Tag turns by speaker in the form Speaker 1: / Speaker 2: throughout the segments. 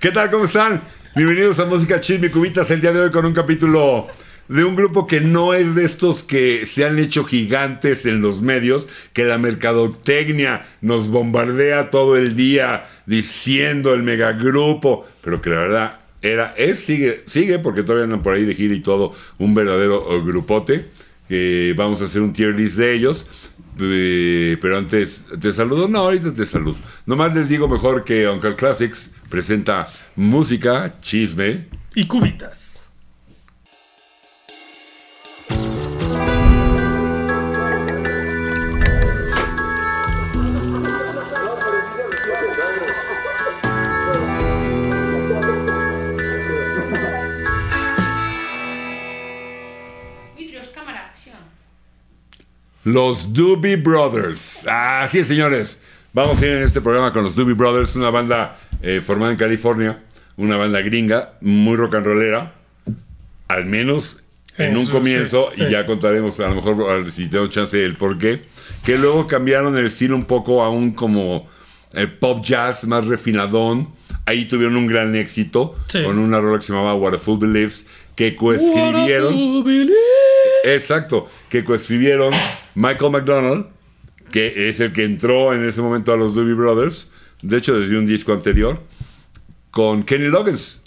Speaker 1: ¿Qué tal? ¿Cómo están? Bienvenidos a Música Chisme Cubitas el día de hoy con un capítulo de un grupo que no es de estos que se han hecho gigantes en los medios, que la mercadotecnia nos bombardea todo el día diciendo el megagrupo, pero que la verdad era, es, sigue, sigue, porque todavía andan por ahí de gira y todo, un verdadero eh, grupote. que vamos a hacer un tier list de ellos. Eh, pero antes, ¿te saludo? No, ahorita te saludo. Nomás les digo mejor que Uncle Classics presenta música, chisme,
Speaker 2: y cubitas.
Speaker 3: Vidrios, cámara, acción.
Speaker 1: Los Doobie Brothers. Así es, señores. Vamos a ir en este programa con los Doobie Brothers, una banda eh, formada en California, una banda gringa, muy rock and rollera, al menos en
Speaker 2: En
Speaker 1: un
Speaker 2: su-
Speaker 1: comienzo,
Speaker 2: sí, sí.
Speaker 1: y ya contaremos a lo mejor a ver si tengo chance el por qué, que luego cambiaron el estilo un poco a un como eh, pop jazz más refinadón. Ahí tuvieron un gran éxito
Speaker 2: Sí.
Speaker 1: con una rola que se llamaba What a Fool Believes, que coescribieron. Exacto, que coescribieron Michael McDonald, que es el que entró en ese momento a los Doobie Brothers, de hecho desde un disco anterior, con Kenny Loggins.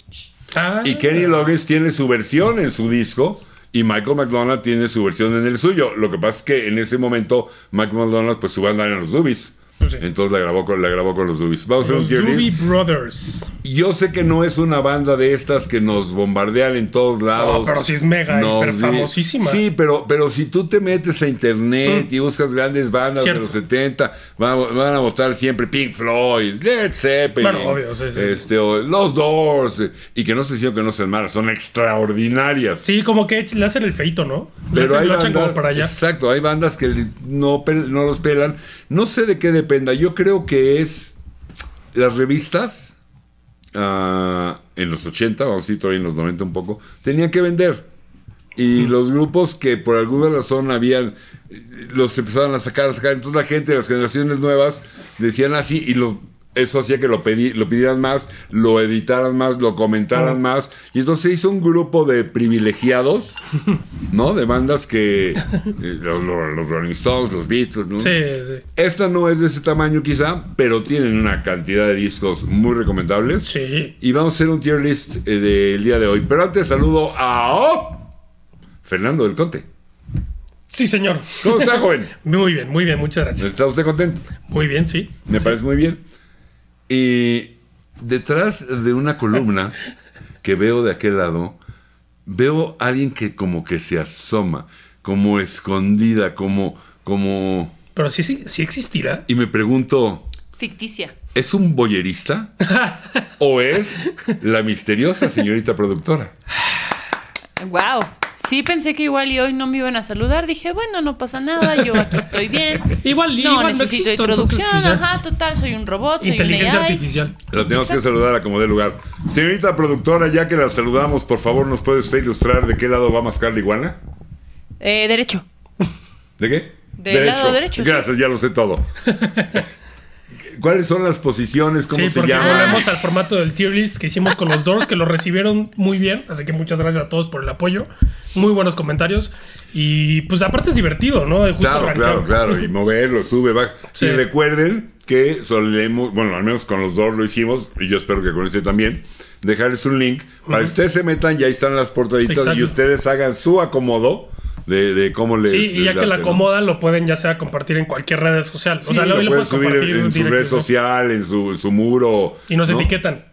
Speaker 2: Ah,
Speaker 1: Y Kenny Loggins tiene su versión en su disco y Michael McDonald tiene su versión en el suyo. Lo que pasa es que en ese momento Michael McDonald, pues su banda eran los Doobies.
Speaker 2: Pues sí.
Speaker 1: Entonces la grabó, con, la grabó con los Doobies. Vamos a hacer un
Speaker 2: Los
Speaker 1: tier list.
Speaker 2: Ah, Doobie Brothers.
Speaker 1: Yo sé que no es una banda de estas que nos bombardean en todos lados.
Speaker 2: No, pero sí es mega, hiper
Speaker 1: sí.
Speaker 2: famosísima.
Speaker 1: Sí, pero, pero si tú te metes a internet y buscas grandes bandas
Speaker 2: Mm. Cierto.
Speaker 1: de los 70, van, van a mostrar siempre Pink Floyd, Led Zeppelin,
Speaker 2: Bueno, obvio, sí, sí, sí.
Speaker 1: este, o Los Doors, eh, y que no estoy diciendo que no sean malas, son extraordinarias.
Speaker 2: Sí, como que le hacen el feito, ¿no? Le
Speaker 1: Pero
Speaker 2: hacen,
Speaker 1: hay
Speaker 2: lo echan
Speaker 1: bandas,
Speaker 2: como para allá.
Speaker 1: Exacto, hay bandas que les- no, pel- no los pelan. No sé de qué dependa. Yo creo que es las revistas ah, en los 80, vamos a decir todavía en los 90 un poco, tenían que vender. Y los grupos que por alguna razón habían, eh, los empezaban a sacar, a sacar. Entonces la gente, las generaciones nuevas, decían así y los... Eso hacía que lo, pedí, lo pidieran más, lo editaran más, lo comentaran
Speaker 2: Claro.
Speaker 1: más. Y entonces se hizo un grupo de privilegiados ¿no? De bandas que. eh, los, los- los Rolling Stones, los Beatles, ¿no?
Speaker 2: Sí, sí.
Speaker 1: Esta no es de ese tamaño, quizá, pero tienen una cantidad de discos muy recomendables.
Speaker 2: Sí.
Speaker 1: Y vamos a hacer un tier list eh, del día de hoy. Pero antes saludo a. ¡Oh! Fernando del Conte.
Speaker 2: Sí, señor.
Speaker 1: ¿Cómo está, joven?
Speaker 2: Muy bien, muy bien, muchas gracias.
Speaker 1: ¿Está usted contento?
Speaker 2: Muy bien, sí.
Speaker 1: Me parece muy bien. Y detrás de una columna que veo de aquel lado, veo a alguien que como que se asoma, como escondida, como, como...
Speaker 2: Pero sí, sí, sí existirá.
Speaker 1: Y me pregunto,
Speaker 3: Ficticia.
Speaker 1: ¿es un boyerista? ¿O es la misteriosa señorita productora?
Speaker 3: Wow. Sí, pensé que igual y hoy no me iban a saludar. Dije, bueno, no pasa nada, yo aquí estoy bien.
Speaker 2: Igual,
Speaker 3: No
Speaker 2: igual
Speaker 3: necesito
Speaker 2: existo, entonces,
Speaker 3: introducción,
Speaker 2: pues, ya.
Speaker 3: ajá, total, soy un robot, soy un
Speaker 2: Inteligencia
Speaker 3: AI.
Speaker 2: artificial.
Speaker 1: La tenemos que saludar a como dé lugar. Señorita productora, ya que la saludamos, por favor, ¿nos puede usted ilustrar de qué lado va a mascar la iguana?
Speaker 3: Eh, derecho.
Speaker 1: ¿De qué?
Speaker 3: Del lado derecho, sí.
Speaker 1: Gracias, ya lo sé todo. ¿Cuáles son las posiciones? ¿Cómo
Speaker 2: Sí,
Speaker 1: se
Speaker 2: porque
Speaker 1: llaman?
Speaker 2: volvemos al formato del tier list que hicimos con los Doors, que lo recibieron muy bien. Así que muchas gracias a todos por el apoyo. Muy buenos comentarios. Y pues aparte es divertido, ¿no? Justo
Speaker 1: Claro,
Speaker 2: arrancar.
Speaker 1: claro, claro. Y moverlo, sube, baja.
Speaker 2: Sí.
Speaker 1: Y recuerden que solemos, bueno, al menos con los dos lo hicimos, y yo espero que con este también, dejarles un link para que ustedes se metan y ahí están las portaditas
Speaker 2: Exacto.
Speaker 1: y ustedes hagan su acomodo de, de cómo les.
Speaker 2: Sí, y
Speaker 1: les
Speaker 2: ya que
Speaker 1: late,
Speaker 2: la
Speaker 1: ¿no?
Speaker 2: acomodan, lo pueden ya sea compartir en cualquier red social.
Speaker 1: Sí,
Speaker 2: o sea,
Speaker 1: lo,
Speaker 2: hoy lo
Speaker 1: pueden
Speaker 2: puedes
Speaker 1: subir en,
Speaker 2: compartir
Speaker 1: en su
Speaker 2: directo,
Speaker 1: red
Speaker 2: ¿no?
Speaker 1: social, en su, su muro.
Speaker 2: Y nos
Speaker 1: ¿no?
Speaker 2: etiquetan.
Speaker 3: Pues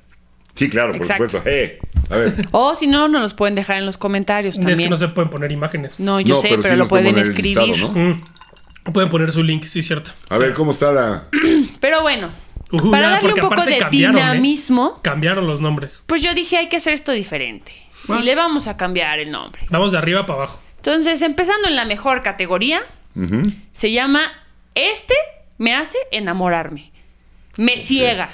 Speaker 1: Sí, claro, por
Speaker 3: Exacto.
Speaker 1: supuesto. Eh, a ver.
Speaker 3: O si no, nos los pueden dejar en los comentarios
Speaker 2: Es que
Speaker 3: también.
Speaker 2: no se pueden poner imágenes.
Speaker 3: No, yo sé, pero,
Speaker 1: sí
Speaker 3: lo
Speaker 1: nos pongo
Speaker 3: pueden
Speaker 1: en el
Speaker 3: escribir.
Speaker 1: listado, ¿no?
Speaker 2: Mm. Pueden poner su link, sí, cierto.
Speaker 1: A ver, ¿cómo está la...?
Speaker 3: Pero bueno,
Speaker 2: Ujú,
Speaker 3: para
Speaker 2: ya,
Speaker 3: darle un
Speaker 2: porque
Speaker 3: poco
Speaker 2: aparte
Speaker 3: de
Speaker 2: cambiaron, ¿eh?
Speaker 3: dinamismo,
Speaker 2: Cambiaron los nombres.
Speaker 3: pues yo dije, hay que hacer esto diferente.
Speaker 1: Bueno.
Speaker 3: Y le vamos a cambiar el nombre.
Speaker 2: Vamos de arriba para abajo.
Speaker 3: Entonces, empezando en la mejor categoría,
Speaker 1: Ujú.
Speaker 3: se llama Este me hace enamorarme. Me ciega.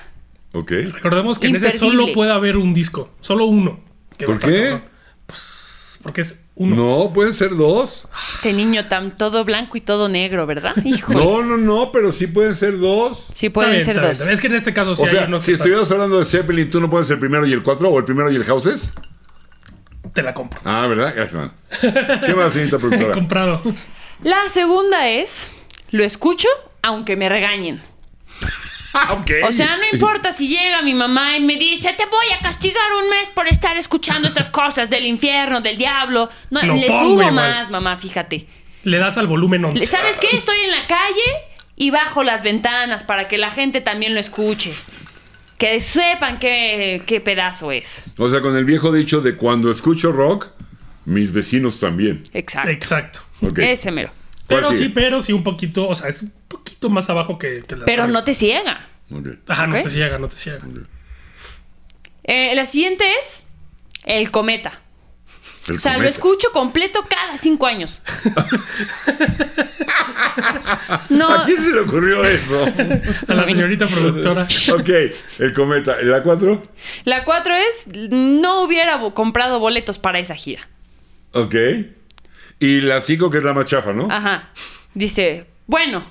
Speaker 1: Ok.
Speaker 2: Recordemos que en ese
Speaker 3: Imperdible.
Speaker 2: solo puede haber un disco. Solo uno. que va
Speaker 1: ¿Por
Speaker 2: a estar
Speaker 1: qué?
Speaker 2: cabrón. Pues porque es Uno.
Speaker 1: No, pueden ser dos.
Speaker 3: Este niño tan todo blanco y todo negro, ¿verdad? Hijo.
Speaker 1: No, no, no, pero sí pueden ser dos.
Speaker 3: Sí,
Speaker 2: Está
Speaker 3: pueden
Speaker 2: bien,
Speaker 3: ser
Speaker 2: está bien,
Speaker 3: dos.
Speaker 2: está bien. Es que en este caso sí
Speaker 1: O
Speaker 2: hay
Speaker 1: sea,
Speaker 2: uno que
Speaker 1: si
Speaker 2: está-
Speaker 1: estuvieras hablando de Zeppelin, ¿tú no puedes el primero y el cuatro? ¿O el primero y el Houses?
Speaker 2: Te la compro.
Speaker 1: Ah, ¿verdad? Gracias, man. ¿Qué más, señorita productora?
Speaker 2: Comprado.
Speaker 3: La segunda es, lo escucho aunque me regañen.
Speaker 1: Ah, ok.
Speaker 3: O sea, no importa si llega mi mamá y me dice, te voy a castigar un mes por estar escuchando esas cosas del infierno, del diablo. No,
Speaker 2: Lo
Speaker 3: le
Speaker 2: pongo
Speaker 3: subo
Speaker 2: igual.
Speaker 3: más, mamá, fíjate.
Speaker 2: Le das al volumen 11.
Speaker 3: Le- ¿Sabes qué? Estoy en la calle y bajo las ventanas para que la gente también lo escuche. Que sepan qué, qué pedazo es.
Speaker 1: O sea, con el viejo dicho de cuando escucho rock, mis vecinos también.
Speaker 3: Exacto.
Speaker 2: Exacto.
Speaker 1: Ok.
Speaker 3: Ese mero.
Speaker 1: ¿Cuál
Speaker 2: Pero sí,
Speaker 1: sigue?
Speaker 2: pero sí un poquito, o sea, es un poquito más abajo que, que la
Speaker 3: Pero
Speaker 2: saga.
Speaker 3: no te ciega.
Speaker 1: Ok.
Speaker 2: Ajá,
Speaker 3: Ok.
Speaker 2: no te ciega, no te ciega.
Speaker 3: Eh, la siguiente es el cometa.
Speaker 1: El
Speaker 3: O sea, lo
Speaker 1: cometa.
Speaker 3: escucho completo cada cinco años. No,
Speaker 1: ¿A quién se le ocurrió eso?
Speaker 2: A la señorita productora.
Speaker 1: ok, el cometa. ¿La cuatro?
Speaker 3: la cuatro es, no hubiera bo- comprado boletos para esa gira.
Speaker 1: Ok. Y la cinco, que es la más chafa, ¿no?
Speaker 2: Ah.
Speaker 3: Ajá. Dice, bueno,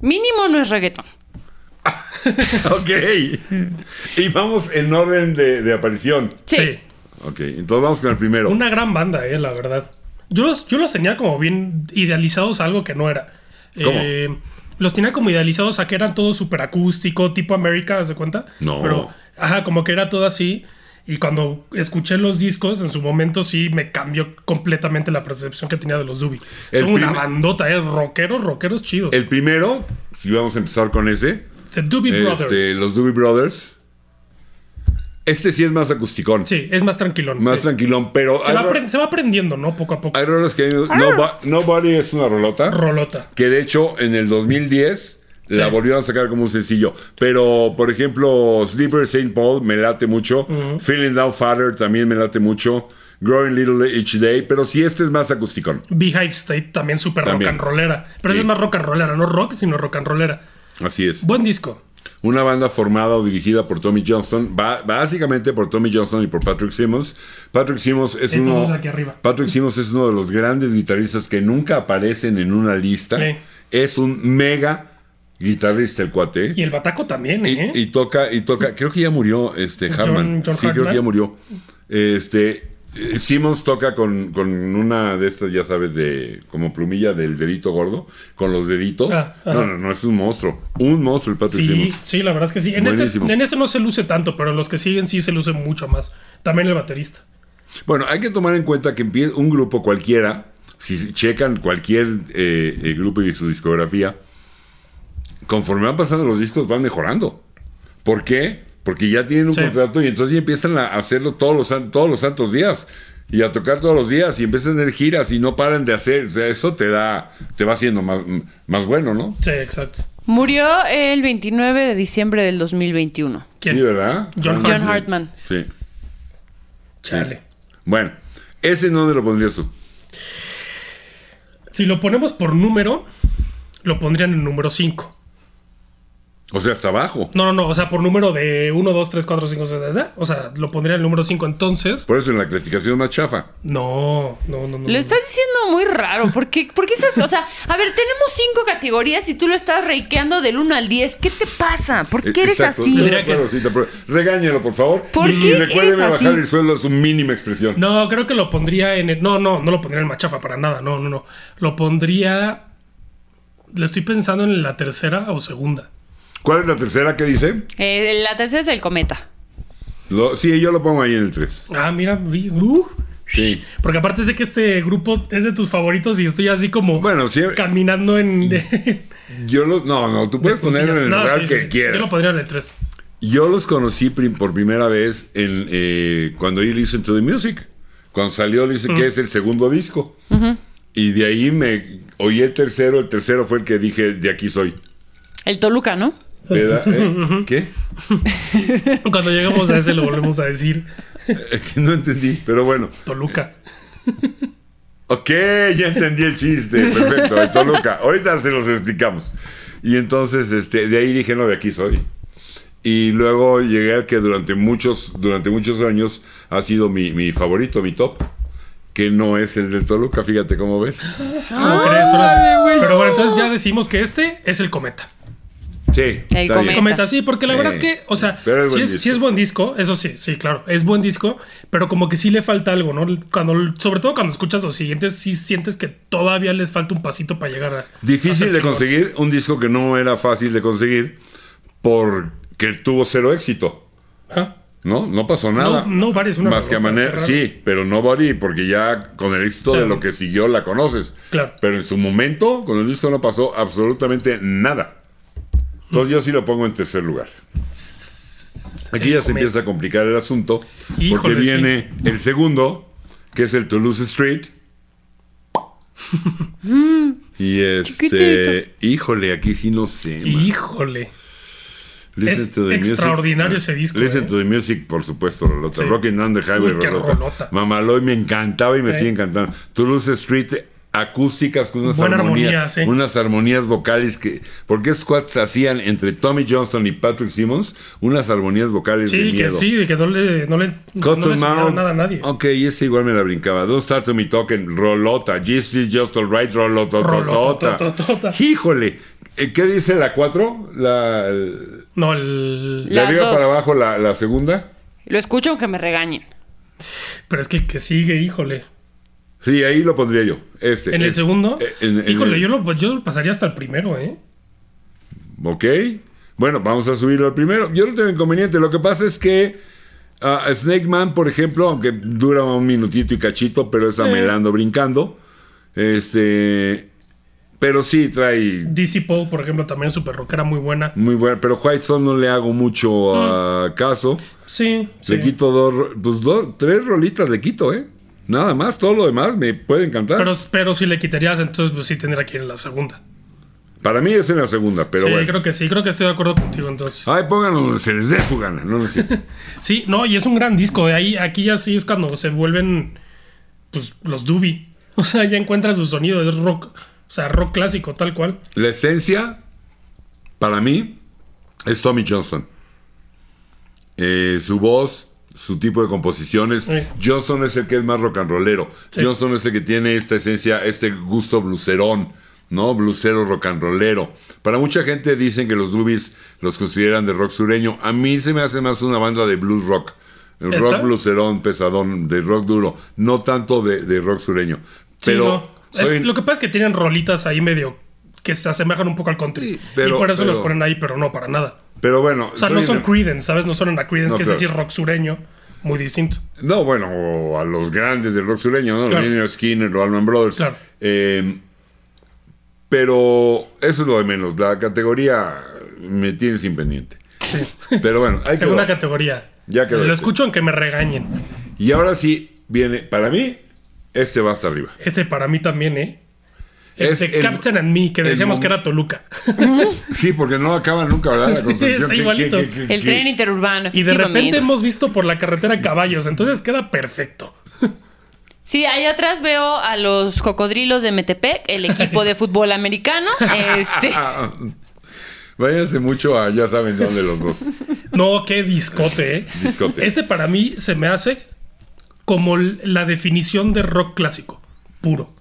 Speaker 3: mínimo no es reggaetón.
Speaker 1: Ok. Y vamos en orden de, de aparición.
Speaker 3: Sí.
Speaker 1: Ok, entonces vamos con el primero.
Speaker 2: Una gran banda, eh, la verdad. Yo los, yo los tenía como bien idealizados a algo que no era.
Speaker 1: ¿Cómo?
Speaker 2: Eh, los tenía como idealizados a que eran todo súper acústico, tipo América, ¿se cuenta?
Speaker 1: No.
Speaker 2: Pero, ajá, como que era todo así. Y cuando escuché los discos, en su momento sí me cambió completamente la percepción que tenía de los Dubi.
Speaker 1: El
Speaker 2: Son una
Speaker 1: primer-
Speaker 2: bandota, eh, rockeros, rockeros chidos.
Speaker 1: El primero, si vamos a empezar con ese,
Speaker 2: The Doobie
Speaker 1: este,
Speaker 2: Brothers.
Speaker 1: los Doobie Brothers. Este sí es más acusticón,
Speaker 2: Sí, es más tranquilón.
Speaker 1: más
Speaker 2: sí.
Speaker 1: tranquilón, pero
Speaker 2: se,
Speaker 1: hay,
Speaker 2: va Ah.
Speaker 1: ro-
Speaker 2: apren- se va aprendiendo, ¿no? Poco a poco.
Speaker 1: hay rolas que... Nobo- Nobody es una rolota.
Speaker 2: Rolota.
Speaker 1: que de hecho en el 2010 la
Speaker 2: Sí.
Speaker 1: volvieron a sacar como un sencillo. Pero, por ejemplo, Sleeper St. Paul me late mucho. Feeling Down Father también me late mucho. Growing Little Each Day. Pero si este es más acusticón.
Speaker 2: Beehive State también súper rock
Speaker 1: También.
Speaker 2: and rollera. Pero
Speaker 1: Sí.
Speaker 2: es más rock and rollera, no rock, sino rock and rollera.
Speaker 1: Así es.
Speaker 2: Buen disco.
Speaker 1: Una banda formada o dirigida por Tommy Johnston, ba- básicamente por Tommy Johnston y por Patrick Simmons. Patrick Simmons es
Speaker 2: Estos
Speaker 1: uno.
Speaker 2: dos aquí arriba.
Speaker 1: Patrick Simmons es uno de los grandes guitarristas que nunca aparecen en una lista.
Speaker 2: Sí.
Speaker 1: Es un mega guitarrista el cuate. ¿eh?
Speaker 2: Y el Bataco también,
Speaker 1: Y,
Speaker 2: ¿eh?
Speaker 1: y toca, y toca, creo que ya murió este
Speaker 2: John-
Speaker 1: Hartman.
Speaker 2: John
Speaker 1: sí, creo
Speaker 2: Hartman.
Speaker 1: que ya murió. Este eh, Simmons toca con, con una de estas, ya sabes, de como plumilla del dedito gordo, con los deditos.
Speaker 2: Ah, ajá.
Speaker 1: no, no, no, es un monstruo. Un monstruo el Patrick
Speaker 2: sí,
Speaker 1: Simmons.
Speaker 2: sí, la verdad es que sí. En este,
Speaker 1: Buenísimo.
Speaker 2: en este no se luce tanto, pero en los que siguen sí se luce mucho más. También el baterista.
Speaker 1: Bueno, hay que tomar en cuenta que empie- un grupo cualquiera, si checan cualquier eh, eh, grupo y su discografía, conforme van pasando los discos van mejorando. ¿Por qué? Porque ya tienen un
Speaker 2: Sí.
Speaker 1: contrato y entonces ya empiezan a hacerlo todos los, san- todos los santos días y a tocar todos los días y empiezan a hacer giras y no paran de hacer. O sea, eso te da, te va haciendo más, más bueno, ¿no?
Speaker 2: Sí, exacto.
Speaker 3: Murió el 29 de diciembre del 2021.
Speaker 2: ¿Quién?
Speaker 1: Sí, ¿verdad?
Speaker 2: John
Speaker 3: John Hartman.
Speaker 1: Sí.
Speaker 2: Chale.
Speaker 1: Bueno, ese en dónde lo pondrías tú.
Speaker 2: Si lo ponemos por número, lo pondría en el número 5.
Speaker 1: O sea, hasta abajo.
Speaker 2: No, no, no. O sea, por número de 1, 2, 3, 4, 5, 6, O sea, lo pondría en el número 5. Entonces.
Speaker 1: Por eso en la clasificación más chafa.
Speaker 2: No, no, no, no.
Speaker 3: Lo
Speaker 2: no.
Speaker 3: estás diciendo muy raro, porque, porque esas, o sea, a ver, tenemos cinco categorías y tú lo estás reikeando del 1 al 10. ¿Qué te pasa? ¿Por qué eres
Speaker 1: Eh, Exacto,
Speaker 3: así?
Speaker 1: estoy de
Speaker 2: Eh, Mira que-
Speaker 1: acuerdo, Rosita, pero regáñalo, por favor.
Speaker 3: ¿Por
Speaker 1: y
Speaker 3: qué
Speaker 1: recuérdeme
Speaker 3: eres así?
Speaker 1: bajar el suelo a su mínima expresión.
Speaker 2: No, creo que lo pondría en el. No, no, no lo pondría en el machafa para nada. No, no, no. Lo pondría. Le estoy pensando en la tercera o segunda.
Speaker 1: ¿Cuál es la tercera que dice?
Speaker 3: Eh, la tercera es el cometa.
Speaker 1: Lo- sí, yo lo pongo ahí en el 3.
Speaker 2: Ah, mira, vi- uh.
Speaker 1: Sí.
Speaker 2: Porque aparte sé que este grupo es de tus favoritos y estoy así como
Speaker 1: Bueno, sí,
Speaker 2: caminando en.
Speaker 1: yo lo, no, no, tú puedes ponerlo en el
Speaker 2: No,
Speaker 1: lugar
Speaker 2: sí, sí,
Speaker 1: que
Speaker 2: sí.
Speaker 1: quieras.
Speaker 2: Yo lo pondría en el 3.
Speaker 1: Yo los conocí prim- por primera vez en, eh, cuando oí Listen to the Music. Cuando salió, Listen, que es el segundo disco. Y de ahí me oí el tercero. El tercero fue el que dije, de aquí soy.
Speaker 3: El Toluca, ¿no?
Speaker 1: ¿Verdad? ¿Eh? ¿Qué?
Speaker 2: Cuando llegamos a ese lo volvemos a decir.
Speaker 1: no entendí, pero bueno.
Speaker 2: Toluca.
Speaker 1: Ok, ya entendí el chiste. Perfecto, de Toluca. Ahorita se los explicamos. Y entonces, este, de ahí dije, no, de aquí soy. Y luego llegué al que durante muchos, durante muchos años ha sido mi, mi favorito, mi top, que no es el de Toluca, fíjate cómo ves.
Speaker 2: ¿Cómo crees? Órale. Pero bueno, entonces ya decimos que este es el cometa.
Speaker 1: Sí,
Speaker 3: El
Speaker 1: está
Speaker 3: cometa.
Speaker 1: bien.
Speaker 2: Cometa, sí, porque la verdad es que, o sea,
Speaker 1: Pero es
Speaker 2: sí,
Speaker 1: buen
Speaker 2: es,
Speaker 1: disco.
Speaker 2: sí es buen disco, eso sí, sí, claro, es buen disco, pero como que sí le falta algo, ¿no? Cuando, sobre todo cuando escuchas los siguientes, sí sientes que todavía les falta un pasito para llegar a... a ser
Speaker 1: Difícil de
Speaker 2: chingón.
Speaker 1: conseguir, un disco que no era fácil de conseguir porque tuvo cero éxito.
Speaker 2: Ajá.
Speaker 1: No, no pasó nada.
Speaker 2: No- Nobody es una
Speaker 1: Más que a
Speaker 2: pregunta, qué
Speaker 1: manera,
Speaker 2: raro.
Speaker 1: sí, pero Nobody, porque ya con el éxito
Speaker 2: Claro.
Speaker 1: de lo que siguió la conoces.
Speaker 2: Claro.
Speaker 1: Pero en su momento, con el disco no pasó absolutamente nada. Entonces yo sí lo pongo en tercer lugar. Aquí
Speaker 2: El
Speaker 1: ya se
Speaker 2: cometa.
Speaker 1: empieza a complicar el asunto, porque
Speaker 2: Híjole, sí.
Speaker 1: viene el segundo, que es el Toulouse Street. y este, híjole, aquí sí no sé. man.
Speaker 2: Híjole. Es extraordinario ese disco,
Speaker 1: Listen
Speaker 2: ¿eh?
Speaker 1: to the Music, por supuesto, Rolota.
Speaker 2: Sí.
Speaker 1: Rocking on the Highway,
Speaker 2: Uy, qué
Speaker 1: Rolota.
Speaker 2: rolota.
Speaker 1: Mamaloy me encantaba y me
Speaker 2: Sí.
Speaker 1: sigue encantando. Toulouse Street, acústicas con unas
Speaker 2: Buena
Speaker 1: armonías.
Speaker 2: armonía, sí.
Speaker 1: Unas armonías vocales que. Porque Squats hacían entre Tommy Johnston y Patrick Simmons unas armonías vocales de
Speaker 2: Sí, que,
Speaker 1: miedo.
Speaker 2: sí, de que no le, no le, no le
Speaker 1: Cotton
Speaker 2: enseñaron
Speaker 1: Mouth.
Speaker 2: nada a nadie.
Speaker 1: Ok, ese igual me la brincaba. Don't start to me talking. Rolota. This is just alright. Rolototota.
Speaker 2: Rolotototota.
Speaker 1: Híjole. Eh, ¿Qué dice la 4? La,
Speaker 2: No, el...
Speaker 1: de
Speaker 3: La
Speaker 1: arriba
Speaker 3: dos.
Speaker 1: para abajo, la, la segunda.
Speaker 3: Lo escucho aunque me regañen.
Speaker 2: Pero es que el que sigue, híjole.
Speaker 1: Sí, ahí lo pondría yo. Este.
Speaker 2: En el
Speaker 1: es-
Speaker 2: segundo,
Speaker 1: eh, en- en
Speaker 2: híjole,
Speaker 1: el-
Speaker 2: yo, lo, yo lo pasaría hasta el primero, ¿eh?
Speaker 1: Ok. Bueno, vamos a subirlo al primero. Yo no tengo inconveniente. Lo que pasa es que ah, Snake Man, por ejemplo, aunque dura un minutito y cachito, pero es amelando, brincando. Este. Pero sí trae
Speaker 2: DC Poe, por ejemplo, también super rockera muy buena.
Speaker 1: Muy bueno, pero White Son no le hago mucho ah, caso.
Speaker 2: Sí, sí.
Speaker 1: Le quito dos, ro- pues dos, tres rolitas le quito, ¿eh? Nada más, todo lo demás me puede encantar.
Speaker 2: Pero, pero si le quitarías, entonces pues sí tendría que ir en la segunda.
Speaker 1: Para mí es en la segunda, pero
Speaker 2: sí,
Speaker 1: bueno. Ah.
Speaker 2: creo que sí, creo que estoy de acuerdo contigo entonces.
Speaker 1: Ay, pónganlo donde se les dé su gana, no, no es cierto.
Speaker 2: Sí, no, y es un gran disco. de Ahí, aquí ya sí es cuando se vuelven pues los Doobie. O sea, ya encuentran su sonido, es rock, o sea, rock clásico, tal cual.
Speaker 1: La esencia, para mí, es Tommy Johnston. Eh, su voz, su tipo de composiciones.
Speaker 2: Sí.
Speaker 1: Johnston es el que es más rock and rollero.
Speaker 2: Sí.
Speaker 1: Johnston es el que tiene esta esencia, este gusto blucerón, ¿no? Blusero rock and rollero. Para mucha gente dicen que los Dubis los consideran de rock sureño. A mí se me hace más una banda de blues rock. El
Speaker 2: ¿Esta?
Speaker 1: rock blucerón, pesadón, de rock duro. No tanto de, de rock sureño.
Speaker 2: Sí,
Speaker 1: Pero
Speaker 2: no. Es-
Speaker 1: soy-
Speaker 2: lo que pasa es que tienen rolitas ahí medio que se asemejan un poco al country.
Speaker 1: Sí, pero-
Speaker 2: y por eso
Speaker 1: pero-
Speaker 2: los ponen ahí, pero no, para nada.
Speaker 1: pero bueno,
Speaker 2: O sea, no
Speaker 1: soy
Speaker 2: son
Speaker 1: una-
Speaker 2: Creedence, ¿sabes? No son a Creedence,
Speaker 1: No,
Speaker 2: que
Speaker 1: claro.
Speaker 2: es decir, rock sureño, muy distinto.
Speaker 1: No, bueno, o a los grandes del rock sureño, ¿no?
Speaker 2: Claro.
Speaker 1: Lynyrd Skinner o Allman Brothers.
Speaker 2: Claro.
Speaker 1: Eh, pero eso es lo de menos. La categoría me tiene sin pendiente. Pero bueno, ahí
Speaker 2: Segunda
Speaker 1: quedó.
Speaker 2: categoría.
Speaker 1: Ya quedó
Speaker 2: Lo
Speaker 1: este.
Speaker 2: escucho aunque me regañen.
Speaker 1: Y ahora sí viene, para mí, este va hasta arriba.
Speaker 2: Este para mí también, ¿eh? El
Speaker 1: Es
Speaker 2: de
Speaker 1: el-
Speaker 2: Captain and Me, que
Speaker 1: el
Speaker 2: decíamos
Speaker 1: mom-
Speaker 2: que era Toluca.
Speaker 1: Sí, porque no acaba nunca, ¿verdad? La
Speaker 2: Sí,
Speaker 1: construcción.
Speaker 2: está igualito.
Speaker 3: El tren interurbano,
Speaker 2: y de repente
Speaker 3: efectivamente.
Speaker 2: hemos visto por la carretera caballos, entonces queda perfecto.
Speaker 3: Sí, allá atrás veo a los cocodrilos de Metepec, el equipo de fútbol americano. Este,
Speaker 1: Ah, ah. váyanse mucho a, ya saben dónde los dos.
Speaker 2: No, qué discote, ¿eh?
Speaker 1: Discote.
Speaker 2: Este para mí se me hace como l- la definición de rock clásico. Puro,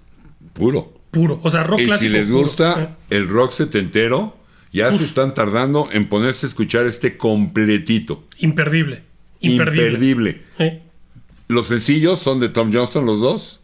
Speaker 1: Puro.
Speaker 2: puro. O sea, rock
Speaker 1: Y
Speaker 2: clásico.
Speaker 1: si les
Speaker 2: puro,
Speaker 1: gusta
Speaker 2: ¿eh?
Speaker 1: el rock setentero, ya se están tardando en ponerse a escuchar este completito.
Speaker 2: Imperdible. Imperdible.
Speaker 1: Imperdible.
Speaker 2: ¿eh?
Speaker 1: Los sencillos son de Tom Johnston, los dos.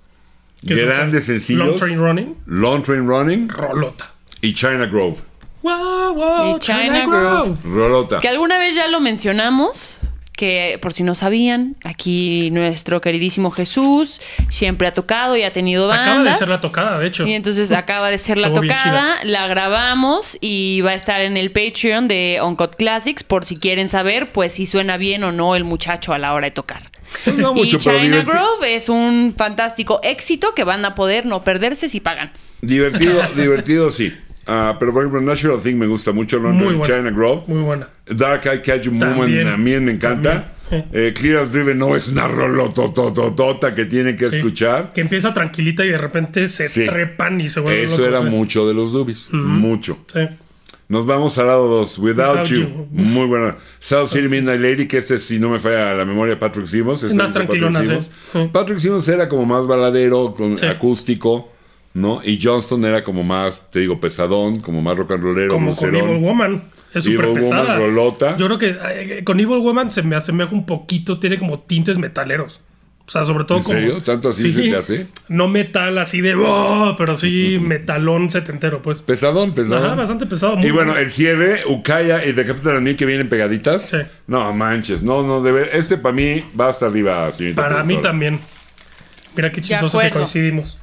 Speaker 2: Que son
Speaker 1: Grandes
Speaker 2: Long
Speaker 1: sencillos.
Speaker 2: Train Running.
Speaker 1: Long Train Running
Speaker 2: Rolota.
Speaker 1: y China Grove.
Speaker 2: Wow, wow,
Speaker 3: Y China Grove.
Speaker 1: Rolota.
Speaker 3: que alguna vez ya lo mencionamos, que por si no sabían, aquí nuestro queridísimo Jesús siempre ha tocado y ha tenido bandas.
Speaker 2: Acaba de ser la tocada, de hecho.
Speaker 3: Y entonces acaba de ser la
Speaker 2: Estuvo bien
Speaker 3: tocada, la grabamos y va a estar en el Patreon de Uncut Classics por si quieren saber pues si suena bien o no el muchacho a la hora de tocar.
Speaker 1: Pues no
Speaker 3: y
Speaker 1: mucho, pero
Speaker 3: China
Speaker 1: diverti-
Speaker 3: Grove es un fantástico éxito que van a poder no perderse si pagan.
Speaker 1: Divertido, divertido, sí. Ah, pero por ejemplo, Natural Thing me gusta mucho. Long
Speaker 2: Muy
Speaker 1: Train,
Speaker 2: buena.
Speaker 1: China Grove.
Speaker 2: Muy buena.
Speaker 1: Dark Eye Catch You Movement
Speaker 2: También.
Speaker 1: también me encanta.
Speaker 2: También.
Speaker 1: Eh, Clear as Driven no es una rolotototota que tienen que
Speaker 2: Sí.
Speaker 1: escuchar.
Speaker 2: Que empieza tranquilita y de repente se
Speaker 1: Sí.
Speaker 2: trepan y se vuelven
Speaker 1: Eso
Speaker 2: locos,
Speaker 1: era
Speaker 2: ¿eh?
Speaker 1: mucho de los dubis, mucho.
Speaker 2: Sí.
Speaker 1: Nos vamos al lado 2, Without,
Speaker 2: Without
Speaker 1: you.
Speaker 2: You.
Speaker 1: Muy buena. South City Midnight Lady, que este, si no me falla la memoria, Patrick Simmons. Este
Speaker 2: Más
Speaker 1: es de
Speaker 2: tranquilona,
Speaker 1: Patrick
Speaker 2: sí.
Speaker 1: Simmons.
Speaker 2: Sí.
Speaker 1: Patrick Simmons era como más baladero, con-
Speaker 2: Sí.
Speaker 1: acústico, ¿no? Y Johnston era como más, te digo, pesadón, como más rock and rollero,
Speaker 2: Como con
Speaker 1: blucerón.
Speaker 2: Evil Woman. Es
Speaker 1: Evil
Speaker 2: súper pesada.
Speaker 1: Woman, rolota.
Speaker 2: Yo creo que eh, con Evil Woman se me asemeja un poquito, tiene como tintes metaleros. O sea, sobre todo
Speaker 1: ¿En
Speaker 2: como.
Speaker 1: serio? ¿Tanto así se te hace?
Speaker 2: No metal así de. "Oh", pero sí metalón setentero, pues.
Speaker 1: Pesadón, pesadón.
Speaker 2: Ajá, bastante pesado. muy
Speaker 1: Y bueno, el cierre, Ukaya y The Capital Anil que vienen pegaditas.
Speaker 2: Sí.
Speaker 1: No, manches, no, no, de ver. Este para mí va hasta arriba, señorita
Speaker 2: Para mí
Speaker 1: productora.
Speaker 2: también. Mira qué chistoso que
Speaker 3: acuerdo.
Speaker 2: coincidimos.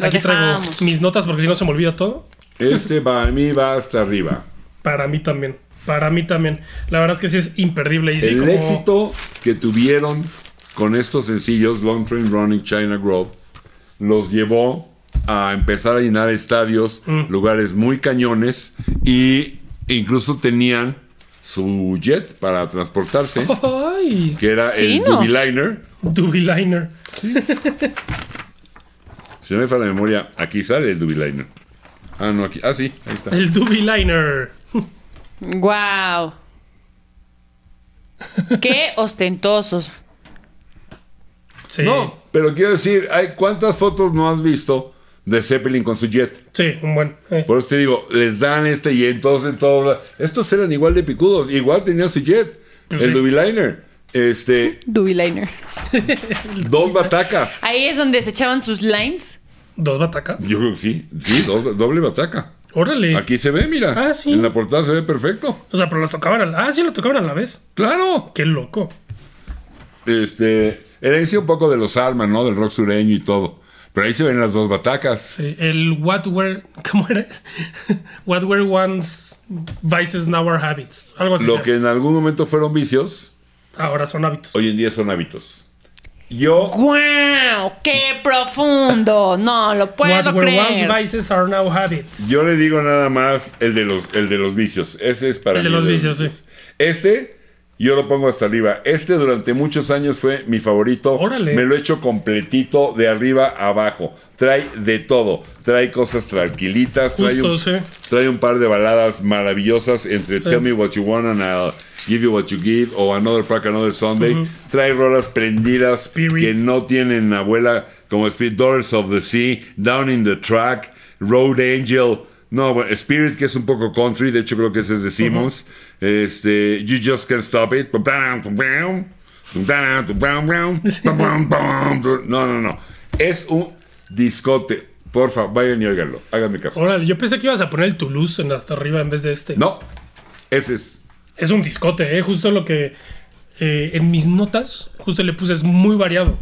Speaker 3: Lo
Speaker 2: Aquí traigo
Speaker 3: dejamos.
Speaker 2: mis notas porque si no se me olvida todo.
Speaker 1: Este para mí va hasta arriba.
Speaker 2: Para mí también. Para mí también. La verdad es que sí es imperdible. Y sí,
Speaker 1: el
Speaker 2: como-
Speaker 1: éxito que tuvieron con estos sencillos, Long Train Running, China Grove, los llevó a empezar a llenar estadios,
Speaker 2: Mm.
Speaker 1: lugares muy cañones, y incluso tenían su jet para transportarse,
Speaker 2: ¡Ay!
Speaker 1: que era el
Speaker 3: Finos.
Speaker 1: Dubiliner.
Speaker 2: Dubiliner.
Speaker 1: Si no me falla la memoria, aquí sale el Dubiliner. Ah, no, aquí. Ah, sí, ahí está.
Speaker 2: El Dubiliner.
Speaker 3: Wow. Qué ostentosos.
Speaker 2: Sí.
Speaker 1: No, pero quiero decir, hay ¿cuántas fotos no has visto de Zeppelin con su jet?
Speaker 2: Sí, un buen. eh.
Speaker 1: Por eso te digo, les dan este y entonces todos. la- Estos eran igual de picudos, igual tenían su jet,
Speaker 2: Pues
Speaker 1: el
Speaker 2: sí.
Speaker 1: Dubiliner, este,
Speaker 3: Dubiliner.
Speaker 1: dos batacas.
Speaker 3: Ahí es donde se echaban sus lines.
Speaker 2: Dos batacas.
Speaker 1: Yo creo que sí, sí, dos- doble bataca.
Speaker 2: Órale.
Speaker 1: Aquí se ve, mira.
Speaker 2: Ah, sí.
Speaker 1: En la portada se ve perfecto.
Speaker 2: O sea, pero las tocaban a la... Ah, sí, lo tocaban a la vez.
Speaker 1: Claro.
Speaker 2: Qué loco.
Speaker 1: Este, herencia un poco de los almas, ¿no? Del rock sureño y todo. Pero ahí se ven las dos batacas.
Speaker 2: Sí, el what were... ¿Cómo era? what were once vices now are habits. Algo así.
Speaker 1: Lo
Speaker 2: sea.
Speaker 1: que en algún momento fueron vicios,
Speaker 2: Ahora son hábitos.
Speaker 1: hoy en día son hábitos. Yo
Speaker 3: ¡Guau! ¡Qué profundo! No lo
Speaker 2: What
Speaker 3: puedo
Speaker 2: were once
Speaker 3: creer.
Speaker 2: vices are now habits.
Speaker 1: Yo le digo nada más el de los, el de los vicios. Ese es para
Speaker 2: El
Speaker 1: mí
Speaker 2: de los vicios, sí.
Speaker 1: Este, yo lo pongo hasta arriba. Este durante muchos años fue mi favorito.
Speaker 2: Órale.
Speaker 1: Me lo he hecho completito de arriba a abajo. Trae de todo. Trae cosas tranquilitas. trae,
Speaker 2: Justo,
Speaker 1: un,
Speaker 2: sí.
Speaker 1: trae un par de baladas maravillosas entre Tell Me What You Want and I'll Give You What You Give o Another Pack Another Sunday. Trae rolas prendidas
Speaker 2: Spirit.
Speaker 1: que no tienen abuela, como Spirit Daughters of the Sea, Down in the Track, Road Angel, no, bueno, Spirit, que es un poco country, de hecho creo que ese es de Simmons, este, You Just Can't Stop It, no, no, no, es un discote, porfa, vayan y háganlo, háganme caso.
Speaker 2: Órale, yo pensé que ibas a poner el Toulouse en hasta arriba en vez de este.
Speaker 1: No, ese es,
Speaker 2: Es un discote, ¿eh? Justo lo que eh, en mis notas, justo le puse, es muy variado.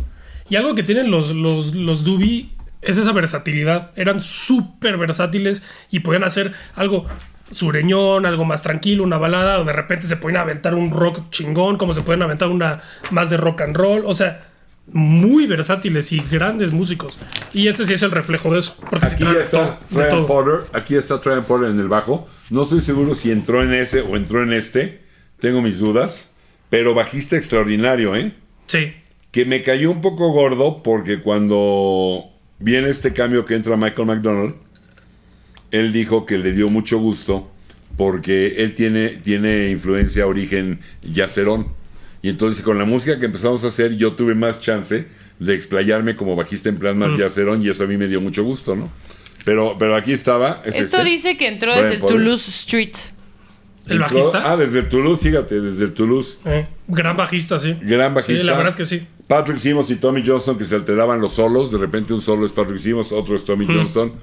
Speaker 2: Y algo que tienen los, los, los Dubi es esa versatilidad. Eran súper versátiles y podían hacer algo sureñón, algo más tranquilo, una balada, o de repente se pueden aventar un rock chingón, como se pueden aventar una más de rock and roll. O sea, muy versátiles y grandes músicos. Y este sí es el reflejo de eso. Porque se
Speaker 1: aquí
Speaker 2: trata de
Speaker 1: está
Speaker 2: todo, de
Speaker 1: Trent
Speaker 2: todo.
Speaker 1: Potter, aquí está Trent Potter en el bajo, no estoy seguro si entró en ese o entró en este, tengo mis dudas, pero bajista extraordinario, ¿eh?
Speaker 2: Sí,
Speaker 1: que me cayó un poco gordo porque cuando viene este cambio que entra Michael McDonald, él dijo que le dio mucho gusto porque él tiene, tiene influencia, origen yacerón. Y entonces con la música que empezamos a hacer yo tuve más chance de explayarme como bajista en plan más yacerón y eso a mí me dio mucho gusto, ¿no? Pero, pero aquí estaba. es
Speaker 3: Esto
Speaker 1: este.
Speaker 3: dice que entró
Speaker 1: Brian
Speaker 3: desde el
Speaker 1: Potter.
Speaker 3: Toulouse Street.
Speaker 2: el
Speaker 1: Entró-
Speaker 2: bajista.
Speaker 1: Ah, desde el Toulouse, fíjate, desde el Toulouse.
Speaker 2: eh, gran bajista, sí.
Speaker 1: Gran bajista.
Speaker 2: Sí, la verdad es que sí.
Speaker 1: Patrick Simmons y Tommy Johnston que se alteraban los solos. De repente un solo es Patrick Simmons, otro es Tommy Johnston.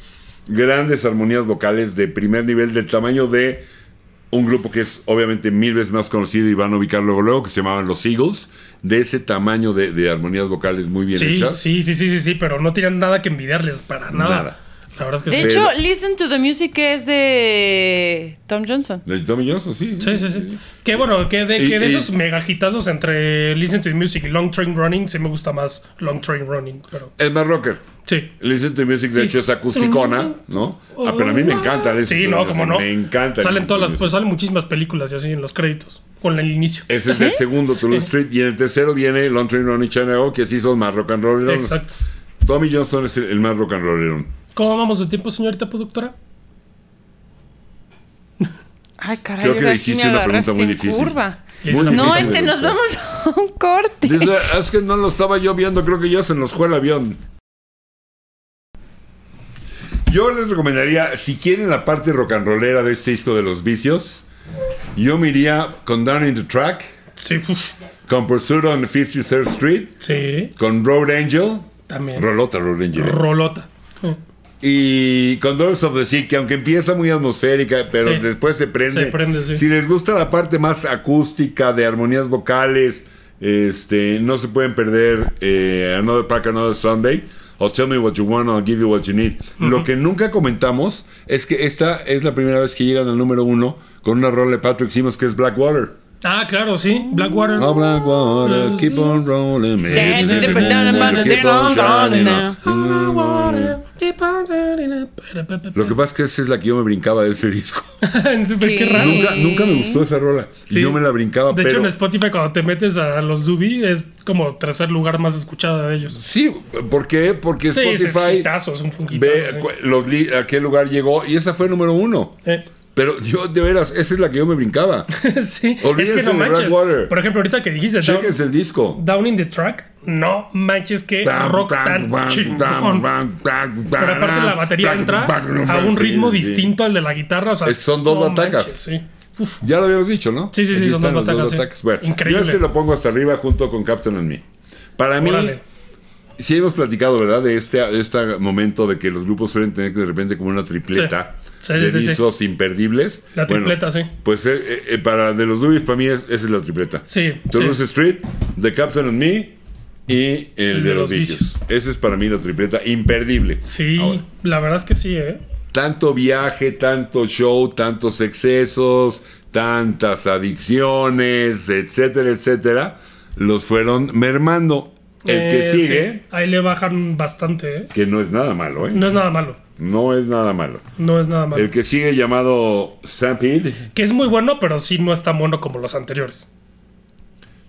Speaker 1: Grandes armonías vocales de primer nivel, del tamaño de un grupo que es obviamente mil veces más conocido y van a ubicar luego, luego que se llamaban Los Eagles. De ese tamaño de, de armonías vocales muy bien
Speaker 2: Sí,
Speaker 1: hechas.
Speaker 2: sí, sí, sí, sí, sí, pero no tienen nada que envidiarles para nada.
Speaker 1: Nada.
Speaker 2: La verdad es que
Speaker 3: De
Speaker 2: sí.
Speaker 3: hecho, Listen to the Music es de Tom Johnson.
Speaker 1: De Tommy Johnston, sí.
Speaker 2: Sí, sí, sí. Que bueno, que de,
Speaker 1: Y-
Speaker 2: que de
Speaker 1: y-
Speaker 2: esos megajitazos entre Listen to the Music y Long Train Running, sí me gusta más Long Train Running, pero
Speaker 1: El más rocker.
Speaker 2: sí.
Speaker 1: Listen to Music, de
Speaker 2: Sí.
Speaker 1: hecho, es acusticona, ¿no? Ah, pero a mí me encanta. Listen
Speaker 2: Sí,
Speaker 1: to
Speaker 2: no,
Speaker 1: Music,
Speaker 2: como no.
Speaker 1: Me encanta.
Speaker 2: Salen
Speaker 1: Listen to
Speaker 2: todas las,
Speaker 1: Music.
Speaker 2: pues salen muchísimas películas y así en los créditos, con el inicio.
Speaker 1: Ese es el segundo, Toulouse Street. Y en el tercero viene Long Train Ronnie Channel, que sí son más rock and roll.
Speaker 2: Exacto.
Speaker 1: Tommy Johnston es el, el más rock and roll.
Speaker 2: ¿Cómo vamos de tiempo, señorita productora?
Speaker 3: Ay, caray,
Speaker 1: Creo que
Speaker 3: ahora
Speaker 1: le
Speaker 3: sí me
Speaker 1: hiciste una pregunta
Speaker 3: agarraste
Speaker 1: muy
Speaker 3: en
Speaker 1: difícil.
Speaker 3: curva.
Speaker 1: Muy
Speaker 2: No,
Speaker 1: difícil
Speaker 3: No,
Speaker 1: de
Speaker 3: este, nos
Speaker 1: contestar.
Speaker 3: vamos a un corte.
Speaker 1: Dice, es que no lo estaba yo viendo, creo que ya se nos fue el avión. Yo les recomendaría, si quieren la parte rock and rollera de este disco de los vicios, yo me iría con Down in the Track,
Speaker 2: Sí, uf,
Speaker 1: con Pursuit on 53rd Street,
Speaker 2: sí,
Speaker 1: con Road Angel,
Speaker 2: también.
Speaker 1: Rolota Road Angel,
Speaker 2: Rolota. Eh,
Speaker 1: y con Doors of the Sea, que aunque empieza muy atmosférica, pero
Speaker 2: Sí.
Speaker 1: después se prende.
Speaker 2: Se prende, sí.
Speaker 1: Si les gusta la parte más acústica de armonías vocales, este, no se pueden perder eh, Another Pack, Another Sunday. O Tell Me What You Want, I'll Give You What You Need. Lo que nunca comentamos es que esta es la primera vez que llegan al número uno con una rola de Patrick Simmons que es Blackwater.
Speaker 2: Ah, claro, sí. Blackwater.
Speaker 1: Oh, Blackwater, keep on rolling. man.
Speaker 3: Dance
Speaker 2: in the
Speaker 1: Keep on
Speaker 3: Keep on
Speaker 1: shining on.
Speaker 2: Blackwater, keep on turning up. Pe- pe- pe-
Speaker 1: Lo que pasa es que esa es la que yo me brincaba de este disco.
Speaker 2: Súper, qué
Speaker 3: Sí.
Speaker 2: raro.
Speaker 1: Nunca, nunca me gustó esa rola.
Speaker 2: Sí.
Speaker 1: Y yo me la brincaba,
Speaker 2: De hecho,
Speaker 1: pero...
Speaker 2: en Spotify, cuando te metes a los Dubi, es como tercer lugar más escuchada de ellos.
Speaker 1: Sí, ¿por qué? Porque
Speaker 2: Sí, ese es
Speaker 1: Spotify
Speaker 2: hitazo, es un funquitazo.
Speaker 1: ve cu- los li- a qué lugar llegó y esa fue número uno.
Speaker 2: sí. Eh,
Speaker 1: Pero yo, de veras, esa es la que yo me brincaba.
Speaker 2: sí. es
Speaker 1: Olvídense
Speaker 2: que no
Speaker 1: de
Speaker 2: manches.
Speaker 1: Blackwater.
Speaker 2: Por ejemplo, ahorita que dijiste Down,
Speaker 1: Chequense el disco.
Speaker 2: Down in the Track, no manches que
Speaker 1: Bam,
Speaker 2: rock
Speaker 1: bam,
Speaker 2: tan
Speaker 1: bam,
Speaker 2: chingón.
Speaker 1: bam, bam, bam,
Speaker 2: Pero aparte la batería
Speaker 1: bam,
Speaker 2: entra
Speaker 1: bam,
Speaker 2: a un
Speaker 1: sí,
Speaker 2: ritmo
Speaker 1: sí.
Speaker 2: distinto al de la guitarra. O sea,
Speaker 1: Es- son dos batacas.
Speaker 2: manches, sí. Uf,
Speaker 1: Ya lo habíamos dicho, ¿no?
Speaker 2: Sí, sí, sí,
Speaker 1: Aquí
Speaker 2: son
Speaker 1: están
Speaker 2: dos
Speaker 1: los
Speaker 2: batacas, sí.
Speaker 1: ataques. Bueno,
Speaker 2: Increíble.
Speaker 1: Yo este lo pongo hasta arriba junto con Captain and Me. Para mí,
Speaker 2: órale.
Speaker 1: Sí, hemos platicado, ¿verdad? De este, de este momento de que los grupos suelen tener de repente como una tripleta
Speaker 2: Sí. Sí,
Speaker 1: de
Speaker 2: sí, sí, sí.
Speaker 1: discos imperdibles.
Speaker 2: La
Speaker 1: Bueno,
Speaker 2: tripleta, sí.
Speaker 1: Pues eh, eh, eh, para de los Dubis, para mí es, esa es la tripleta.
Speaker 2: Sí,
Speaker 1: Toulouse
Speaker 2: sí.
Speaker 1: Street, The Captain and Me y el, de, los, vicios. Esa es para mí la tripleta imperdible.
Speaker 2: Sí,
Speaker 1: Ahora,
Speaker 2: la verdad es que sí, ¿eh?
Speaker 1: tanto viaje, tanto show, tantos excesos, tantas adicciones, etcétera, etcétera, los fueron mermando. El que
Speaker 2: Eh,
Speaker 1: sigue,
Speaker 2: sí. Ahí le bajan bastante, ¿eh?
Speaker 1: que no es nada malo, ¿eh?
Speaker 2: No es nada malo.
Speaker 1: No es nada malo.
Speaker 2: No es nada malo.
Speaker 1: El que sigue llamado Stampede,
Speaker 2: Que es muy bueno, pero sí no es tan bueno como los anteriores.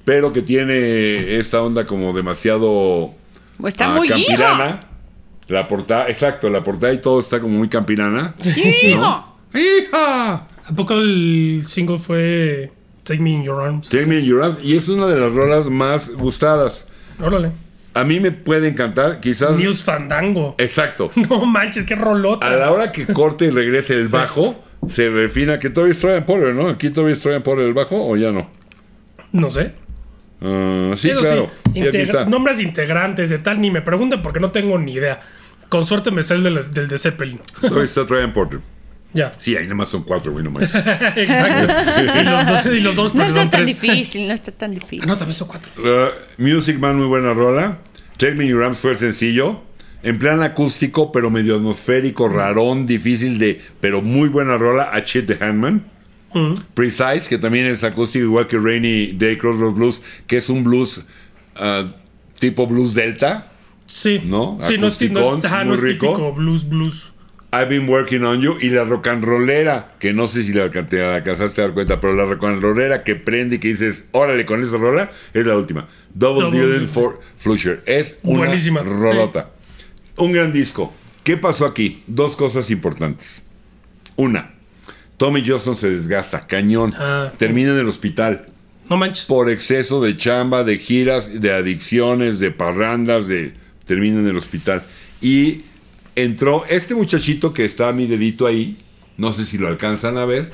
Speaker 1: pero que tiene esta onda como demasiado
Speaker 3: Está
Speaker 1: ah,
Speaker 3: muy hijo.
Speaker 1: campirana. La portada, exacto, la portada y todo está como muy campirana.
Speaker 3: Hijo.
Speaker 1: ¡Hija!
Speaker 2: ¿A poco el single fue Take Me in Your Arms?
Speaker 1: Take Me in Your Arms, y es una de las rolas más gustadas.
Speaker 2: Órale.
Speaker 1: A mí me puede encantar, quizás.
Speaker 2: News Fandango.
Speaker 1: Eh. Exacto.
Speaker 2: No manches, qué rolota.
Speaker 1: A la hora que corte y regrese el bajo, se refina que todavía es Trojan Porter, ¿no? Aquí todavía es Trojan Porter el bajo o ya no.
Speaker 2: No sé.
Speaker 1: Ah, sí,
Speaker 2: Eso
Speaker 1: claro. Sí, aquí
Speaker 2: integra-
Speaker 1: está.
Speaker 2: nombres de integrantes de tal, ni me pregunten porque no tengo ni idea. Con suerte me sé el del, del de Zeppelin.
Speaker 1: Todavía está Trojan Porter.
Speaker 2: ya.
Speaker 1: Sí, ahí nomás son cuatro, güey, nomás.
Speaker 2: Exacto. y, los, dos- y los dos
Speaker 3: No
Speaker 2: pues, son
Speaker 3: está tan
Speaker 2: tres.
Speaker 3: difícil, no está tan difícil.
Speaker 2: No, también son cuatro.
Speaker 1: Uh, Music Man, muy buena rola. Take Me Your Arms fue el sencillo. En plan acústico, pero medio atmosférico, rarón, difícil de... Pero muy buena rola. A Chit the Handman.
Speaker 2: Mm.
Speaker 1: Precise, que también es acústico, igual que Rainy Day Crossroads Blues, que es un blues uh, tipo blues delta.
Speaker 2: Sí.
Speaker 1: ¿No?
Speaker 2: Sí, no es, ti- no es-
Speaker 1: Acusticón,
Speaker 2: ajá, no
Speaker 1: muy
Speaker 2: es
Speaker 1: rico.
Speaker 2: típico blues, blues.
Speaker 1: I've Been Working On You y la rock and rollera, que no sé si la, te alcanzaste a dar cuenta, pero la rock and rollera que prende y que dices, órale con esa rola, es la última. Double,
Speaker 2: Double
Speaker 1: Deal
Speaker 2: Deal.
Speaker 1: for Flusher. Es una
Speaker 2: Buenísima.
Speaker 1: rolota. Un gran disco. ¿Qué pasó aquí? Dos cosas importantes. Una, Tommy Johnson se desgasta, cañón.
Speaker 2: Ah.
Speaker 1: Termina en el hospital
Speaker 2: No manches.
Speaker 1: por exceso de chamba, de giras, de adicciones, de parrandas, de termina en el hospital. Y entró este muchachito que está a mi dedito ahí, no sé si lo alcanzan a ver,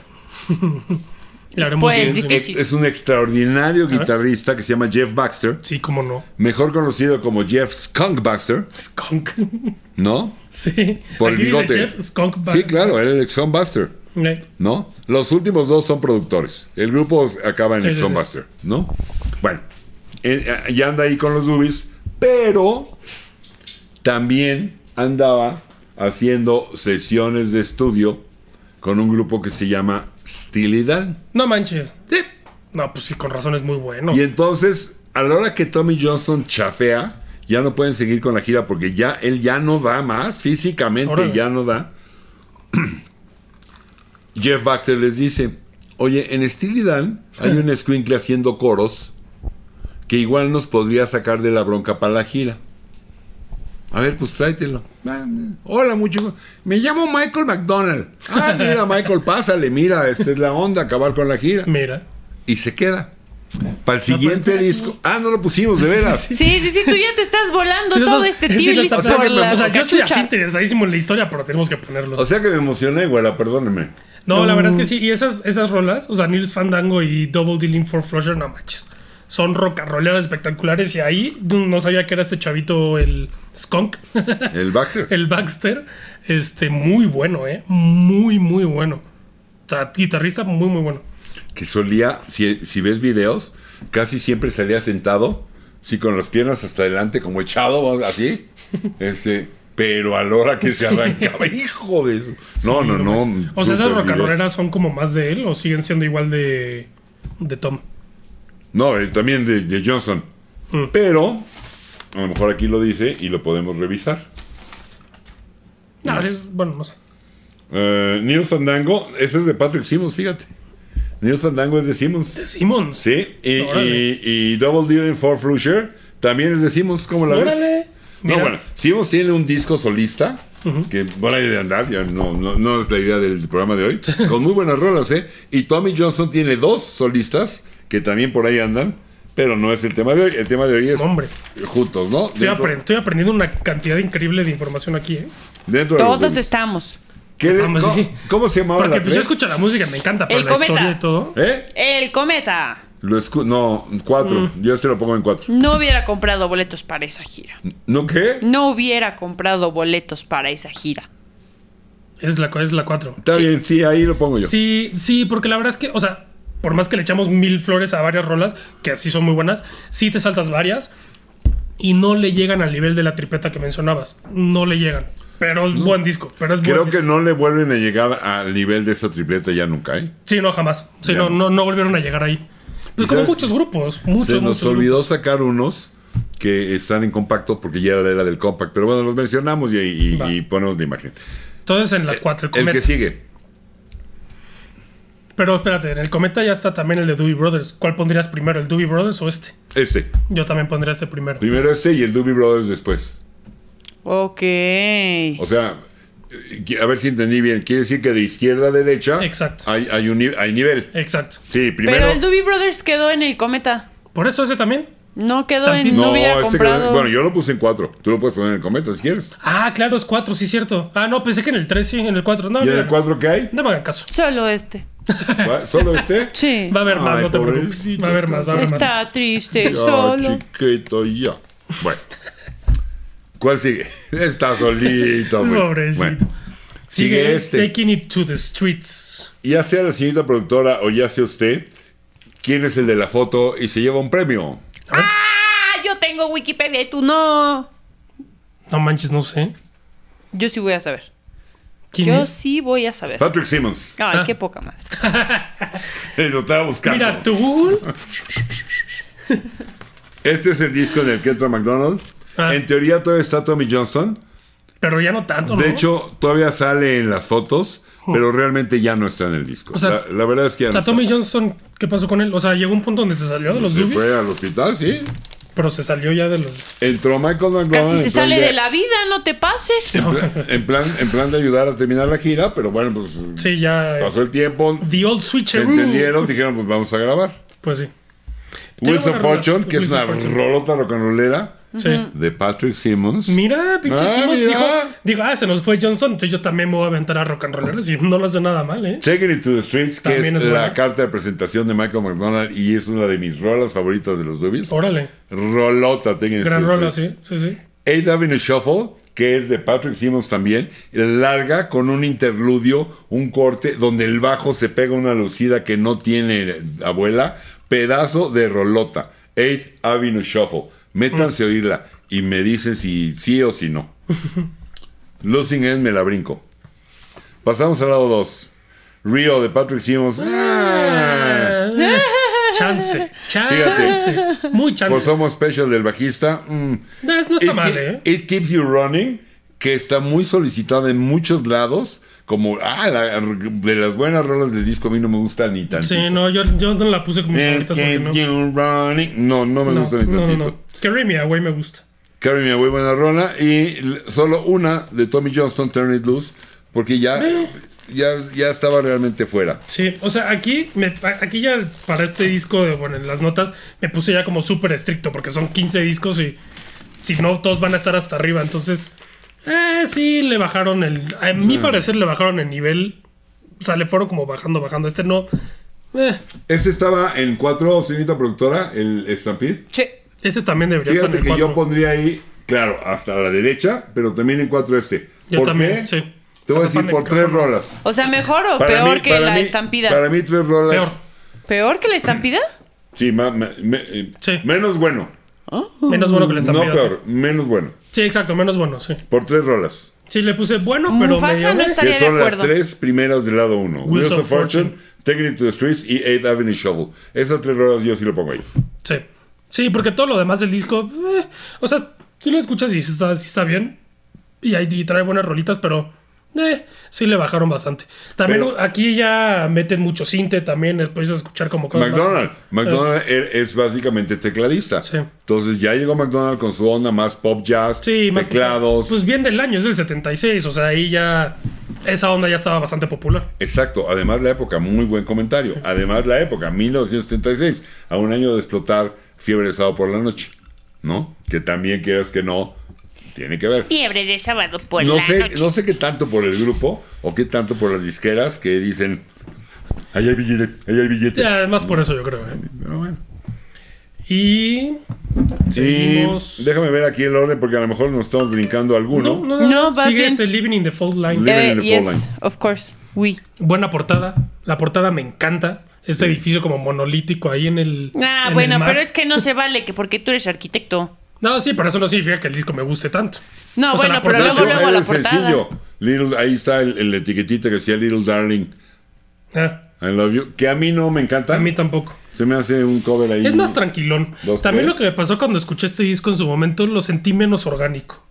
Speaker 2: Le haremos
Speaker 3: Pues,
Speaker 2: bien, sí.
Speaker 3: difícil.
Speaker 1: es, es un extraordinario
Speaker 2: ver.
Speaker 1: guitarrista que se llama Jeff Baxter,
Speaker 2: Sí, cómo no.
Speaker 1: mejor conocido como Jeff Skunk Baxter,
Speaker 2: Skunk.
Speaker 1: ¿no?
Speaker 2: sí.
Speaker 1: Por
Speaker 2: Aquí
Speaker 1: el
Speaker 2: dice
Speaker 1: bigote.
Speaker 2: Jeff Skunk Bar-
Speaker 1: Sí, claro, era el Exxon Buster,
Speaker 2: Eh,
Speaker 1: ¿no? Los últimos dos son productores. El grupo acaba en
Speaker 2: Sí, sí,
Speaker 1: Exxon
Speaker 2: sí.
Speaker 1: Buster, ¿no? Bueno, eh, eh, ya anda ahí con los Dubis, pero también andaba haciendo sesiones de estudio con un grupo que se llama Steely Dan.
Speaker 2: No manches.
Speaker 1: Sí.
Speaker 2: No, pues sí, con razón es muy bueno.
Speaker 1: Y entonces, a la hora que Tommy Johnson chafea, ya no pueden seguir con la gira porque ya él ya no da más, físicamente
Speaker 2: Órale.
Speaker 1: ya no da. Jeff Baxter les dice, oye, en Steely Dan hay un squinkle haciendo coros que igual nos podría sacar de la bronca para la gira. A ver, pues tráetelo. Ah, Hola, mucho. Me llamo Michael McDonald. Ah, mira, Michael, pásale, mira, esta es la onda, acabar con la gira.
Speaker 2: Mira.
Speaker 1: Y se queda. Para el siguiente
Speaker 2: pero
Speaker 1: disco. Ah, no lo pusimos, de veras.
Speaker 3: Sí, sí, sí, tú ya te estás volando
Speaker 2: Pero eso-
Speaker 3: todo este
Speaker 2: ese
Speaker 3: tier
Speaker 2: no
Speaker 3: list
Speaker 2: está
Speaker 3: por
Speaker 2: tan-
Speaker 3: las
Speaker 2: O sea, yo estoy así
Speaker 3: cachuchas.
Speaker 2: interesadísimo en la historia, pero tenemos que ponerlos.
Speaker 1: O sea mm. que me emocioné, güera, perdóneme.
Speaker 2: no, la verdad es que sí. Y esas, esas rolas, o sea, Nils Fandango y Double Dealing for Flusher, no manches. Son rock and rolleras espectaculares. Y ahí no sabía que era este chavito, el Skunk,
Speaker 1: El Baxter.
Speaker 2: el Baxter. Este, muy bueno, ¿eh? Muy, muy bueno. O sea, guitarrista muy, muy bueno.
Speaker 1: Que solía, si, si ves videos, casi siempre salía sentado, sí, con las piernas hasta adelante, como echado, así. Este. Pero a la hora que se arrancaba, hijo de eso. No,
Speaker 2: Sí,
Speaker 1: no, no.
Speaker 2: manches. O sea, esas
Speaker 1: súper
Speaker 2: rock and
Speaker 1: video.
Speaker 2: rolleras son como más de él o siguen siendo igual de, de Tom.
Speaker 1: No, el también de, de Johnson.
Speaker 2: Mm.
Speaker 1: Pero, a lo mejor aquí lo dice y lo podemos revisar.
Speaker 2: No, sí, bueno, no sé.
Speaker 1: Eh, Neil Fandango, ese es de Patrick Simmons, fíjate. Neil Fandango es de Simmons.
Speaker 2: Simmons.
Speaker 1: Sí, y,
Speaker 2: Órale.
Speaker 1: y- y Double Deal in For Flusher también es de Simmons, ¿cómo la ves?
Speaker 2: Órale.
Speaker 1: No,
Speaker 2: Mira.
Speaker 1: bueno, Simmons tiene un disco solista que por ahí de andar, ya no, no, no es la idea del programa de hoy, con muy buenas rolas, ¿eh? Y Tommy Johnson tiene dos solistas que también por ahí andan, pero no es el tema de hoy. El tema de hoy es
Speaker 2: Hombre.
Speaker 1: juntos, ¿no?
Speaker 2: Estoy,
Speaker 1: Dentro-
Speaker 2: apren- estoy aprendiendo una cantidad increíble de información aquí, ¿eh?
Speaker 1: dentro de los
Speaker 3: Todos
Speaker 1: de-
Speaker 3: estamos.
Speaker 1: ¿Qué-
Speaker 2: Estamos
Speaker 1: ¿cómo,
Speaker 2: así.
Speaker 1: cómo se llamaba
Speaker 2: Porque
Speaker 1: Ah, la
Speaker 2: pues, yo
Speaker 1: tres?
Speaker 2: escucho la música, me encanta, pero
Speaker 3: El
Speaker 2: la historia
Speaker 3: cometa.
Speaker 2: y todo.
Speaker 1: ¿Eh?
Speaker 3: El cometa.
Speaker 1: Lo escu- no, cuatro. Yo se lo pongo en cuatro.
Speaker 3: No hubiera comprado boletos para esa gira.
Speaker 1: ¿No qué?
Speaker 3: No hubiera comprado boletos para esa gira.
Speaker 2: Es la 4. Es la cuatro.
Speaker 1: Está bien, sí, ahí lo pongo yo.
Speaker 2: Sí, sí, porque la verdad es que, o sea, por más que le echamos mil flores a varias rolas, que así son muy buenas, sí te saltas varias y no le llegan al nivel de la tripeta que mencionabas. No le llegan. Pero es buen disco. Pero es buen
Speaker 1: Creo
Speaker 2: disco.
Speaker 1: que no le vuelven a llegar al nivel de esa tripleta ya nunca, ¿eh?
Speaker 2: Sí, no, jamás. Sí,
Speaker 1: Ya.
Speaker 2: no, no, no volvieron a llegar ahí. Pues
Speaker 1: ¿Y
Speaker 2: como
Speaker 1: sabes?
Speaker 2: muchos grupos, muchos,
Speaker 1: Se nos
Speaker 2: muchos
Speaker 1: olvidó sacar unos que están en compacto porque ya era la era del compact. Pero bueno, los mencionamos y, y-
Speaker 2: Va.
Speaker 1: y ponemos la imagen.
Speaker 2: grupos. Entonces en la 4, el
Speaker 1: El
Speaker 2: cometa.
Speaker 1: que sigue.
Speaker 2: Pero espérate, en el cometa ya está también el de Doobie Brothers. ¿Cuál pondrías primero, el Doobie Brothers o este?
Speaker 1: Este.
Speaker 2: Yo también pondría este primero.
Speaker 1: Primero este y el Doobie Brothers después.
Speaker 3: Ok.
Speaker 1: O sea, eh, a ver si entendí bien. Quiere decir que de izquierda a derecha
Speaker 2: Exacto.
Speaker 1: hay, hay, un, ni- hay nivel.
Speaker 2: Exacto.
Speaker 1: Sí, primero.
Speaker 3: Pero el Doobie Brothers quedó en el cometa.
Speaker 2: Por eso ese también.
Speaker 3: No quedó en.
Speaker 2: Stampede.
Speaker 3: No, hubiera
Speaker 1: este
Speaker 3: comprado.
Speaker 1: que- bueno, yo lo puse en cuatro. Tú lo puedes poner en el cometa si quieres.
Speaker 2: Ah, claro, es 4, sí, cierto. Ah, no, pensé que en el 3, sí, en el 4. No,
Speaker 1: ¿Y en
Speaker 2: mira,
Speaker 1: el cuatro qué hay?
Speaker 2: no me hagan caso.
Speaker 3: Solo este.
Speaker 1: ¿Cuál? ¿Solo este?
Speaker 3: Sí.
Speaker 2: Va a haber más,
Speaker 1: Ay,
Speaker 2: no te preocupes.
Speaker 1: pobrecito,
Speaker 2: Va a haber más, va a haber más.
Speaker 3: Está triste,
Speaker 1: Ya,
Speaker 3: solo.
Speaker 1: chiquito, ya. Bueno. ¿Cuál sigue? Está solito, güey.
Speaker 2: Pobrecito.
Speaker 1: Bueno,
Speaker 2: Sigue,
Speaker 1: Sigue este.
Speaker 2: Taking It to the Streets.
Speaker 1: ya sea la señorita productora o ya sea usted, ¿quién es el de la foto y se lleva un premio?
Speaker 3: Ah, yo tengo Wikipedia y tú no.
Speaker 2: No manches, no sé.
Speaker 3: Yo sí voy a saber.
Speaker 2: ¿Quién
Speaker 3: Yo
Speaker 2: es?
Speaker 3: sí voy a saber.
Speaker 1: Patrick Simmons.
Speaker 3: Ay,
Speaker 2: Ah.
Speaker 3: qué poca madre.
Speaker 1: Lo estaba buscando.
Speaker 2: Mira, tu Google.
Speaker 1: Este es el disco en el que entra McDonald.
Speaker 2: Ah.
Speaker 1: En teoría todavía está Tommy Johnson.
Speaker 2: Pero ya no tanto, ¿no?
Speaker 1: De hecho, todavía sale en las fotos, pero realmente ya no está en el disco.
Speaker 2: O sea,
Speaker 1: la, la verdad es que ya no
Speaker 2: O sea,
Speaker 1: está.
Speaker 2: Tommy Johnson, ¿qué pasó con él? O sea, llegó un punto donde se salió de los
Speaker 1: se
Speaker 2: Doobies,
Speaker 1: fue al hospital, sí.
Speaker 2: pero se salió ya de los.
Speaker 1: Entró Michael McDonald.
Speaker 3: Casi se
Speaker 1: en plan
Speaker 3: sale
Speaker 1: de-
Speaker 3: de la vida, no te pases.
Speaker 1: En plan, en, plan, en plan de ayudar a terminar la gira, pero bueno, pues
Speaker 2: Sí, ya. eh,
Speaker 1: pasó el tiempo,
Speaker 2: The Old
Speaker 1: se
Speaker 2: Switcheroo.
Speaker 1: entendieron, dijeron, pues vamos a grabar.
Speaker 2: Pues sí. Tiene
Speaker 1: Wilson
Speaker 2: buena rola.
Speaker 1: Fortune, que es
Speaker 2: Wheels
Speaker 1: una
Speaker 2: of Fortune.
Speaker 1: rolota rocanrolera
Speaker 2: Sí.
Speaker 1: de Patrick Simmons.
Speaker 2: Mira, pinche
Speaker 1: Ah,
Speaker 2: Simmons
Speaker 1: mira.
Speaker 2: dijo, digo, ah, se nos fue Johnson, entonces yo también me voy a aventar a rock and rollers y no lo hace nada mal, ¿eh?
Speaker 1: Taking It to the Streets, que es,
Speaker 2: También es
Speaker 1: la
Speaker 2: buena.
Speaker 1: carta de presentación de Michael McDonald y es una de mis rolas favoritas de los Doobies.
Speaker 2: Órale.
Speaker 1: Rolota, Taking It to
Speaker 2: Gran
Speaker 1: the
Speaker 2: rola,
Speaker 1: Streets.
Speaker 2: sí, sí, sí.
Speaker 1: Eight Avenue Shuffle, que es de Patrick Simmons también, larga con un interludio, un corte donde el bajo se pega una lucida que no tiene abuela, pedazo de rolota. Eight Avenue Shuffle. Métanse a oírla y me dicen si sí o si no. Losing End me la brinco. Pasamos al lado 2. Río de Patrick Simmons. Ah.
Speaker 2: Ah, chance, chance.
Speaker 1: Fíjate.
Speaker 2: Muy chance.
Speaker 1: For pues Somos Special del bajista. mm.
Speaker 2: No, es- no está
Speaker 1: It
Speaker 2: mal,
Speaker 1: Keep-
Speaker 2: ¿eh?
Speaker 1: It Keeps You Running, que está muy solicitada en muchos lados, como, ah, la- de las buenas rolas del disco a mí no me gusta ni tan
Speaker 2: Sí, no, yo, yo no la puse como favorita porque no.
Speaker 1: no. no, no me
Speaker 2: No,
Speaker 1: gusta ni
Speaker 2: no, no,
Speaker 1: tantito.
Speaker 2: no. Que Remy, güey, me gusta.
Speaker 1: Carry Me Away, buena rola. Y l- solo una de Tommy Johnston, Turn It Loose, porque ya, ya, ya estaba realmente fuera.
Speaker 2: Sí, o sea, aquí, me, aquí ya para este disco, de, bueno, en las notas, me puse ya como súper estricto, porque son 15 discos y si no, todos van a estar hasta arriba. Entonces, eh, sí, le bajaron el. A
Speaker 1: Mm.
Speaker 2: mi parecer, le bajaron el nivel. O sea, le fueron como bajando, bajando. Este no. eh,
Speaker 1: Este estaba en cuatro, señorita productora, el Stampede.
Speaker 3: Sí.
Speaker 2: ese este también debería
Speaker 1: Fíjate que
Speaker 2: estar en el
Speaker 1: yo
Speaker 2: 4.
Speaker 1: pondría ahí, claro, hasta la derecha, pero también en cuatro este.
Speaker 2: Yo
Speaker 1: ¿Por
Speaker 2: también,
Speaker 1: qué?
Speaker 2: sí.
Speaker 1: Te voy a decir
Speaker 2: Hasta pan de
Speaker 1: por tres
Speaker 2: micrófono.
Speaker 1: rolas.
Speaker 3: O sea, mejor o
Speaker 1: Para
Speaker 3: peor
Speaker 1: mí-
Speaker 3: que
Speaker 1: para
Speaker 3: la
Speaker 1: mí-
Speaker 3: estampida.
Speaker 1: Para mí tres rolas.
Speaker 2: Peor.
Speaker 3: ¿Peor que la estampida?
Speaker 1: Sí, ma- me- me- eh,
Speaker 2: Sí.
Speaker 1: menos bueno.
Speaker 2: Menos bueno que la
Speaker 1: No
Speaker 2: estampida. sí.
Speaker 1: peor, menos bueno.
Speaker 2: Sí, exacto, menos bueno, sí.
Speaker 1: Por tres rolas.
Speaker 2: Sí, le puse bueno, pero
Speaker 3: Mufasa
Speaker 2: medio,
Speaker 3: no
Speaker 2: eh.
Speaker 3: está-
Speaker 1: Que
Speaker 3: Estaría de
Speaker 1: son las
Speaker 3: acuerdo.
Speaker 1: tres primeras del lado uno. Wheels, of, Fortune, Take It to the Streets y 8th Avenue Shovel. Esas tres rolas yo sí lo pongo ahí.
Speaker 2: Sí. Sí, porque todo lo demás del disco. eh, o sea, si lo escuchas y sí está, sí está bien. Y ahí y trae buenas rolitas, pero. Eh, sí le bajaron bastante. También
Speaker 1: Pero-
Speaker 2: aquí ya meten mucho cinte también. Después de escuchar como cosas. más- eh,
Speaker 1: McDonald. McDonald er- es básicamente tecladista.
Speaker 2: Sí.
Speaker 1: Entonces ya llegó McDonald con su onda más pop jazz,
Speaker 2: Sí, más-
Speaker 1: teclados.
Speaker 2: Pues bien del año, es del 76. O sea, ahí ya. Esa onda ya estaba bastante popular.
Speaker 1: Exacto, además la época, muy buen comentario. Además la época, 1976, a un año de explotar Fiebre de Sábado por la Noche, ¿no? Que también quieras que no, tiene que ver.
Speaker 3: Fiebre de sábado por
Speaker 1: No sé, no sé qué tanto por el grupo o qué tanto por las disqueras que dicen, ahí hay billete, ahí hay
Speaker 2: Y
Speaker 1: billete.
Speaker 2: además por eso yo creo. eh.
Speaker 1: Pero bueno.
Speaker 2: Y.
Speaker 1: Y
Speaker 2: seguimos-
Speaker 1: déjame ver aquí el orden porque a lo mejor nos estamos brincando alguno.
Speaker 2: No,
Speaker 3: No, vas
Speaker 2: Sigue
Speaker 3: bien.
Speaker 2: este Living in the Fold Line.
Speaker 1: Living in the Fall
Speaker 3: yes, of course. Oui.
Speaker 2: Buena portada. La portada me encanta. Este edificio como monolítico ahí en el.
Speaker 3: Ah,
Speaker 2: en el
Speaker 3: bueno,
Speaker 2: mar.
Speaker 3: pero es que no se vale que porque tú eres arquitecto.
Speaker 2: No, sí, pero eso no significa que el disco me guste tanto.
Speaker 3: No,
Speaker 2: O sea, la
Speaker 3: bueno, pero
Speaker 2: portada-
Speaker 3: luego,
Speaker 1: Era
Speaker 3: luego la
Speaker 1: el
Speaker 3: portada.
Speaker 1: sencillo. Little- ahí está el, el etiquetita que decía Little Darling,
Speaker 2: Ah,
Speaker 1: I love you, que a mí no me encanta.
Speaker 2: a mí tampoco.
Speaker 1: Se me hace un cover ahí.
Speaker 2: Es más tranquilón.
Speaker 1: Dos,
Speaker 2: También
Speaker 1: tres.
Speaker 2: lo que me pasó cuando escuché este disco en su momento, lo sentí menos orgánico.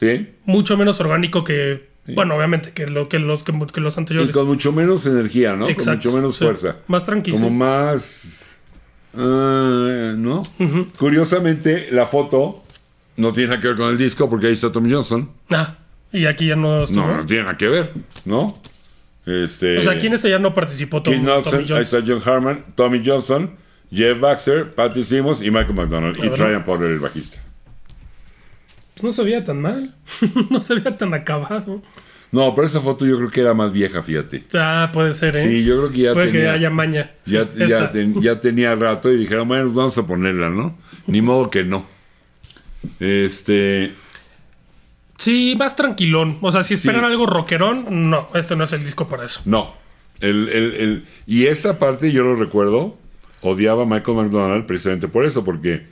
Speaker 1: Sí.
Speaker 2: Mucho menos orgánico que. Bueno, obviamente, que, lo, que, los, que, que los
Speaker 1: Y
Speaker 2: anteriores.
Speaker 1: con mucho menos energía, ¿no?
Speaker 2: Exacto,
Speaker 1: con mucho menos
Speaker 2: sí.
Speaker 1: fuerza.
Speaker 2: Más tranquilo.
Speaker 1: Como más. ah, ¿No? Curiosamente, la foto no tiene nada que ver con el disco porque ahí está Tom Johnson.
Speaker 2: Ah, y aquí ya no estuvo.
Speaker 1: No, no tiene nada que ver, ¿no? Este,
Speaker 2: o sea, aquí en este ya no participó Tom,
Speaker 1: Keith Knudsen,
Speaker 2: Tommy
Speaker 1: ahí
Speaker 2: Jones.
Speaker 1: está John Harmon, Tommy Johnson, Jeff Baxter, Patty Simmons y Michael McDonald. y
Speaker 2: Claro.
Speaker 1: Tryon Porter, el bajista.
Speaker 2: Pues no se veía tan mal. no se veía tan acabado.
Speaker 1: No, pero esa foto yo creo que era más vieja, fíjate.
Speaker 2: Ah, puede ser, ¿eh?
Speaker 1: Sí, yo creo que ya
Speaker 2: Puede que
Speaker 1: tenía-
Speaker 2: haya maña.
Speaker 1: Ya,
Speaker 2: Sí,
Speaker 1: ya,
Speaker 2: esta.
Speaker 1: ten- ya tenía rato y dijeron, bueno, pues vamos a ponerla, ¿no? Ni modo que no. Este.
Speaker 2: Sí, más tranquilón. O sea, si esperan
Speaker 1: Sí.
Speaker 2: algo rockerón, no, este no es el disco para eso.
Speaker 1: No. El, el- el- y esta parte yo lo recuerdo. Odiaba a Michael McDonald precisamente por eso, porque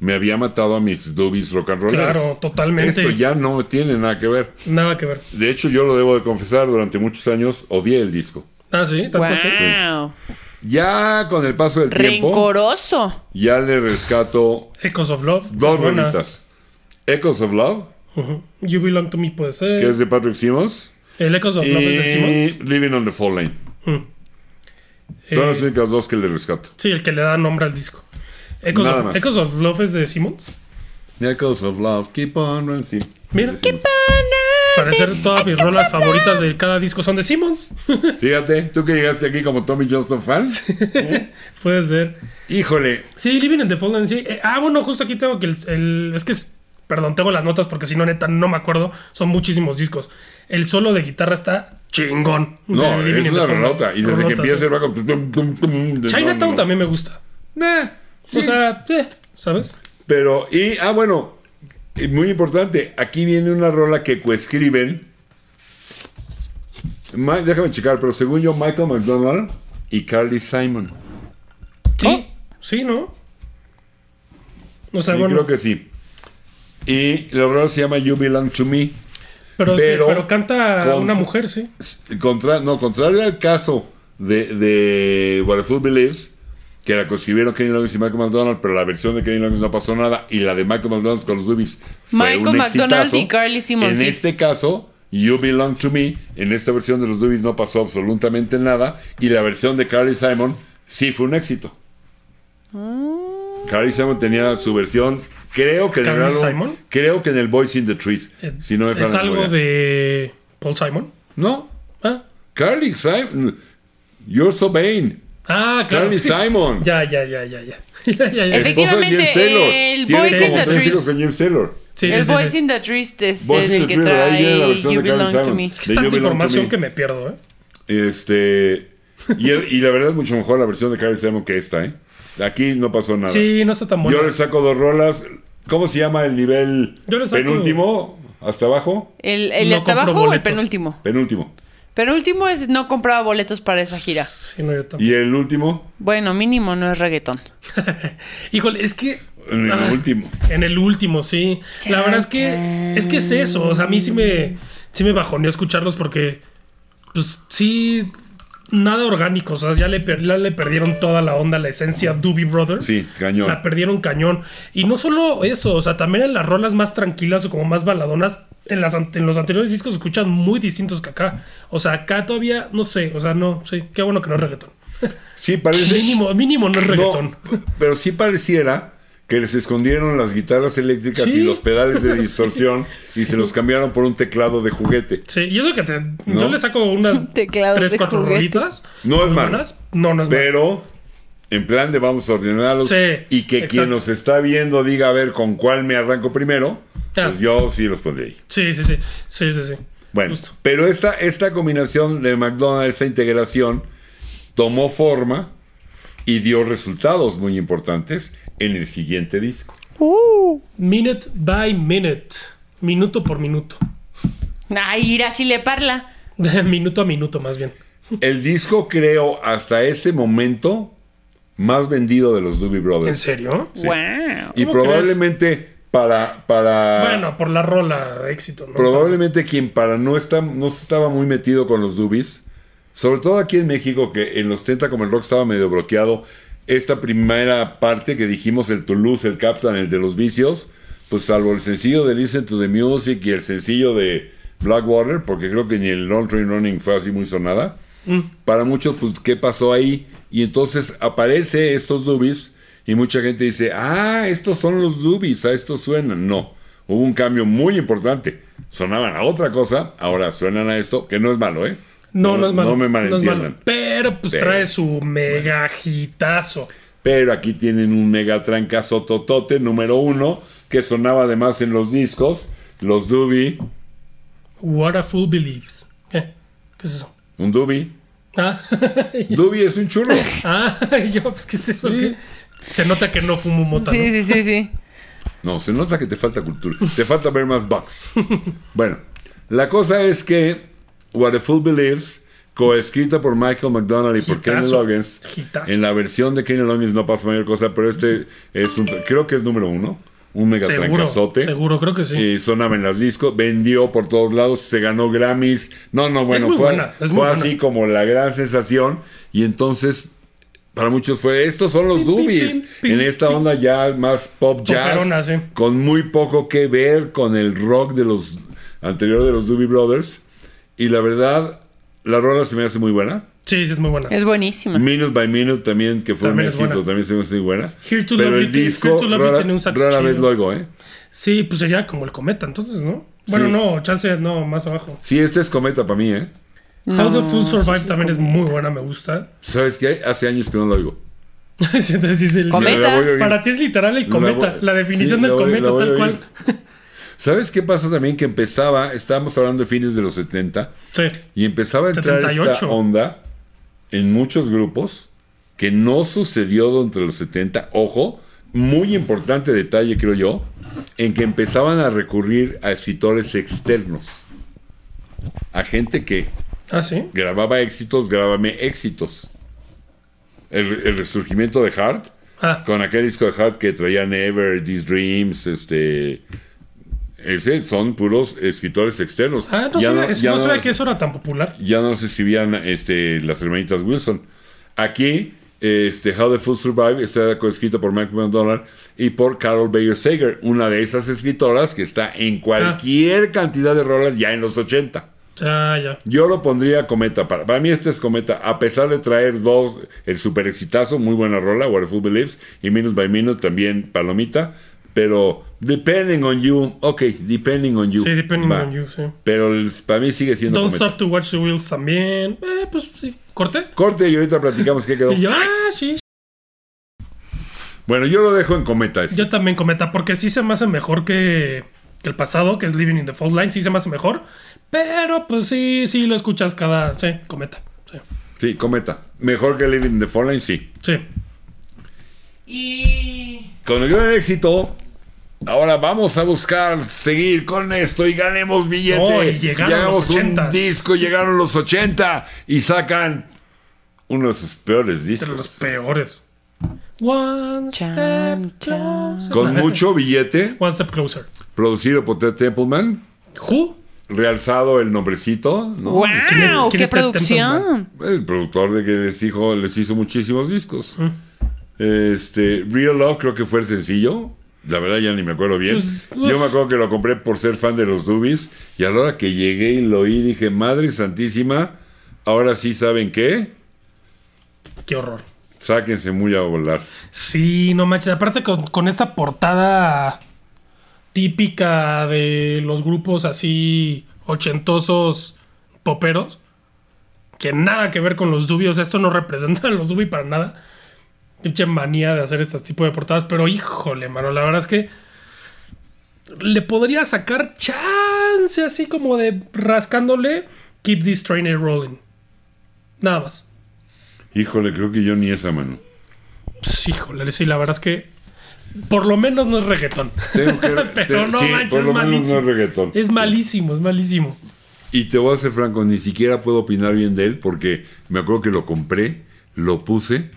Speaker 1: me había matado a mis doobies rock and roll.
Speaker 2: Claro, totalmente.
Speaker 1: Esto ya no tiene nada que ver.
Speaker 2: Nada que ver.
Speaker 1: De hecho, yo lo debo de confesar, durante muchos años odié el disco.
Speaker 2: Ah, sí, tanto así.
Speaker 3: Wow.
Speaker 1: Ya con el paso del tiempo,
Speaker 3: Rencoroso.
Speaker 1: ya le rescato
Speaker 2: Echoes of Love.
Speaker 1: dos
Speaker 2: buena.
Speaker 1: rolitas. Echoes of Love,
Speaker 2: Ujú. You Belong to Me puede ser.
Speaker 1: que es de Patrick Simmons,
Speaker 2: El Echoes of
Speaker 1: y
Speaker 2: Love es de Simmons.
Speaker 1: Living on the Fall Line.
Speaker 2: Mm.
Speaker 1: Son
Speaker 2: Eh,
Speaker 1: las únicas dos que le rescato.
Speaker 2: Sí, el que le da nombre al disco. Echoes,
Speaker 1: Nada
Speaker 2: of,
Speaker 1: más.
Speaker 2: Echoes of Love es de Simmons.
Speaker 1: Echoes of Love, keep on running. sí.
Speaker 2: Mira.
Speaker 1: Keep
Speaker 2: Parecer todas mis rolas favoritas de cada disco son de Simmons.
Speaker 1: Fíjate, tú que llegaste aquí como Tommy Johnston fan.
Speaker 2: puede ser.
Speaker 1: Híjole,
Speaker 2: Sí, Living in the Fallen, sí. Eh, ah, bueno, justo aquí tengo que el, el- Es que es- Perdón, tengo las notas porque si no, neta, no me acuerdo. Son muchísimos discos. El solo de guitarra está chingón.
Speaker 1: no,
Speaker 2: De Living
Speaker 1: es
Speaker 2: in the
Speaker 1: una
Speaker 2: Fallen.
Speaker 1: relota. Y desde
Speaker 2: Rolota,
Speaker 1: que empieza
Speaker 2: sí.
Speaker 1: el bajo. tum, tum, tum, de- no,
Speaker 2: Chinatown
Speaker 1: no, no.
Speaker 2: también me gusta.
Speaker 1: Eh, sí.
Speaker 2: O sea, eh, ¿sabes?
Speaker 1: Pero, y, ah, bueno, y muy importante, aquí viene una rola que coescriben. Ma- déjame checar, pero según yo, Michael McDonald y Carly Simon.
Speaker 2: Sí, sí, ¿no? O sea,
Speaker 1: Sí,
Speaker 2: bueno,
Speaker 1: creo que sí. Y la rola se llama You Belong to Me.
Speaker 2: pero, sí,
Speaker 1: pero-
Speaker 2: pero canta
Speaker 1: con-
Speaker 2: una mujer, sí.
Speaker 1: S- Contra, no, contrario al caso de, de What a Fool Believes, que la coescribieron Kenny Loggins y Michael McDonald, pero la versión de Kenny Loggins no pasó nada, y la de Michael McDonald con los Doobies fue
Speaker 3: Michael
Speaker 1: un
Speaker 3: McDonald
Speaker 1: exitazo.
Speaker 3: y Carly Simon,
Speaker 1: En
Speaker 3: sí.
Speaker 1: este caso, You Belong to Me, en esta versión de los Doobies no pasó absolutamente nada, y la versión de Carly
Speaker 3: Ah.
Speaker 1: Simon sí fue un éxito. Carly Simon tenía su versión Creo que, en el
Speaker 2: ¿Carly
Speaker 1: álbum-
Speaker 2: Simon?
Speaker 1: creo que en el Voice in the Trees.
Speaker 2: Eh,
Speaker 1: si no me
Speaker 2: es
Speaker 1: falla la
Speaker 2: algo
Speaker 1: memoria.
Speaker 2: de Paul Simon.
Speaker 1: No,
Speaker 2: Ah,
Speaker 1: Carly Simon. You're so vain.
Speaker 2: ah claro.
Speaker 1: Carly
Speaker 2: sí.
Speaker 1: Simon.
Speaker 2: Ya, ya, ya, ya, ya. ya, ya, ya.
Speaker 3: Efe-
Speaker 1: Esposa de James
Speaker 3: Efectivamente,
Speaker 1: Taylor.
Speaker 3: el
Speaker 1: Tiene
Speaker 3: Boys
Speaker 1: como
Speaker 2: in the
Speaker 1: tres
Speaker 2: Trees.
Speaker 1: hijos con James Taylor.
Speaker 2: Sí, sí,
Speaker 3: el
Speaker 2: sí,
Speaker 3: Voice
Speaker 2: sí.
Speaker 3: in the Trees es
Speaker 1: Voice in
Speaker 3: el
Speaker 1: the
Speaker 3: que
Speaker 1: Trees, ahí viene la
Speaker 3: trae
Speaker 1: versión
Speaker 3: You
Speaker 1: de Carly
Speaker 3: Belong to
Speaker 1: Simon.
Speaker 3: Me.
Speaker 2: Es que
Speaker 1: de
Speaker 2: es tanta
Speaker 1: You Belong to
Speaker 2: información
Speaker 1: Me.
Speaker 2: que me pierdo, ¿eh?
Speaker 1: Este. Y, el- y la verdad es mucho mejor la versión de Carly Simon que esta, ¿eh? Aquí no pasó nada.
Speaker 2: Sí, no está tan bueno.
Speaker 1: Yo le saco dos rolas. ¿Cómo se llama el nivel
Speaker 2: Yo le saco-
Speaker 1: penúltimo? ¿Hasta abajo?
Speaker 3: ¿El, el
Speaker 2: No
Speaker 3: hasta
Speaker 2: compró
Speaker 3: abajo o el
Speaker 2: boleto.
Speaker 3: penúltimo?
Speaker 1: Penúltimo.
Speaker 3: Penúltimo es no compraba boletos para esa gira.
Speaker 2: Sí, no, yo tampoco.
Speaker 1: ¿Y el último?
Speaker 3: Bueno, mínimo no es reggaetón.
Speaker 2: Híjole, es que.
Speaker 1: En el
Speaker 2: Ah,
Speaker 1: último.
Speaker 2: En el último, sí. La
Speaker 3: Chan,
Speaker 2: verdad es que.
Speaker 3: chan.
Speaker 2: Es que es eso. O sea, a mí sí me. Sí me bajoneó escucharlos porque. Pues sí. Nada orgánico. O sea, ya le, per- ya le perdieron toda la onda, la esencia Doobie Brothers.
Speaker 1: Sí, cañón.
Speaker 2: La perdieron cañón. Y no solo eso, o sea, también en las rolas más tranquilas o como más baladonas, en, las, an- en los anteriores discos se escuchan muy distintos que acá. O sea, acá todavía, no sé, o sea, no, sí, qué bueno que no es reggaetón.
Speaker 1: Sí, parece.
Speaker 2: Mínimo, mínimo no es
Speaker 1: Pues No,
Speaker 2: reggaetón.
Speaker 1: p- pero sí pareciera que les escondieron las guitarras eléctricas
Speaker 2: Sí.
Speaker 1: y los pedales de
Speaker 2: Sí,
Speaker 1: distorsión y se los cambiaron por un teclado de juguete.
Speaker 2: Sí, y eso que te,
Speaker 1: No.
Speaker 2: yo le saco unas
Speaker 3: Teclado
Speaker 2: tres,
Speaker 3: de
Speaker 2: cuatro
Speaker 3: juguete.
Speaker 2: rolitas.
Speaker 1: No es
Speaker 2: muy
Speaker 1: malo.
Speaker 2: buenas. No, no es malo.
Speaker 1: Pero en plan de vamos a ordenarlos
Speaker 2: Sí,
Speaker 1: y que
Speaker 2: exacto.
Speaker 1: quien nos está viendo diga a ver con cuál me arranco primero,
Speaker 2: Ah.
Speaker 1: pues yo sí los pondré ahí.
Speaker 2: Sí, sí, sí. Sí, sí, sí.
Speaker 1: Bueno,
Speaker 2: Justo.
Speaker 1: pero esta, esta combinación de McDonald's, esta integración, tomó forma y dio resultados muy importantes en el siguiente disco.
Speaker 2: Minute by minute. Minuto por minuto.
Speaker 3: Ay, ir así le parla.
Speaker 2: minuto a minuto, más bien.
Speaker 1: El disco, creo, hasta ese momento, más vendido de los Doobie
Speaker 2: ¿En
Speaker 1: Brothers.
Speaker 2: serio?
Speaker 3: Wow.
Speaker 1: Y
Speaker 2: ¿Cómo crees?
Speaker 1: probablemente para, para
Speaker 2: Bueno, por la rola, éxito, ¿no?
Speaker 1: probablemente quien para no está, no estaba muy metido con los Doobies, sobre todo aquí en México, que en los 70 como el rock estaba medio bloqueado, esta primera parte que dijimos, el Toulouse, el Captain, el de los vicios, pues salvo el sencillo de Listen to the Music y el sencillo de Blackwater, porque creo que ni el Long Train Running fue así muy sonada
Speaker 2: Mm.
Speaker 1: para muchos, pues, ¿qué pasó ahí? Y entonces aparece estos dubis y mucha gente dice, ah, estos son los dubis, a estos suenan. No, hubo un cambio muy importante. Sonaban a otra cosa, ahora suenan a esto, que no es malo, ¿eh?
Speaker 2: No, no, es malo.
Speaker 1: No me malentiendan.
Speaker 2: malo. Pero pues
Speaker 1: Pero-
Speaker 2: trae su mega hitazo.
Speaker 1: Pero aquí tienen un mega trancazo totote número uno, que sonaba además en los discos, los dubi,
Speaker 2: What a Fool Believes. ¿Qué? ¿Qué es eso?
Speaker 1: un dubi.
Speaker 2: Ah,
Speaker 1: Dubi es un churro.
Speaker 2: ah yo, pues, ¿qué es eso? ¿Qué? Se nota que no fumo mota.
Speaker 3: Sí,
Speaker 2: ¿no?
Speaker 3: sí, sí, sí.
Speaker 1: No, se nota que te falta cultura. Te falta ver más bugs. Bueno, la cosa es que What a Fool Believes, coescrita por Michael McDonald y por
Speaker 2: Hitazo.
Speaker 1: Kenny Loggins,
Speaker 2: Hitazo.
Speaker 1: en la versión de Kenny Loggins no pasa mayor cosa, pero este es un, creo que es número uno, un mega
Speaker 2: Seguro,
Speaker 1: trancazote.
Speaker 2: seguro, creo que sí.
Speaker 1: Y sonaba Eh, en las discos, vendió por todos lados, se ganó Grammys. No, no, bueno,
Speaker 2: muy
Speaker 1: fue,
Speaker 2: buena, es muy
Speaker 1: fue
Speaker 2: buena.
Speaker 1: así como la gran sensación. Y entonces, para muchos fue, estos son los
Speaker 2: Pim, pim,
Speaker 1: Doobies.
Speaker 2: pim, pim,
Speaker 1: en esta onda ya más pop jazz,
Speaker 2: Poperona, sí.
Speaker 1: con muy poco que ver con el rock de los anterior de los Doobie Brothers. Y la verdad, la rola se me hace muy buena.
Speaker 2: Sí, sí, es muy buena.
Speaker 3: Es buenísima.
Speaker 1: Minute by Minute también, que fue
Speaker 2: Ah. También
Speaker 1: un
Speaker 2: es
Speaker 1: éxito,
Speaker 2: buena.
Speaker 1: también se me hace muy buena.
Speaker 2: Here to
Speaker 1: Pero
Speaker 2: Love
Speaker 1: el
Speaker 2: You tiene- Here
Speaker 1: disco,
Speaker 2: to Love You
Speaker 1: rara,
Speaker 2: tiene un sax
Speaker 1: rara vez
Speaker 2: chido.
Speaker 1: lo oigo, ¿eh?
Speaker 2: Sí, pues sería como el cometa, entonces, ¿no? Bueno,
Speaker 1: Sí.
Speaker 2: no, chance, no, más abajo.
Speaker 1: Sí, este es cometa para mí, ¿eh?
Speaker 2: How the Fool Survive también es muy buena, me gusta.
Speaker 1: ¿Sabes qué? Hace años que no lo oigo.
Speaker 2: Sí, entonces, sí, es el-
Speaker 3: Cometa.
Speaker 1: La voy a oír.
Speaker 2: Para ti es literal el
Speaker 1: La voy-
Speaker 2: cometa, la, definición
Speaker 1: sí,
Speaker 2: del
Speaker 1: la voy-
Speaker 2: cometa,
Speaker 1: la voy a
Speaker 2: tal
Speaker 1: oír.
Speaker 2: cual.
Speaker 1: ¿Sabes qué pasa también? Que empezaba, estábamos hablando de fines de los 70,
Speaker 2: Sí,
Speaker 1: y empezaba a entrar
Speaker 2: 78.
Speaker 1: esta onda en muchos grupos que no sucedió durante los 70. Ojo, muy importante detalle, creo yo, en que empezaban a recurrir a escritores externos, a gente que
Speaker 2: ah, sí.
Speaker 1: grababa éxitos, grábame éxitos. El, el resurgimiento de Hart,
Speaker 2: Ah,
Speaker 1: con aquel disco de Hart que traía Never, These Dreams, este. Ese son puros escritores externos.
Speaker 2: ah no
Speaker 1: Ya
Speaker 2: sabía,
Speaker 1: no-
Speaker 2: es-
Speaker 1: ya
Speaker 2: no
Speaker 1: no
Speaker 2: sabía
Speaker 1: los-
Speaker 2: que eso era tan popular.
Speaker 1: ya no se escribían este, las hermanitas Wilson. Aquí, este, How the Fool Survive está coescrito por Mike McDonald y por Carol Bayer Sager, una de esas escritoras que está en cualquier cantidad de rolas ya en los 80.
Speaker 2: Ah, ya.
Speaker 1: Yo lo pondría Cometa. Para, para mí este es Cometa. A pesar de traer dos, el super exitazo, muy buena rola, What a Fool Believes, y Minute by Minute también Palomita. pero depending on you, ok, depending on you.
Speaker 2: Sí, depending
Speaker 1: va.
Speaker 2: on you, sí.
Speaker 1: Pero el- para mí sigue siendo
Speaker 2: Don't
Speaker 1: comedia.
Speaker 2: Stop to Watch the Wheels también. Eh, pues sí. Corte.
Speaker 1: Corte y ahorita platicamos qué quedó.
Speaker 2: Y yo, ah, sí.
Speaker 1: Bueno, yo lo dejo en cometa. ese.
Speaker 2: Yo también cometa, porque sí se me hace mejor que, que el pasado, que es Living in the Fault Line, sí se me hace mejor. Pero pues sí, sí lo escuchas cada. Sí, cometa. Sí.
Speaker 1: Sí, cometa. Mejor que Living in the Fallen, sí.
Speaker 2: sí.
Speaker 3: Y.
Speaker 1: Con el gran éxito, ahora vamos a buscar seguir con esto y ganemos billete.
Speaker 2: No, y llegaron
Speaker 1: Y hagamos
Speaker 2: los 80.
Speaker 1: un disco, llegaron los 80 y sacan uno de sus peores
Speaker 2: De los
Speaker 1: discos.
Speaker 2: peores. One
Speaker 3: Chan,
Speaker 2: step
Speaker 3: chan.
Speaker 2: closer.
Speaker 1: Con mucho billete,
Speaker 2: One step closer.
Speaker 1: producido por Ted Templeman,
Speaker 2: Who?
Speaker 1: realzado el nombrecito, ¿no?
Speaker 3: ¡Wow!
Speaker 2: ¿quién es- quién
Speaker 3: ¡Qué
Speaker 2: es Ted Templeman?
Speaker 3: producción!
Speaker 1: El productor de que les hijo les hizo muchísimos discos.
Speaker 2: Mm.
Speaker 1: Este, Real Love creo que fue el sencillo. La verdad ya ni me acuerdo bien.
Speaker 2: Pues,
Speaker 1: Yo
Speaker 2: uf.
Speaker 1: me acuerdo que lo compré por ser fan de los Dubis y a la hora que llegué y lo oí dije, "Madre santísima, ahora sí saben qué?
Speaker 2: Qué horror.
Speaker 1: Sáquense muy a volar."
Speaker 2: Sí, no manches. Aparte con, con esta portada típica de los grupos así ochentosos poperos, que nada que ver con los Dubi. O sea, esto no representa a los Dubi para nada. Pinche manía de hacer este tipo de portadas. Pero híjole, mano, la verdad es que le podría sacar chance así como de rascándole Keep This Train a Rolling. Nada más.
Speaker 1: Híjole, creo que yo ni esa mano.
Speaker 2: Sí, Pues, híjole, sí, la verdad es que por lo menos no es reggaetón.
Speaker 1: Tengo que-
Speaker 2: Pero
Speaker 1: te-
Speaker 2: no
Speaker 1: sí,
Speaker 2: manches,
Speaker 1: por lo
Speaker 2: es
Speaker 1: menos no
Speaker 2: malísimo.
Speaker 1: es reggaetón.
Speaker 2: es malísimo, es malísimo.
Speaker 1: Y te voy a ser franco, ni siquiera puedo opinar bien de él porque me acuerdo que lo compré, lo puse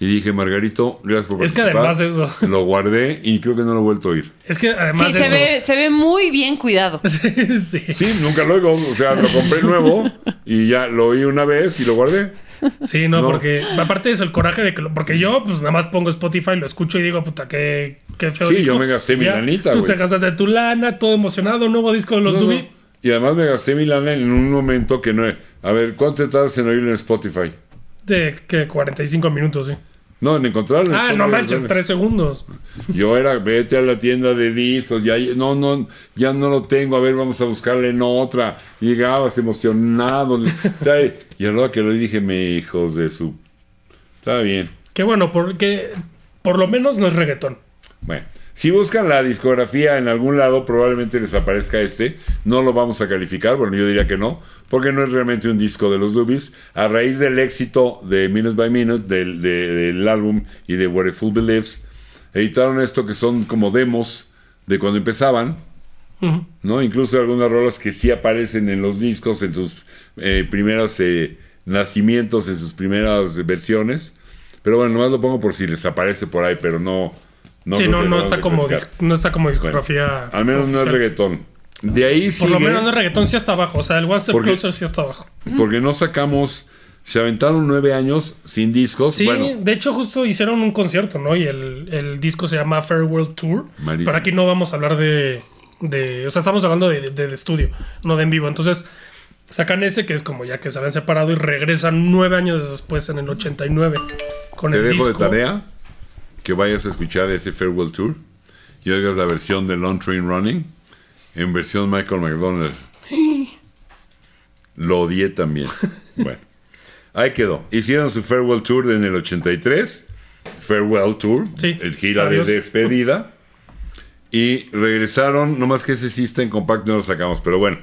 Speaker 1: y dije, Margarito, gracias por
Speaker 2: Es que
Speaker 1: participar.
Speaker 2: además eso.
Speaker 1: Lo guardé y creo que no lo he vuelto a oír.
Speaker 2: Es que además
Speaker 3: Sí,
Speaker 2: de
Speaker 3: se ve, se ve muy bien cuidado.
Speaker 2: eso. sí, sí.
Speaker 1: Sí, nunca lo oigo. O sea, lo compré nuevo y ya lo oí una vez y lo guardé.
Speaker 2: Sí, no,
Speaker 1: No.
Speaker 2: porque aparte es el coraje de que lo, porque yo pues nada más pongo Spotify, lo escucho y digo, puta, qué, qué feo
Speaker 1: Sí,
Speaker 2: disco.
Speaker 1: yo me gasté mi
Speaker 2: Ya,
Speaker 1: lanita,
Speaker 2: Tú
Speaker 1: güey.
Speaker 2: te gastaste tu lana, todo emocionado, nuevo disco de los
Speaker 1: No,
Speaker 2: Dubi.
Speaker 1: no. Y además me gasté mi lana en un momento que no... he- A ver, ¿cuánto te tardas en oírlo en Spotify?
Speaker 2: De que 45 minutos, sí.
Speaker 1: No, en encontrarlo. en
Speaker 2: Ah,
Speaker 1: Spotify.
Speaker 2: no manches, tres segundos.
Speaker 1: Yo era, vete a la tienda de discos, ya, no, no, ya no lo tengo, a ver, vamos a buscarle en otra. Llegabas emocionado. trae- y a la hora que lo oí dije, me hijos de su... Está bien.
Speaker 2: Que bueno, porque por lo menos no es reggaetón.
Speaker 1: Bueno, si buscan la discografía en algún lado, probablemente les aparezca este. No lo vamos a calificar, bueno, yo diría que no, porque no es realmente un disco de los Dubis. A raíz del éxito de Minute by Minute, del, de- del álbum y de What a Fool Believes, editaron esto que son como demos de cuando empezaban.
Speaker 2: Ujú.
Speaker 1: ¿no? Incluso algunas rolas que sí aparecen en los discos, en sus eh, primeros eh, nacimientos, en sus primeras versiones. Pero bueno, nomás lo pongo por si les aparece por ahí, pero no.
Speaker 2: sí,
Speaker 1: creo
Speaker 2: no,
Speaker 1: que
Speaker 2: no
Speaker 1: lo
Speaker 2: está,
Speaker 1: van a
Speaker 2: como
Speaker 1: pescar.
Speaker 2: dis- no está como
Speaker 1: Bueno,
Speaker 2: discografía.
Speaker 1: al menos no es
Speaker 2: oficial.
Speaker 1: reggaetón. De ahí
Speaker 2: Por
Speaker 1: sigue,
Speaker 2: lo menos no es reggaetón, sí está abajo. O sea, el One Step
Speaker 1: Porque-
Speaker 2: Closer sí está abajo.
Speaker 1: porque no sacamos. Se aventaron nueve años sin discos.
Speaker 2: Sí,
Speaker 1: Bueno,
Speaker 2: de hecho, justo hicieron un concierto, ¿no? Y el, el disco se llama Farewell Tour.
Speaker 1: Malísimo.
Speaker 2: Pero aquí no vamos a hablar de. de- o sea, estamos hablando de, de- de estudio, no de en vivo. Entonces, sacan ese que es como ya que se habían separado y regresan nueve años después, en el 89. Con
Speaker 1: te
Speaker 2: el
Speaker 1: dejo de
Speaker 2: disco.
Speaker 1: tarea que vayas a escuchar ese Farewell Tour y oigas la versión de Long Train Running en versión Michael McDonald. Lo odié también. Bueno, ahí quedó. Hicieron su Farewell Tour en el 83. Farewell Tour,
Speaker 2: Sí,
Speaker 1: el gira de
Speaker 2: adiós.
Speaker 1: despedida. Y regresaron, nomás que ese sí está en compacto, no lo sacamos, pero bueno,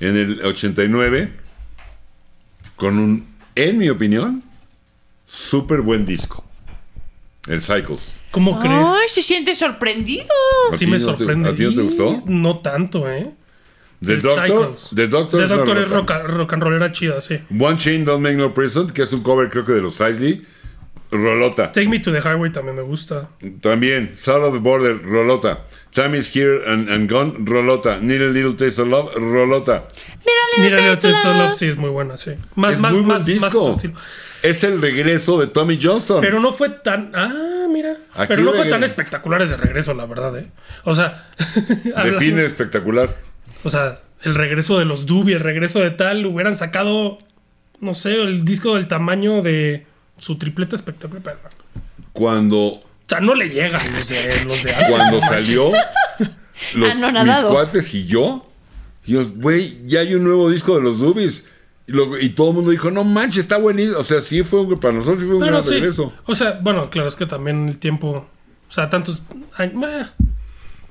Speaker 1: en el 89, con un, en mi opinión, súper buen disco. El Cycles.
Speaker 2: ¿Cómo crees?
Speaker 3: ¡Ay, se siente sorprendido!
Speaker 1: ¿A
Speaker 2: Sí,
Speaker 1: ti
Speaker 2: me
Speaker 1: no te-
Speaker 2: sorprende.
Speaker 1: ¿A ti no te gustó?
Speaker 2: No tanto, ¿eh?
Speaker 1: The
Speaker 2: El
Speaker 1: Doctor,
Speaker 2: Cycles.
Speaker 1: The Doctor,
Speaker 2: The
Speaker 1: es una
Speaker 2: Doctor es
Speaker 1: roca.
Speaker 2: rock, rock and rollera chida, sí.
Speaker 1: One Chain Don't Make No Prison, que es un cover creo que de los Isley. Rolota.
Speaker 2: Take Me to the Highway también me gusta.
Speaker 1: También, South of the Border, Rolota. Time is Here and, and Gone, Rolota. Need a Little Taste of Love, Rolota.
Speaker 2: Mira,
Speaker 3: ¡Mira,
Speaker 2: Little
Speaker 3: Leo
Speaker 2: Tips of Love sí es muy buena, sí. Más,
Speaker 1: es
Speaker 2: más,
Speaker 1: muy buen
Speaker 2: más, más su
Speaker 1: disco.
Speaker 2: estilo.
Speaker 1: es el regreso de Tommy Johnston.
Speaker 2: Pero no fue tan. Ah, mira.
Speaker 1: Aquí
Speaker 2: pero no fue
Speaker 1: regre-
Speaker 2: tan espectacular ese regreso, la verdad, ¿eh? O sea. hablando-
Speaker 1: Define espectacular.
Speaker 2: O sea, el regreso de los Dubi, el regreso de tal, hubieran sacado. No sé, el disco del tamaño de su tripleta espectacular. pero-
Speaker 1: Cuando
Speaker 2: O sea, no le llegan los de, los de Apple.
Speaker 1: Cuando salió, los, mis
Speaker 3: Anonadado.
Speaker 1: cuates y yo, y yo, güey, ya hay un nuevo disco de los Dubis. Y, lo- y todo el mundo dijo, no manches, está buenísimo. O sea, sí fue un, para nosotros sí fue un
Speaker 2: Pero
Speaker 1: gran
Speaker 2: sí.
Speaker 1: regreso.
Speaker 2: O sea, bueno, claro, es que también el tiempo. O sea, tantos. años- eh.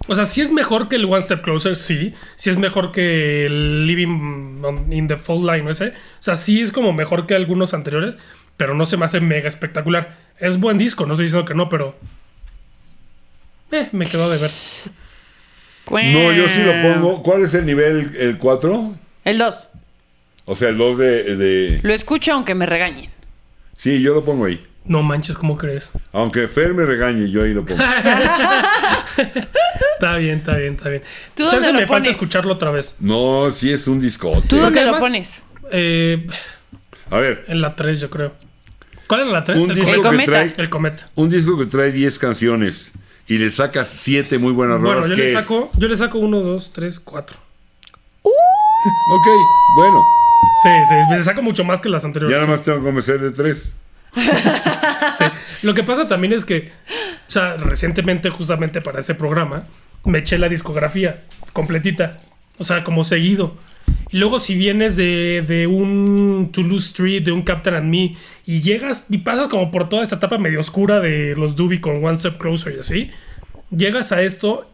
Speaker 2: O sea, si es mejor que el One Step Closer, sí. Si es mejor que el Living on- in the Fall Line, ese. O sea, sí es como mejor que algunos anteriores, pero no se me hace mega espectacular. Es buen disco, no estoy diciendo que no, pero. Eh, me quedó de ver.
Speaker 1: No, yo sí
Speaker 2: Eh.
Speaker 1: lo pongo. ¿Cuál es el nivel, el 4?
Speaker 3: El 2.
Speaker 1: O sea, el 2 de, de-
Speaker 3: Lo escucho aunque me regañen.
Speaker 1: Sí, yo lo pongo ahí.
Speaker 2: No manches, ¿cómo crees?
Speaker 1: Aunque Fer me regañe, yo ahí lo pongo.
Speaker 2: Está bien, está bien, está bien.
Speaker 3: ¿Tú
Speaker 2: Chance
Speaker 3: dónde lo
Speaker 2: me falta
Speaker 3: pones?
Speaker 2: escucharlo otra vez.
Speaker 1: No, sí es un
Speaker 3: ¿Tú
Speaker 1: discote.
Speaker 2: Porque
Speaker 3: dónde lo
Speaker 2: además-
Speaker 3: pones?
Speaker 2: Eh,
Speaker 1: A ver,
Speaker 2: en la 3, yo creo. ¿Cuál era la 3?
Speaker 1: un
Speaker 3: El
Speaker 1: disco que
Speaker 3: cometa.
Speaker 1: trae,
Speaker 2: El cometa.
Speaker 1: un disco que trae 10 canciones y le sacas 7 muy buenas
Speaker 2: Bueno,
Speaker 1: rolas,
Speaker 2: yo
Speaker 1: ¿qué
Speaker 2: le,
Speaker 1: es?
Speaker 2: saco, yo le saco 1, 2, 3, 4.
Speaker 1: Ok, bueno.
Speaker 2: Sí, sí, le saco mucho más que las
Speaker 1: Ya
Speaker 2: anteriores.
Speaker 1: nada más tengo que convencer de 3.
Speaker 2: Sí. Lo que pasa también es que, o sea, recientemente, justamente para ese programa, me eché la discografía completita. O sea, como seguido. Y luego, si vienes de, de un Toulouse Street, de un Captain and Me, y llegas y pasas como por toda esta etapa medio oscura de los Doobie con One Step Closer y así, llegas a esto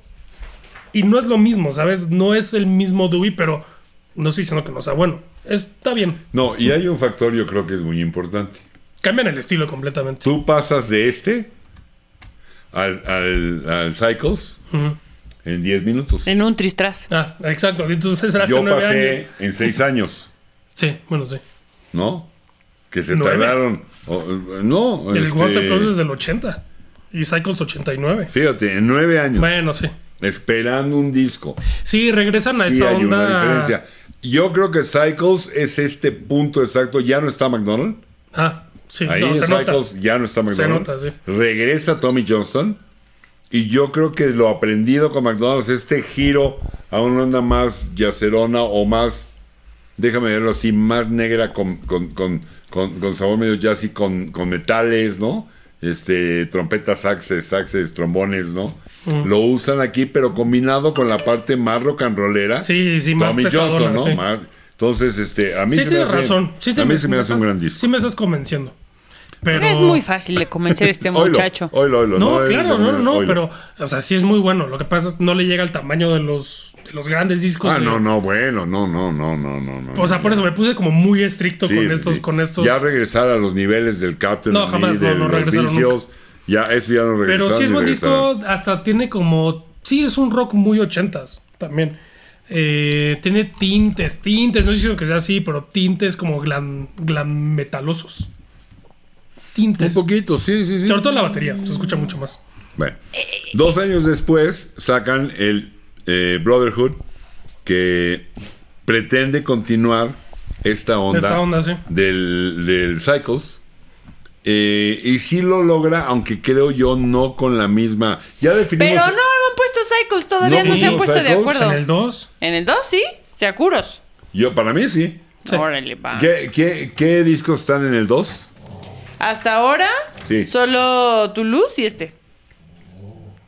Speaker 2: y no es lo mismo, ¿sabes? No es el mismo Doobie, pero no estoy diciendo que no sea bueno. Está bien.
Speaker 1: No, y hay un factor yo creo que es muy importante.
Speaker 2: Cambian el estilo completamente.
Speaker 1: Tú pasas de este al, al, al Cycles
Speaker 2: Ujú.
Speaker 1: en 10 minutos.
Speaker 3: En un tristras.
Speaker 2: Ah, exacto. Y tú esperaste
Speaker 1: Yo
Speaker 2: nueve
Speaker 1: pasé
Speaker 2: años.
Speaker 1: en 6 años,
Speaker 2: Sí, bueno, sí.
Speaker 1: ¿no? Que se
Speaker 2: Nueve.
Speaker 1: tardaron. o- no,
Speaker 2: El
Speaker 1: este,
Speaker 2: One Step Closer es del 80 y Cycles 89.
Speaker 1: fíjate, en 9 años,
Speaker 2: Bueno, sí.
Speaker 1: esperando un disco.
Speaker 2: Sí, regresan a
Speaker 1: Sí,
Speaker 2: esta
Speaker 1: hay
Speaker 2: onda.
Speaker 1: una diferencia. Yo creo que Cycles es este punto exacto. Ya no está McDonald.
Speaker 2: Ah, sí,
Speaker 1: Ahí
Speaker 2: no,
Speaker 1: en
Speaker 2: se nota.
Speaker 1: Cycles ya no está McDonald.
Speaker 2: nota, sí.
Speaker 1: Regresa Tommy Johnston. Y yo creo que lo aprendido con McDonald's, este giro a una onda más yacerona o más, déjame verlo así, más negra con, con, con- con- con sabor medio jazz y con, con metales, ¿no? Este, trompetas, saxes, saxes, trombones, ¿no?
Speaker 2: Mm.
Speaker 1: Lo usan aquí, pero combinado con la parte más rock and rollera.
Speaker 2: Sí, sí, más
Speaker 1: Tommy Johnston,
Speaker 2: pesadona,
Speaker 1: ¿no?
Speaker 2: sí.
Speaker 1: Más- entonces, este, a mí
Speaker 2: Sí,
Speaker 1: se me
Speaker 2: tienes
Speaker 1: hace-
Speaker 2: razón. Sí, te
Speaker 1: a mí se me hace un
Speaker 2: estás-
Speaker 1: gran disco.
Speaker 2: Sí, me estás convenciendo. Pero.
Speaker 3: Es muy fácil de convencer a este
Speaker 1: Oilo,
Speaker 3: muchacho.
Speaker 1: oilo, oilo,
Speaker 2: No,
Speaker 1: es
Speaker 2: claro,
Speaker 1: lo
Speaker 2: no,
Speaker 1: mismo,
Speaker 2: no,
Speaker 1: oilo.
Speaker 2: pero. O sea, sí es muy bueno. Lo que pasa es que no le llega al tamaño de los, de los grandes discos.
Speaker 1: Ah,
Speaker 2: de-
Speaker 1: no, no, bueno, no, no, no, no, no. no
Speaker 2: pues, O sea, por eso me puse como muy estricto
Speaker 1: Sí,
Speaker 2: con
Speaker 1: sí,
Speaker 2: estos.
Speaker 1: sí.
Speaker 2: Con estos
Speaker 1: Ya regresar a los niveles del Captain
Speaker 2: No,
Speaker 1: and
Speaker 2: jamás,
Speaker 1: Me, de
Speaker 2: no, no
Speaker 1: los
Speaker 2: regresaron
Speaker 1: vicios, Ya, eso ya no regresaron.
Speaker 2: Pero sí es
Speaker 1: ni
Speaker 2: buen disco,
Speaker 1: regresaron.
Speaker 2: hasta tiene como... Sí, es un rock muy ochentas también. Eh, tiene tintes, tintes, no sé que sea así, pero tintes como glam, glam metalosos.
Speaker 1: Un
Speaker 2: Tintes.
Speaker 1: poquito, sí, sí, sí.
Speaker 2: Sobre todo en la batería, se escucha mucho más.
Speaker 1: Bueno, dos años después sacan el eh, Brotherhood que pretende continuar esta onda,
Speaker 2: Esta onda, sí.
Speaker 1: del, del Cycles. eh, y sí lo logra, aunque creo yo no con la misma. Ya definimos.
Speaker 3: Pero no, no han puesto Cycles, todavía
Speaker 1: No,
Speaker 3: no, se han
Speaker 2: sí,
Speaker 3: puesto de
Speaker 1: Cycles.
Speaker 2: En
Speaker 3: acuerdo.
Speaker 2: el 2,
Speaker 3: En el 2, sí, seguros.
Speaker 1: Yo, para mí sí.
Speaker 2: Sí.
Speaker 3: Órale,
Speaker 2: Ah.
Speaker 3: va.
Speaker 1: ¿Qué, qué, qué discos están en el 2?
Speaker 3: Hasta ahora,
Speaker 1: Sí.
Speaker 3: solo Toulouse y este.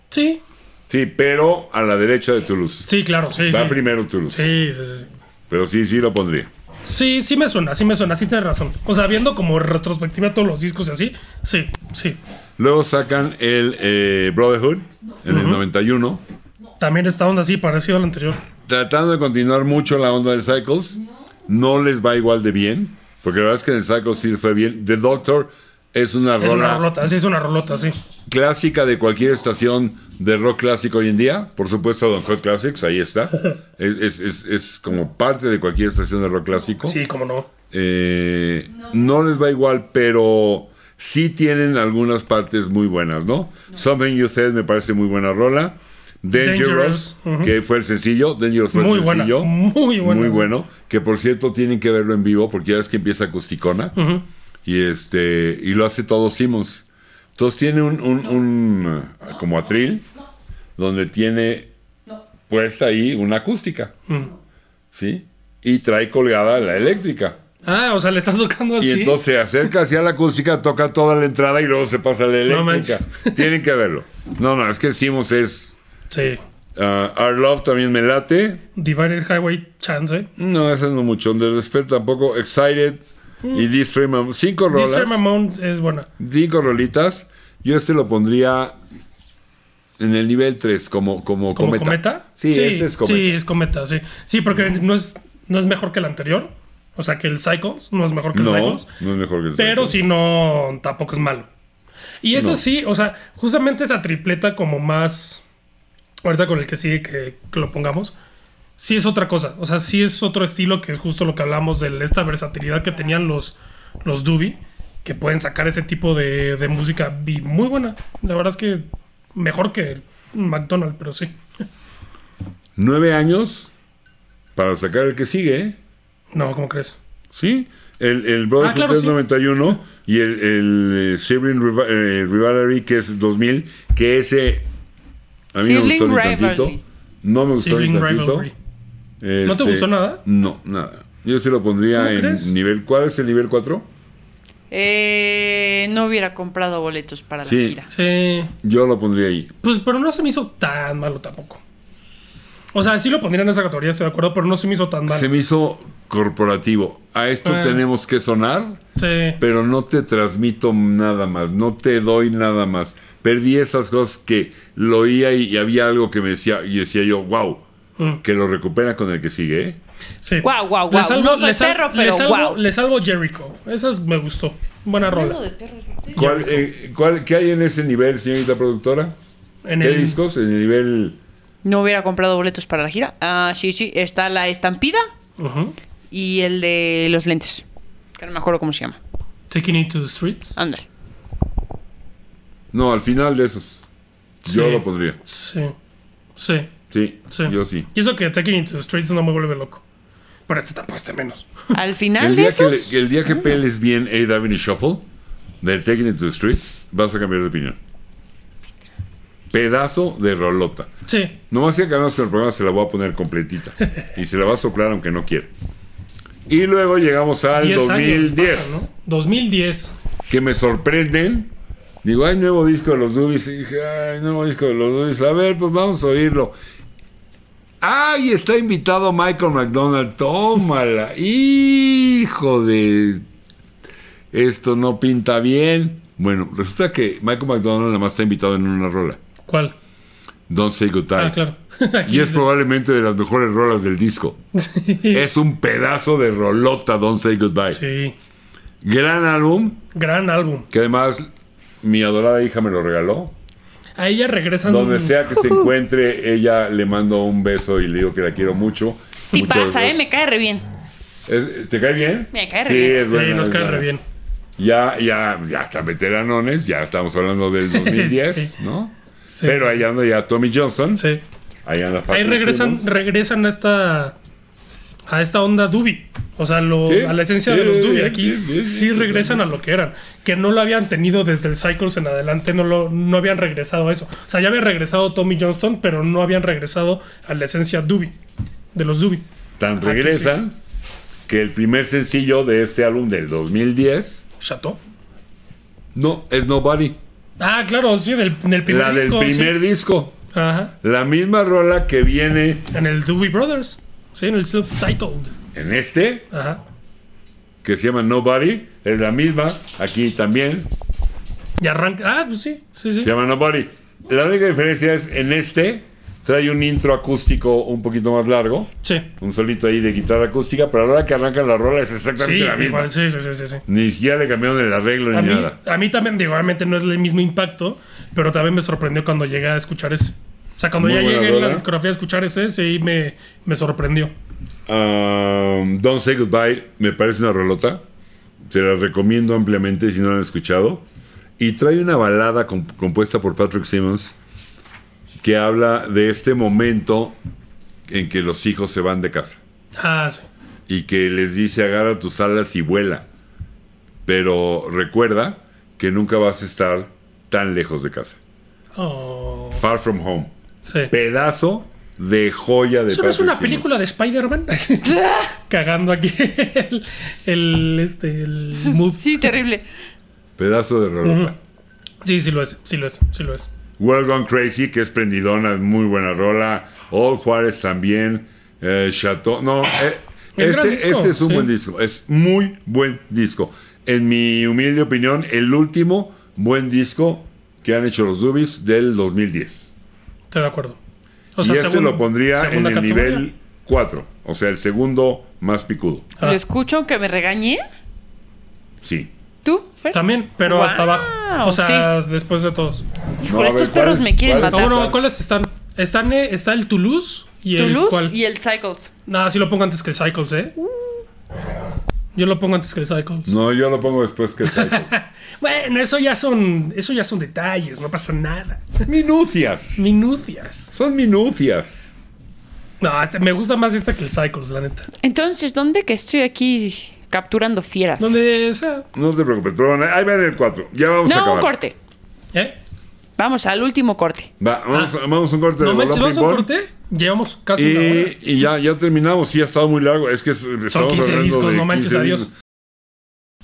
Speaker 2: sí.
Speaker 1: Sí, pero a la derecha de Toulouse.
Speaker 2: Sí, claro, sí.
Speaker 1: Va
Speaker 2: sí.
Speaker 1: primero Toulouse.
Speaker 2: Sí, sí, sí, sí.
Speaker 1: Pero sí, sí lo pondría.
Speaker 2: Sí, sí me suena, sí me suena, sí tienes razón. O sea, viendo como retrospectiva todos los discos y así, sí, sí.
Speaker 1: Luego sacan el eh, Brotherhood en el 91.
Speaker 2: También esta onda así, parecido al anterior.
Speaker 1: Tratando de continuar mucho la onda del Cycles. No les va igual de bien. Porque la verdad es que en el Cycles sí fue bien. The Doctor es una
Speaker 2: Es una
Speaker 1: rola
Speaker 2: rolota, sí, es una rolota, sí.
Speaker 1: clásica de cualquier estación de rock clásico hoy en día. Por supuesto, Don Hot Classics, ahí está. Es, es- es- es como parte de cualquier estación de rock clásico.
Speaker 2: Sí, como no.
Speaker 1: Eh, no les va igual, pero sí tienen algunas partes muy buenas, ¿no? Something You Said me parece muy buena rola. Dangerous,
Speaker 2: Dangerous, ujú.
Speaker 1: que fue el sencillo. Dangerous fue
Speaker 2: Muy
Speaker 1: el
Speaker 2: buena,
Speaker 1: sencillo.
Speaker 2: muy buena.
Speaker 1: Muy bueno. Que por cierto tienen que verlo en vivo porque ya ves que empieza acusticona.
Speaker 2: Ujú.
Speaker 1: Y este y lo hace todo Simmons. Entonces tiene un, un- un, eh, como atril donde tiene puesta ahí una acústica.
Speaker 2: Mm.
Speaker 1: ¿sí? Y trae colgada la eléctrica.
Speaker 2: Ah, o sea, le estás tocando así.
Speaker 1: Y entonces se acerca hacia la acústica, toca toda la entrada y luego se pasa a la
Speaker 2: No
Speaker 1: eléctrica. Tienen que verlo. No, no, es que hicimos es.
Speaker 2: Sí.
Speaker 1: ah, Our Love también me late.
Speaker 2: Divided Highway Chance.
Speaker 1: No, ese no mucho. De Despair tampoco. Excited.
Speaker 2: Mm.
Speaker 1: Y Destroy My Mo- Cinco
Speaker 2: Dice
Speaker 1: rolas.
Speaker 2: Mamón es buena.
Speaker 1: Cinco rolitas. Yo este lo pondría en el nivel 3, como, como,
Speaker 2: ¿Como
Speaker 1: cometa.
Speaker 2: cometa?
Speaker 1: Sí, este es cometa.
Speaker 2: Sí, es cometa, sí. Sí, porque no es, no es mejor que el anterior. O sea, que el Cycles no es mejor que el
Speaker 1: No,
Speaker 2: Cycles.
Speaker 1: no es mejor que el
Speaker 2: Pero
Speaker 1: Cycles.
Speaker 2: si no, tampoco es malo. Y eso
Speaker 1: No.
Speaker 2: sí, o sea, justamente esa tripleta como más... Ahorita con el que sigue que, que lo pongamos. Sí es otra cosa. O sea, sí es otro estilo que es justo lo que hablamos de esta versatilidad que tenían los, los Dubi. Que pueden sacar ese tipo de, de música y muy buena. La verdad es que mejor que McDonald's, pero sí.
Speaker 1: Nueve años para sacar el que sigue, ¿eh?
Speaker 2: No, ¿cómo crees?
Speaker 1: ¿Sí? El, el Brotherhood
Speaker 2: Ah, claro,
Speaker 1: es
Speaker 2: sí.
Speaker 1: 91 y el, el eh, Sibling Riva- eh, Rivalry, que es 2000, que ese a mí no me gustó ni
Speaker 3: Sibling
Speaker 1: tantito.
Speaker 3: Rivalry.
Speaker 1: No me gustó ni
Speaker 2: Sibling
Speaker 1: tantito.
Speaker 2: Rivalry. ¿No te
Speaker 1: Este,
Speaker 2: gustó nada?
Speaker 1: No, nada. Yo sí lo pondría
Speaker 2: ¿Cómo
Speaker 1: en
Speaker 2: crees?
Speaker 1: nivel... ¿Cuál es el nivel 4?
Speaker 3: Eh, no hubiera comprado boletos para
Speaker 1: Sí.
Speaker 3: la gira.
Speaker 2: Sí.
Speaker 1: Yo lo pondría ahí.
Speaker 2: Pues, pero no se me hizo tan malo tampoco. O sea, sí lo pondría en esa categoría, estoy de acuerdo, pero no se me hizo tan malo.
Speaker 1: Se me hizo corporativo. A esto
Speaker 2: Ah.
Speaker 1: tenemos que sonar,
Speaker 2: Sí.
Speaker 1: pero no te transmito nada más, no te doy nada más. Perdí esas cosas que lo oía y, y había algo que me decía, y decía yo, wow,
Speaker 2: Mm.
Speaker 1: que lo recupera con el que sigue. ¿eh?".
Speaker 2: Sí.
Speaker 3: Guau, guau, guau.
Speaker 2: Le salvo-
Speaker 3: No soy
Speaker 2: le sal-
Speaker 3: perro,
Speaker 2: le
Speaker 3: pero
Speaker 2: salvo-
Speaker 3: guau.
Speaker 2: Le salvo Jericho. Esas me gustó. Buena rola.
Speaker 1: ¿Cuál, eh, cuál- ¿Qué hay en ese nivel, señorita productora?
Speaker 2: En
Speaker 1: ¿Qué
Speaker 2: el-
Speaker 1: discos? En el nivel...
Speaker 3: No hubiera comprado boletos para la gira. Ah, sí, sí. Está la estampida
Speaker 2: Ujú.
Speaker 3: y el de los lentes. Que no me acuerdo cómo se llama.
Speaker 2: Taking It to the Streets.
Speaker 3: Ándale.
Speaker 1: No, al final de esos. Yo
Speaker 2: Sí.
Speaker 1: lo pondría.
Speaker 2: Sí. Sí.
Speaker 1: Sí,
Speaker 2: Sí.
Speaker 1: yo sí.
Speaker 2: Y eso que Taking It to the Streets no me vuelve loco. Pero este tampoco está menos.
Speaker 3: Al final
Speaker 1: El
Speaker 3: de
Speaker 1: día, que,
Speaker 3: esos.
Speaker 1: le- el día que peles bien Aid Avenue Shuffle del Taking It to the Streets, vas a cambiar de opinión. Pedazo de rolota.
Speaker 2: Sí.
Speaker 1: Nomás que acabamos con el programa, se la voy a poner completita. Y se la va a soplar aunque no quiera. Y luego llegamos al
Speaker 2: 10 años.
Speaker 1: 2010.
Speaker 2: pasa, ¿no? 2010.
Speaker 1: Que me sorprenden. Digo, hay nuevo disco de los Dubis. Y dije, ay, nuevo disco de los Dubis. A ver, pues vamos a oírlo. ¡Ay! Está invitado Michael McDonald. Tómala. Hijo de. Esto no pinta bien. Bueno, resulta que Michael McDonald nada más está invitado en una rola.
Speaker 2: ¿Cuál?
Speaker 1: Don't say goodbye.
Speaker 2: Ah, claro. Aquí
Speaker 1: Y es
Speaker 2: dice-
Speaker 1: probablemente de las mejores rolas del disco. Es un pedazo de rolota, Don't Say Goodbye.
Speaker 2: Sí.
Speaker 1: Gran álbum,
Speaker 2: Gran álbum.
Speaker 1: que además mi adorada hija me lo regaló.
Speaker 2: A ella regresan.
Speaker 1: Donde sea que se encuentre, ella le mando un beso y le digo que la quiero mucho.
Speaker 3: Y
Speaker 1: Muchas
Speaker 3: pasa, ¿eh?
Speaker 1: gracias.
Speaker 3: Me cae re bien.
Speaker 1: ¿Es- ¿Te cae bien?
Speaker 3: Me cae re
Speaker 1: sí,
Speaker 3: bien.
Speaker 1: Es
Speaker 2: Sí,
Speaker 1: buena,
Speaker 2: nos
Speaker 1: es
Speaker 2: cae
Speaker 1: buena.
Speaker 2: re bien.
Speaker 1: Ya, ya, ya están veteranones, ya estamos hablando del 2010,
Speaker 2: Sí.
Speaker 1: ¿no?
Speaker 2: Sí,
Speaker 1: Pero
Speaker 2: sí,
Speaker 1: ahí anda ya Tommy Johnson.
Speaker 2: Sí.
Speaker 1: Ahí anda
Speaker 2: Ahí
Speaker 1: Patrick
Speaker 2: regresan,
Speaker 1: Simmons.
Speaker 2: regresan a esta. A esta onda Dubi. O sea, lo-
Speaker 1: Sí,
Speaker 2: a la esencia
Speaker 1: sí,
Speaker 2: de los Dubi.
Speaker 1: sí,
Speaker 2: Aquí
Speaker 1: sí, sí,
Speaker 2: sí
Speaker 1: sí,
Speaker 2: regresan a lo que eran. Que no lo habían tenido desde el Cycles en adelante. No, lo, no habían regresado a eso. O sea, ya había regresado Tommy Johnston, pero no habían regresado a la esencia Dubi. De los Dubi.
Speaker 1: Tan
Speaker 2: Aquí
Speaker 1: regresan que el primer sencillo de este álbum del 2010
Speaker 2: Chateau.
Speaker 1: no es Nobody,
Speaker 2: Ah, claro, sí, del, del primer
Speaker 1: la
Speaker 2: disco.
Speaker 1: del
Speaker 2: sí.
Speaker 1: primer disco,
Speaker 2: Ajá.
Speaker 1: la misma rola que viene
Speaker 2: En el Doobie Brothers. Sí, en el self-titled.
Speaker 1: en este
Speaker 2: Ajá.
Speaker 1: que se llama Nobody, es la misma aquí también
Speaker 2: Y arranca. Ah, pues sí. Sí, sí.
Speaker 1: se llama Nobody. La única diferencia es en este trae un intro acústico un poquito más largo,
Speaker 2: Sí.
Speaker 1: un solito ahí de guitarra acústica, pero ahora que arrancan la rola es exactamente
Speaker 2: Sí,
Speaker 1: la misma.
Speaker 2: igual, sí, sí, sí, sí, sí.
Speaker 1: Ni siquiera le cambiaron el arreglo
Speaker 2: A
Speaker 1: ni
Speaker 2: mí,
Speaker 1: nada.
Speaker 2: a mí también, digo, obviamente no es el mismo impacto, pero también me sorprendió cuando llegué a escuchar ese. O sea, cuando
Speaker 1: Muy
Speaker 2: ya
Speaker 1: buena
Speaker 2: llegué en la
Speaker 1: rola.
Speaker 2: discografía a escuchar ese, sí me, me sorprendió.
Speaker 1: Um, Don't Say Goodbye me parece una rolota. Se la recomiendo ampliamente si no la han escuchado. Y trae una balada comp- compuesta por Patrick Simmons que habla de este momento en que los hijos se van de casa
Speaker 2: Ah, sí.
Speaker 1: y que les dice agarra tus alas y vuela. Pero recuerda que nunca vas a estar tan lejos de casa.
Speaker 2: Oh,
Speaker 1: Far from home.
Speaker 2: sí.
Speaker 1: Pedazo de joya de
Speaker 2: ¿Eso no es
Speaker 1: Patrick
Speaker 2: una
Speaker 1: Simon.
Speaker 2: película de Spider-Man? Cagando aquí el, el, este, el mood.
Speaker 3: Sí, terrible.
Speaker 1: Pedazo de rolota.
Speaker 2: Sí, sí lo es, sí lo es, sí lo es.
Speaker 1: Well Gone Crazy, que es prendidona, muy buena rola. All Juárez también. Eh, Chateau. No, eh,
Speaker 2: Es gran
Speaker 1: este,
Speaker 2: disco,
Speaker 1: este es un
Speaker 2: sí.
Speaker 1: buen disco. Es muy buen disco. En mi humilde opinión, el último buen disco que han hecho los Dubis del 2010.
Speaker 2: Estoy de acuerdo. O
Speaker 1: y
Speaker 2: sea,
Speaker 1: este
Speaker 2: segundo-
Speaker 1: lo pondría en
Speaker 2: segunda
Speaker 1: el
Speaker 2: categoría.
Speaker 1: nivel 4. O sea, el segundo más picudo.
Speaker 2: Ah,
Speaker 3: ¿Lo escucho aunque me regañe?
Speaker 1: Sí.
Speaker 3: ¿Tú, Fer?
Speaker 2: También, pero
Speaker 3: Wow,
Speaker 2: hasta abajo. O sea, después de todos.
Speaker 3: Híjole,
Speaker 1: a
Speaker 3: estos
Speaker 1: ¿cuál
Speaker 3: perros me quieren
Speaker 1: cuál es?
Speaker 2: Ah,
Speaker 3: matar.
Speaker 2: bueno, ¿cuáles están? Están, eh, está el Toulouse y el
Speaker 3: Toulouse
Speaker 2: cual.
Speaker 3: y Uh. el Cycles.
Speaker 2: Nada, sí lo pongo antes que el Cycles, ¿eh? Yo lo pongo antes que el Cycles.
Speaker 1: No, yo lo pongo después que Psycho.
Speaker 2: Bueno, eso ya son, eso ya son detalles, no pasa nada.
Speaker 1: Minucias.
Speaker 2: Minucias.
Speaker 1: Son minucias.
Speaker 2: No, este- me gusta más esta que el Cycles, la neta.
Speaker 3: Entonces, ¿dónde que estoy aquí capturando fieras?
Speaker 2: Donde sea.
Speaker 1: No te preocupes, pero bueno, ahí ven el 4. Ya vamos a
Speaker 3: No,
Speaker 1: acabar.
Speaker 3: un corte.
Speaker 2: ¿Eh?
Speaker 3: Vamos al último corte.
Speaker 1: Va, vamos, vamos a un corte
Speaker 2: Ah. No
Speaker 1: de
Speaker 2: manches,
Speaker 1: Bolón
Speaker 2: vamos a
Speaker 1: Ping
Speaker 2: un
Speaker 1: Pong.
Speaker 2: corte. Llevamos casi una hora.
Speaker 1: Y, y ya, ya terminamos. Sí, ha estado muy largo. Es que es- estamos
Speaker 2: Son 15
Speaker 1: hablando
Speaker 2: discos,
Speaker 1: de
Speaker 2: no manches,
Speaker 1: 15
Speaker 2: adiós.
Speaker 1: discos.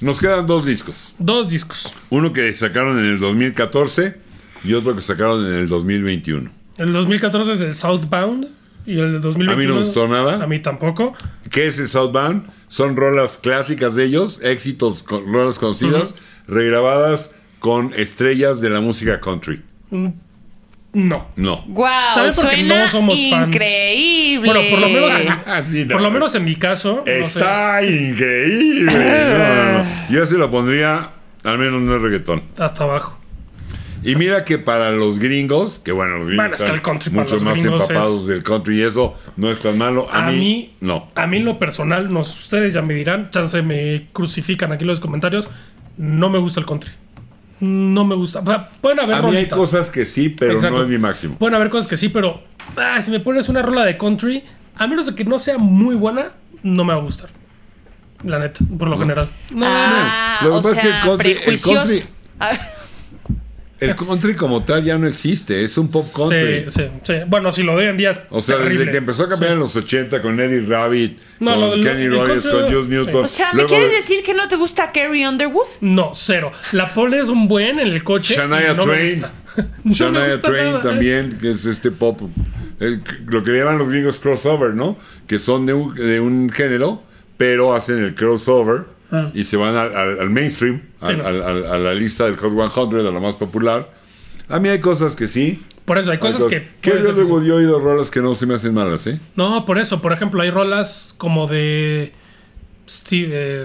Speaker 1: Nos quedan dos discos.
Speaker 2: Dos discos.
Speaker 1: Uno que sacaron en el 2014 y otro que sacaron en el 2021.
Speaker 2: El 2014 es el Southbound y el 2021.
Speaker 1: A mí no me gustó nada.
Speaker 2: A mí tampoco.
Speaker 1: ¿Qué es el Southbound? Son rolas clásicas de ellos, éxitos, con- rolas conocidas, regrabadas con estrellas de la música country.
Speaker 2: No.
Speaker 1: No.
Speaker 3: ¡Guau!
Speaker 2: También porque
Speaker 3: Suena
Speaker 2: no somos fans.
Speaker 3: increíble.
Speaker 2: Bueno, por lo menos en,
Speaker 1: Sí, no,
Speaker 2: por lo
Speaker 1: pero-
Speaker 2: menos en mi caso.
Speaker 1: Está increíble. No, no, no. Yo sí lo pondría, al menos no es reggaetón.
Speaker 2: No sé, hasta abajo.
Speaker 1: Y mira que para los gringos, que bueno, los gringos
Speaker 2: Bueno, es que el country para
Speaker 1: mucho
Speaker 2: los
Speaker 1: más
Speaker 2: gringos
Speaker 1: empapados
Speaker 2: es-
Speaker 1: del country y eso no es tan malo. A,
Speaker 2: A
Speaker 1: mí,
Speaker 2: mí-
Speaker 1: no.
Speaker 2: A mí en lo personal, no, sé, ustedes ya me dirán, chance me crucifican aquí en los comentarios, no me gusta el country. No me gusta. O sea, pueden haber
Speaker 1: A mí hay
Speaker 2: rolitas.
Speaker 1: cosas que sí, pero
Speaker 2: Exacto.
Speaker 1: no es mi máximo.
Speaker 2: Pueden haber cosas que sí, pero ah, si me pones una rola de country, a menos de que no sea muy buena, no me va a gustar. La neta, por lo general. No,
Speaker 3: Ah,
Speaker 1: Lo que
Speaker 3: o
Speaker 1: pasa es que el
Speaker 3: sea,
Speaker 1: country- el
Speaker 3: prejuicioso.
Speaker 1: country-
Speaker 3: A ver,
Speaker 1: El country como tal ya no existe, es un pop country.
Speaker 2: Sí, sí, sí. Bueno, si lo doy en días.
Speaker 1: O sea, desde
Speaker 2: terrible.
Speaker 1: que empezó a cambiar en los 80 con Eddie Rabbit,
Speaker 2: No,
Speaker 1: con
Speaker 2: lo- lo-
Speaker 1: Kenny
Speaker 2: el
Speaker 1: Rogers,
Speaker 2: country-
Speaker 1: con Juice
Speaker 2: sí.
Speaker 1: Newton.
Speaker 3: O sea, ¿me
Speaker 1: luego
Speaker 3: quieres decir que no te gusta Carrie Underwood?
Speaker 2: No, cero. La pole es un buen en el coche.
Speaker 1: Shania
Speaker 2: y no me
Speaker 1: Twain.
Speaker 2: gusta. No me
Speaker 1: Shania
Speaker 2: gusta
Speaker 1: Train
Speaker 2: nada, eh.
Speaker 1: también, que es este pop, eh, lo que llaman los gringos crossover, ¿no? Que son de un, de un género, pero hacen el crossover
Speaker 2: Ah.
Speaker 1: y se van al, al- al mainstream,
Speaker 2: Sí,
Speaker 1: al-
Speaker 2: no.
Speaker 1: al- al- a la lista del Hot 100, a la más popular. A mí hay cosas que sí.
Speaker 2: Por eso, hay cosas
Speaker 1: hay
Speaker 2: que.
Speaker 1: Que
Speaker 2: pueden
Speaker 1: yo
Speaker 2: ser que sí.
Speaker 1: luego yo he oído rolas que no se me hacen malas, ¿eh?
Speaker 2: No, por eso, por ejemplo, hay rolas como de. Steve. eh,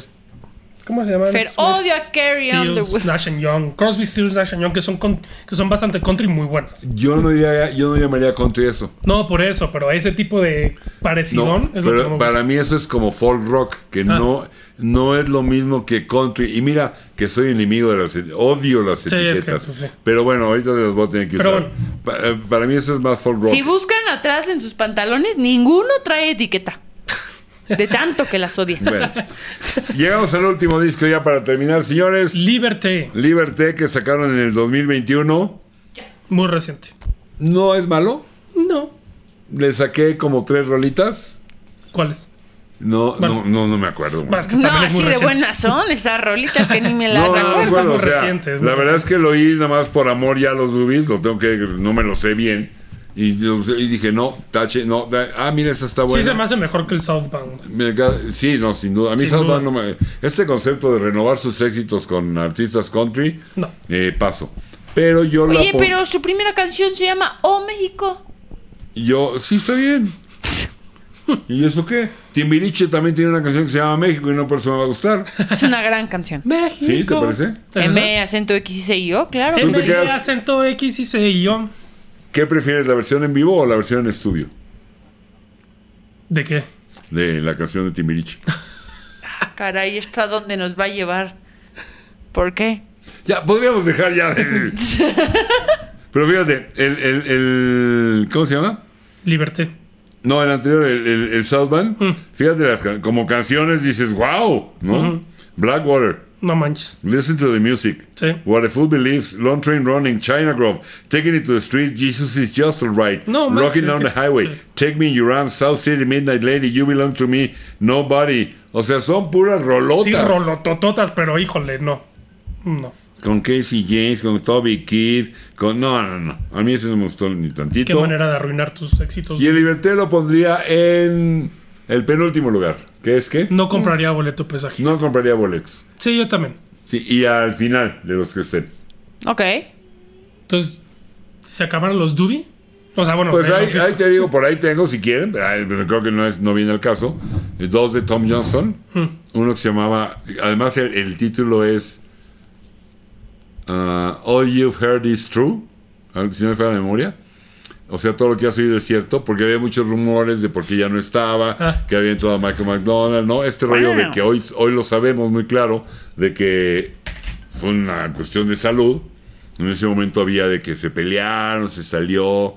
Speaker 2: ¿Cómo se llama?
Speaker 3: Fer, odio a Carrie Underwood.
Speaker 2: Stills, Nash and Young. Crosby, Stills, Nash and Young, que son, con- que son bastante country muy buenas.
Speaker 1: Yo no, diría, yo no llamaría country eso.
Speaker 2: No, por eso, pero ese tipo de
Speaker 1: No,
Speaker 2: parecidón es lo que Ah. no
Speaker 1: pero
Speaker 2: me
Speaker 1: para
Speaker 2: gusta.
Speaker 1: mí eso es como folk rock, que no, no es lo mismo que country. Y mira que soy enemigo de las et- odio las
Speaker 2: es que,
Speaker 1: etiquetas.
Speaker 2: pues, sí.
Speaker 1: Pero bueno, ahorita se las voy a tener que
Speaker 2: Pero
Speaker 1: usar. Pa- eh, Para, mí eso es más folk rock.
Speaker 3: Si buscan atrás en sus pantalones, ninguno trae etiqueta. De tanto que las odia.
Speaker 1: Bueno. llegamos al último disco ya para terminar, señores.
Speaker 2: Liberty,
Speaker 1: Liberté que sacaron en el 2021.
Speaker 2: muy reciente.
Speaker 1: No es malo.
Speaker 2: No.
Speaker 1: Le saqué como tres rolitas.
Speaker 2: ¿Cuáles?
Speaker 1: No,
Speaker 2: Bueno.
Speaker 1: no, no, no me acuerdo.
Speaker 2: Bueno, es que
Speaker 3: No,
Speaker 2: también es muy
Speaker 3: así de
Speaker 2: reciente.
Speaker 3: buenas son esas rolitas que ni me
Speaker 1: No,
Speaker 3: las
Speaker 1: no,
Speaker 3: acuerdo.
Speaker 1: no,
Speaker 2: acuerdas,
Speaker 1: bueno,
Speaker 2: muy
Speaker 1: o sea,
Speaker 2: reciente, es muy
Speaker 1: la verdad es que lo oí nada más por amor ya a los dubis, lo tengo que, no me lo sé bien. Y, yo- y dije, no, tache, no, da- ah, mira, esa está buena.
Speaker 2: Sí, se me hace mejor que el Southbound.
Speaker 1: Me ca- Sí, no, sin duda. A mí
Speaker 2: Sin
Speaker 1: Southbound
Speaker 2: duda.
Speaker 1: no me- Este concepto de renovar sus éxitos con artistas country,
Speaker 2: No.
Speaker 1: eh, paso. Pero yo la
Speaker 3: Oye,
Speaker 1: pon-
Speaker 3: pero su primera canción se llama Oh México.
Speaker 1: Yo, sí, está bien. ¿Y eso qué? Timbiriche también tiene una canción que se llama México y no por eso me va a gustar.
Speaker 3: Es una gran canción.
Speaker 2: México.
Speaker 1: ¿Sí? ¿Te parece?
Speaker 2: ¿Es
Speaker 3: M, acento X y C yo, claro.
Speaker 1: ¿Tú
Speaker 2: M,
Speaker 1: te
Speaker 3: Sí.
Speaker 1: quedas-
Speaker 2: acento X y C y yo.
Speaker 1: ¿Qué prefieres, la versión en vivo o la versión en estudio
Speaker 2: ¿De qué?
Speaker 1: de la canción de Timbiriche?
Speaker 3: Caray, ¿esto a dónde nos va a llevar? ¿Por qué?
Speaker 1: Ya, podríamos dejar ya. de- Pero fíjate, el, el- el- ¿Cómo se llama?
Speaker 2: Liberté. Mm.
Speaker 1: No, el anterior, el, el, el Southbound. Fíjate, las, can- como canciones dices, wow, ¿no? Blackwater,
Speaker 2: No manches.
Speaker 1: Listen to the Music,
Speaker 2: Sí.
Speaker 1: What a Fool Believes, Long Train Running, China Grove, Taking It to the Street, Jesus is Just Alright,
Speaker 2: No manches,
Speaker 1: Rocking Down
Speaker 2: es que
Speaker 1: the
Speaker 2: sí,
Speaker 1: Highway,
Speaker 2: sí.
Speaker 1: Take Me in Your Arms, South City, Midnight Lady, You Belong to Me, Nobody. O sea, son puras rolotas.
Speaker 2: Sí, rolotototas, pero híjole, no. No.
Speaker 1: con Casey James, con Toby Kidd, con... No, no, no. A mí eso no me gustó ni tantito.
Speaker 2: Qué manera de arruinar tus éxitos.
Speaker 1: Y el Liberté lo pondría en el penúltimo lugar, que es que
Speaker 2: No compraría boleto pesaje.
Speaker 1: no compraría boletos.
Speaker 2: Sí, yo también.
Speaker 1: Sí, y al final de los que estén.
Speaker 3: Ok.
Speaker 2: Entonces, ¿se acabaron los Dubi? O sea, bueno,
Speaker 1: Pues
Speaker 2: eh,
Speaker 1: ahí,
Speaker 2: los discos.
Speaker 1: ahí te digo, por ahí tengo si quieren, pero ay, pero creo que no, es, no viene al caso. Eh, Dos de Tom Johnson,
Speaker 2: Hmm.
Speaker 1: uno que se llamaba, además el, el título es ah, All You've Heard Is True, algo que si no me falla la memoria. O sea, todo lo que has oído es cierto, porque había muchos rumores de por qué ya no estaba,
Speaker 2: Ah.
Speaker 1: que había entrado Michael McDonald, ¿no? Este rollo de
Speaker 3: Bueno.
Speaker 1: que hoy, hoy lo sabemos muy claro, de que fue una cuestión de salud. En ese momento había de que se pelearon, se salió.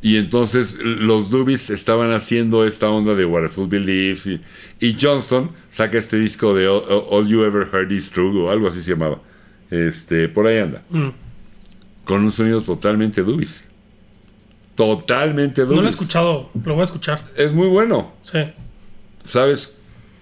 Speaker 1: Y entonces los Dubis estaban haciendo esta onda de What a Fool Believes. Y, y Johnston saca este disco de All, All You Ever Heard Is True o algo así se llamaba. Este, por ahí anda.
Speaker 2: Mm.
Speaker 1: Con un sonido totalmente Dubis. Totalmente Dubis.
Speaker 2: No lo he escuchado, lo voy a escuchar.
Speaker 1: Es muy bueno.
Speaker 2: Sí,
Speaker 1: ¿Sabes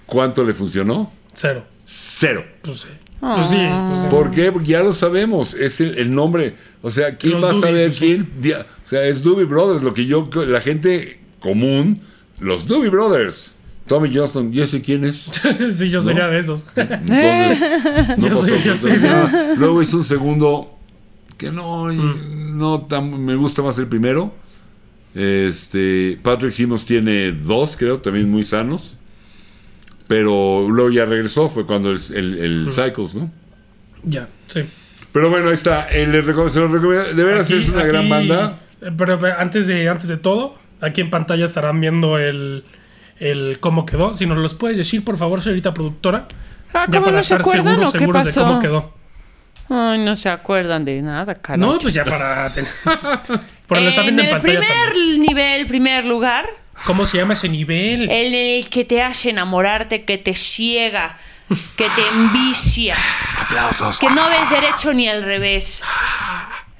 Speaker 1: cuánto le funcionó?
Speaker 2: cero.
Speaker 1: Cero.
Speaker 2: Pues sí. Pues sí. pues sí.
Speaker 1: ¿Por qué? Porque ya lo sabemos, es el, el nombre. O sea, ¿quién
Speaker 2: Los
Speaker 1: va
Speaker 2: Doobie,
Speaker 1: a saber
Speaker 2: pues, sí.
Speaker 1: quién? Dia- O sea, es Doobie Brothers, lo que yo, la gente común, los Doobie Brothers. Tommy Johnston, yo sé quién es.
Speaker 2: sí, yo sería de esos.
Speaker 1: Entonces, no
Speaker 2: Yo
Speaker 1: pasó
Speaker 2: sí, yo
Speaker 1: absolutamente
Speaker 2: sí.
Speaker 1: nada. Luego hizo un segundo que no,
Speaker 2: Mm.
Speaker 1: no tan- me gusta más el primero. Este, Patrick Simmons tiene dos, creo, también muy sanos. Pero luego ya regresó, fue cuando el, el- el
Speaker 2: Mm.
Speaker 1: Cycles, ¿no?
Speaker 2: ya, sí.
Speaker 1: Pero bueno, ahí está. eh, les reco- se los recomiendo. De veras
Speaker 2: Aquí-
Speaker 1: es una
Speaker 2: aquí-
Speaker 1: gran banda.
Speaker 2: eh, Pero, pero antes de, antes de todo, aquí en pantalla estarán viendo el, el cómo quedó. Si nos los puedes decir, por favor, señorita productora.
Speaker 3: Ah,
Speaker 2: Ya
Speaker 3: ¿cómo
Speaker 2: para
Speaker 3: no se
Speaker 2: estar
Speaker 3: acuerdan
Speaker 2: seguros,
Speaker 3: o qué
Speaker 2: seguros de
Speaker 3: pasó?
Speaker 2: cómo quedó.
Speaker 3: Ay, no se acuerdan de nada, carajo.
Speaker 2: No, pues ya para tener. Pero lo está
Speaker 3: en
Speaker 2: viendo en,
Speaker 3: el
Speaker 2: pantalla
Speaker 3: primer
Speaker 2: también.
Speaker 3: nivel, primer lugar,
Speaker 2: ¿Cómo se llama ese nivel?
Speaker 3: el, el que te hace enamorarte, que te ciega, que te envicia,
Speaker 1: Aplausos.
Speaker 3: que no ves derecho ni al revés.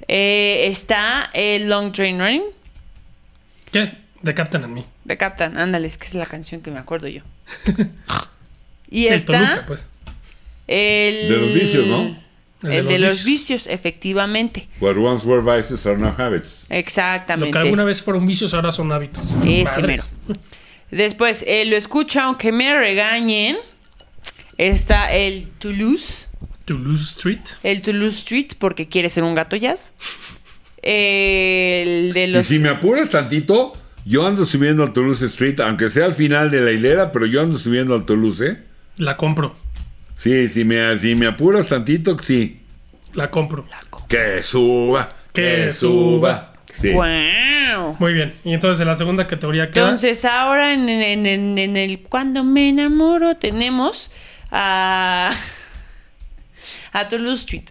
Speaker 3: Eh, está el Long Train Running
Speaker 2: ¿Qué? De Captain and Me.
Speaker 3: de Captain. Ándale, es que es la canción que me acuerdo yo. Y
Speaker 2: El Toluca,
Speaker 3: está
Speaker 2: pues.
Speaker 3: el.
Speaker 1: De los vicios, ¿no?
Speaker 2: El
Speaker 3: El,
Speaker 2: de
Speaker 3: de,
Speaker 2: los
Speaker 3: los
Speaker 2: vicios.
Speaker 3: vicios, efectivamente.
Speaker 1: What once were vices are now habits.
Speaker 2: Lo
Speaker 3: Exactamente.
Speaker 2: que alguna vez fueron vicios, ahora son hábitos.
Speaker 3: Ese
Speaker 2: Madres.
Speaker 3: Después, eh, lo escucha, aunque me regañen. Está el Toulouse,
Speaker 2: Toulouse Street.
Speaker 3: el Toulouse Street, porque quiere ser un gato jazz. El de los.
Speaker 1: Y si me apuras tantito, yo ando subiendo al Toulouse Street, aunque sea al final de la hilera, pero yo ando subiendo al Toulouse, ¿eh?
Speaker 2: La compro.
Speaker 1: Sí, si me, si me apuras tantito, sí.
Speaker 2: La compro.
Speaker 1: Que suba.
Speaker 2: Que
Speaker 1: Que, suba. Sí.
Speaker 3: ¡Wow!
Speaker 2: Muy bien. Y entonces en la segunda categoría queda.
Speaker 3: Entonces, ahora en, en- en- en el Cuando me enamoro, tenemos a. a Toulouse Street.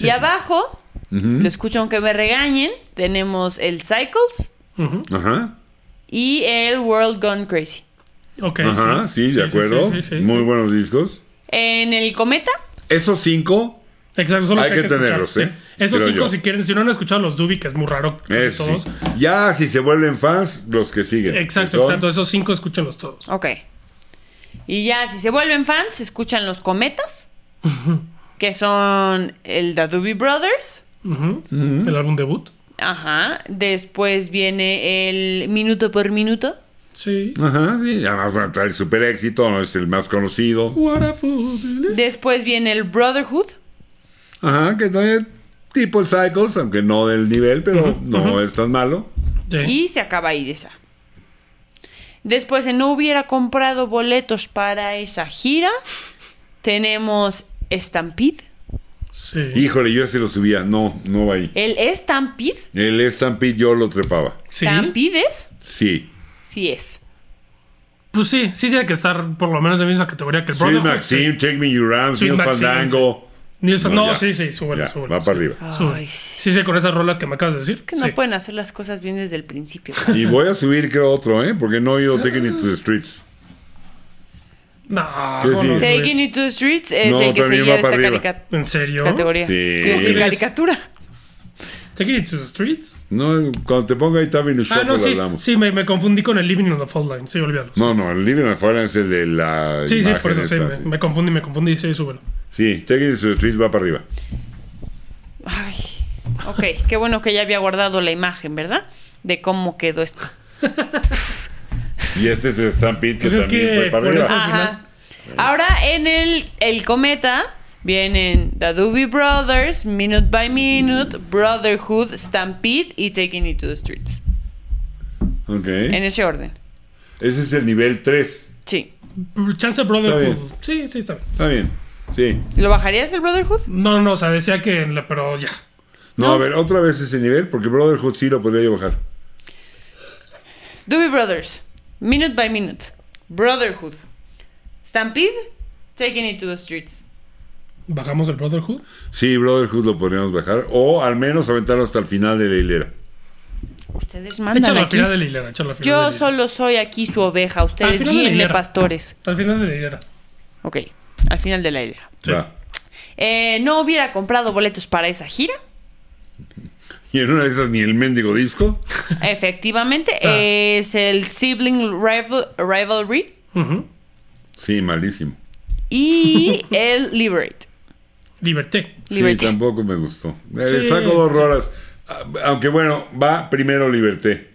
Speaker 3: Y abajo, lo escucho, aunque me regañen, tenemos el Cycles
Speaker 2: Ujú.
Speaker 1: Ajá.
Speaker 3: y el World Gone Crazy.
Speaker 2: Ok,
Speaker 1: Ajá, sí, de acuerdo.
Speaker 2: sí, sí, sí,
Speaker 1: Muy
Speaker 2: sí.
Speaker 1: buenos discos.
Speaker 3: En el cometa,
Speaker 1: Esos cinco,
Speaker 2: Exacto, solo
Speaker 1: Hay que
Speaker 2: escuchar,
Speaker 1: tenerlos,
Speaker 2: sí.
Speaker 1: ¿eh?
Speaker 2: Esos
Speaker 1: Creo
Speaker 2: cinco,
Speaker 1: yo.
Speaker 2: si quieren, si no han escuchado los Dubi, que es muy raro, casi
Speaker 1: esos
Speaker 2: todos.
Speaker 1: eh, sí. Ya si se vuelven fans, los que siguen.
Speaker 2: Exacto,
Speaker 1: Son-
Speaker 2: exacto. Esos cinco, escúchenlos todos.
Speaker 3: ok. Y ya, si se vuelven fans, escuchan los cometas, que son el The Doobie Brothers.
Speaker 2: Ujú. El álbum debut.
Speaker 3: Ajá. Después viene el Minuto por Minuto.
Speaker 2: Sí.
Speaker 1: Ajá, sí, además van a traer super éxito, no es el más conocido.
Speaker 2: What a fool.
Speaker 3: Después viene el Brotherhood.
Speaker 1: Ajá, que también tipo el Cycles, aunque no del nivel, pero no es tan malo.
Speaker 2: Sí.
Speaker 3: Y se acaba ahí esa. Después, si no hubiera comprado boletos para esa gira, tenemos Stampede.
Speaker 2: Sí.
Speaker 1: Híjole, yo se lo subía, no, no va ahí.
Speaker 3: El Stampede.
Speaker 1: El Stampede yo lo trepaba.
Speaker 2: Sí.
Speaker 3: Stampede es.
Speaker 1: Sí.
Speaker 3: Sí es.
Speaker 2: Pues sí, sí tiene que estar por lo menos en la misma categoría que el
Speaker 1: Sweet
Speaker 2: Brotherhood.
Speaker 1: Maxim, Take Me Your Arms,
Speaker 2: Sweet
Speaker 1: Neil
Speaker 2: Maxim,
Speaker 1: Fandango.
Speaker 2: Ni esa- no,
Speaker 1: ya.
Speaker 2: sí, sí, súbelo,
Speaker 1: Ya,
Speaker 2: súbelo.
Speaker 1: va
Speaker 2: sí.
Speaker 1: para arriba.
Speaker 3: Ay,
Speaker 2: Sí, sí, con esas rolas que me acabas de decir.
Speaker 3: que no
Speaker 2: sí.
Speaker 3: pueden hacer las cosas bien desde el principio.
Speaker 1: Y voy a subir, creo, otro, ¿eh? Porque no he oído Taking It to the Streets.
Speaker 2: No,
Speaker 1: ¿Qué
Speaker 2: no,
Speaker 1: sí?
Speaker 2: no,
Speaker 3: Taking It to the Streets es
Speaker 1: No,
Speaker 3: el que
Speaker 1: también
Speaker 3: seguía
Speaker 1: va para
Speaker 3: esta
Speaker 1: arriba.
Speaker 3: carica-
Speaker 2: ¿En serio?
Speaker 3: categoría.
Speaker 1: Sí.
Speaker 3: Iba a decir caricatura.
Speaker 2: Taking It to the Streets.
Speaker 1: No, cuando te ponga ahí también el
Speaker 2: Ah,
Speaker 1: shuffle
Speaker 2: no, sí.
Speaker 1: hablamos.
Speaker 2: Sí, me, me confundí con el Living on the Fault Line. Sí, olvídalo.
Speaker 1: No, no, el Living afuera es el de la.
Speaker 2: sí, sí,
Speaker 1: imagen
Speaker 2: por eso sí.
Speaker 1: esta,
Speaker 2: Me, me confundí, me confundí. Sí, súbelo.
Speaker 1: Sí, Taking It to the Streets va para arriba.
Speaker 3: Ay, ok, qué bueno que ya había guardado la imagen, ¿verdad? De cómo quedó esto.
Speaker 1: Y este es el Stampede que
Speaker 2: Pues es
Speaker 1: también
Speaker 2: que
Speaker 1: fue para
Speaker 2: por
Speaker 1: arriba.
Speaker 2: eso-
Speaker 3: Ajá. Ahora en el, el cometa vienen The Doobie Brothers, Minute by Minute, Brotherhood, Stampede y Taking It to the Streets.
Speaker 1: Ok.
Speaker 3: En ese orden.
Speaker 1: Ese es el nivel 3.
Speaker 3: Sí.
Speaker 1: Está
Speaker 2: Chance Brotherhood.
Speaker 1: bien.
Speaker 2: Sí, sí, está bien.
Speaker 1: Está bien. Sí.
Speaker 3: ¿Lo bajarías el Brotherhood?
Speaker 2: No, no, o sea, decía que. en la- Pero ya.
Speaker 1: No, a ver, otra vez ese nivel, porque Brotherhood sí lo podría yo bajar.
Speaker 3: Doobie Brothers, Minute by Minute, Brotherhood, Stampede, Taking It to the Streets.
Speaker 2: ¿Bajamos el Brotherhood?
Speaker 1: Sí, Brotherhood lo podríamos bajar. O al menos aventarlo hasta el final de la hilera.
Speaker 3: Ustedes mandan
Speaker 2: Échalo al
Speaker 3: aquí.
Speaker 2: final de la hilera. échalo al final de la
Speaker 3: Yo
Speaker 2: hilera.
Speaker 3: solo soy aquí su oveja.
Speaker 2: Al
Speaker 3: Ustedes
Speaker 2: final de la
Speaker 3: guíenme,
Speaker 2: hilera.
Speaker 3: pastores.
Speaker 2: Al final de la hilera.
Speaker 3: Ok, al final de la idea.
Speaker 2: Sí.
Speaker 1: Va.
Speaker 3: Eh, no hubiera comprado boletos para esa gira.
Speaker 1: Y en una de esas ni el mendigo disco.
Speaker 3: Efectivamente,
Speaker 2: Ah.
Speaker 3: es el Sibling rival- Rivalry
Speaker 2: Ujú.
Speaker 1: Sí, malísimo.
Speaker 3: y el Liberate.
Speaker 2: Liberté.
Speaker 3: Liberty.
Speaker 1: Sí, tampoco me gustó. Eh,
Speaker 2: Sí,
Speaker 1: saco dos
Speaker 2: sí.
Speaker 1: rolas. Ah, Aunque bueno, va primero Liberté.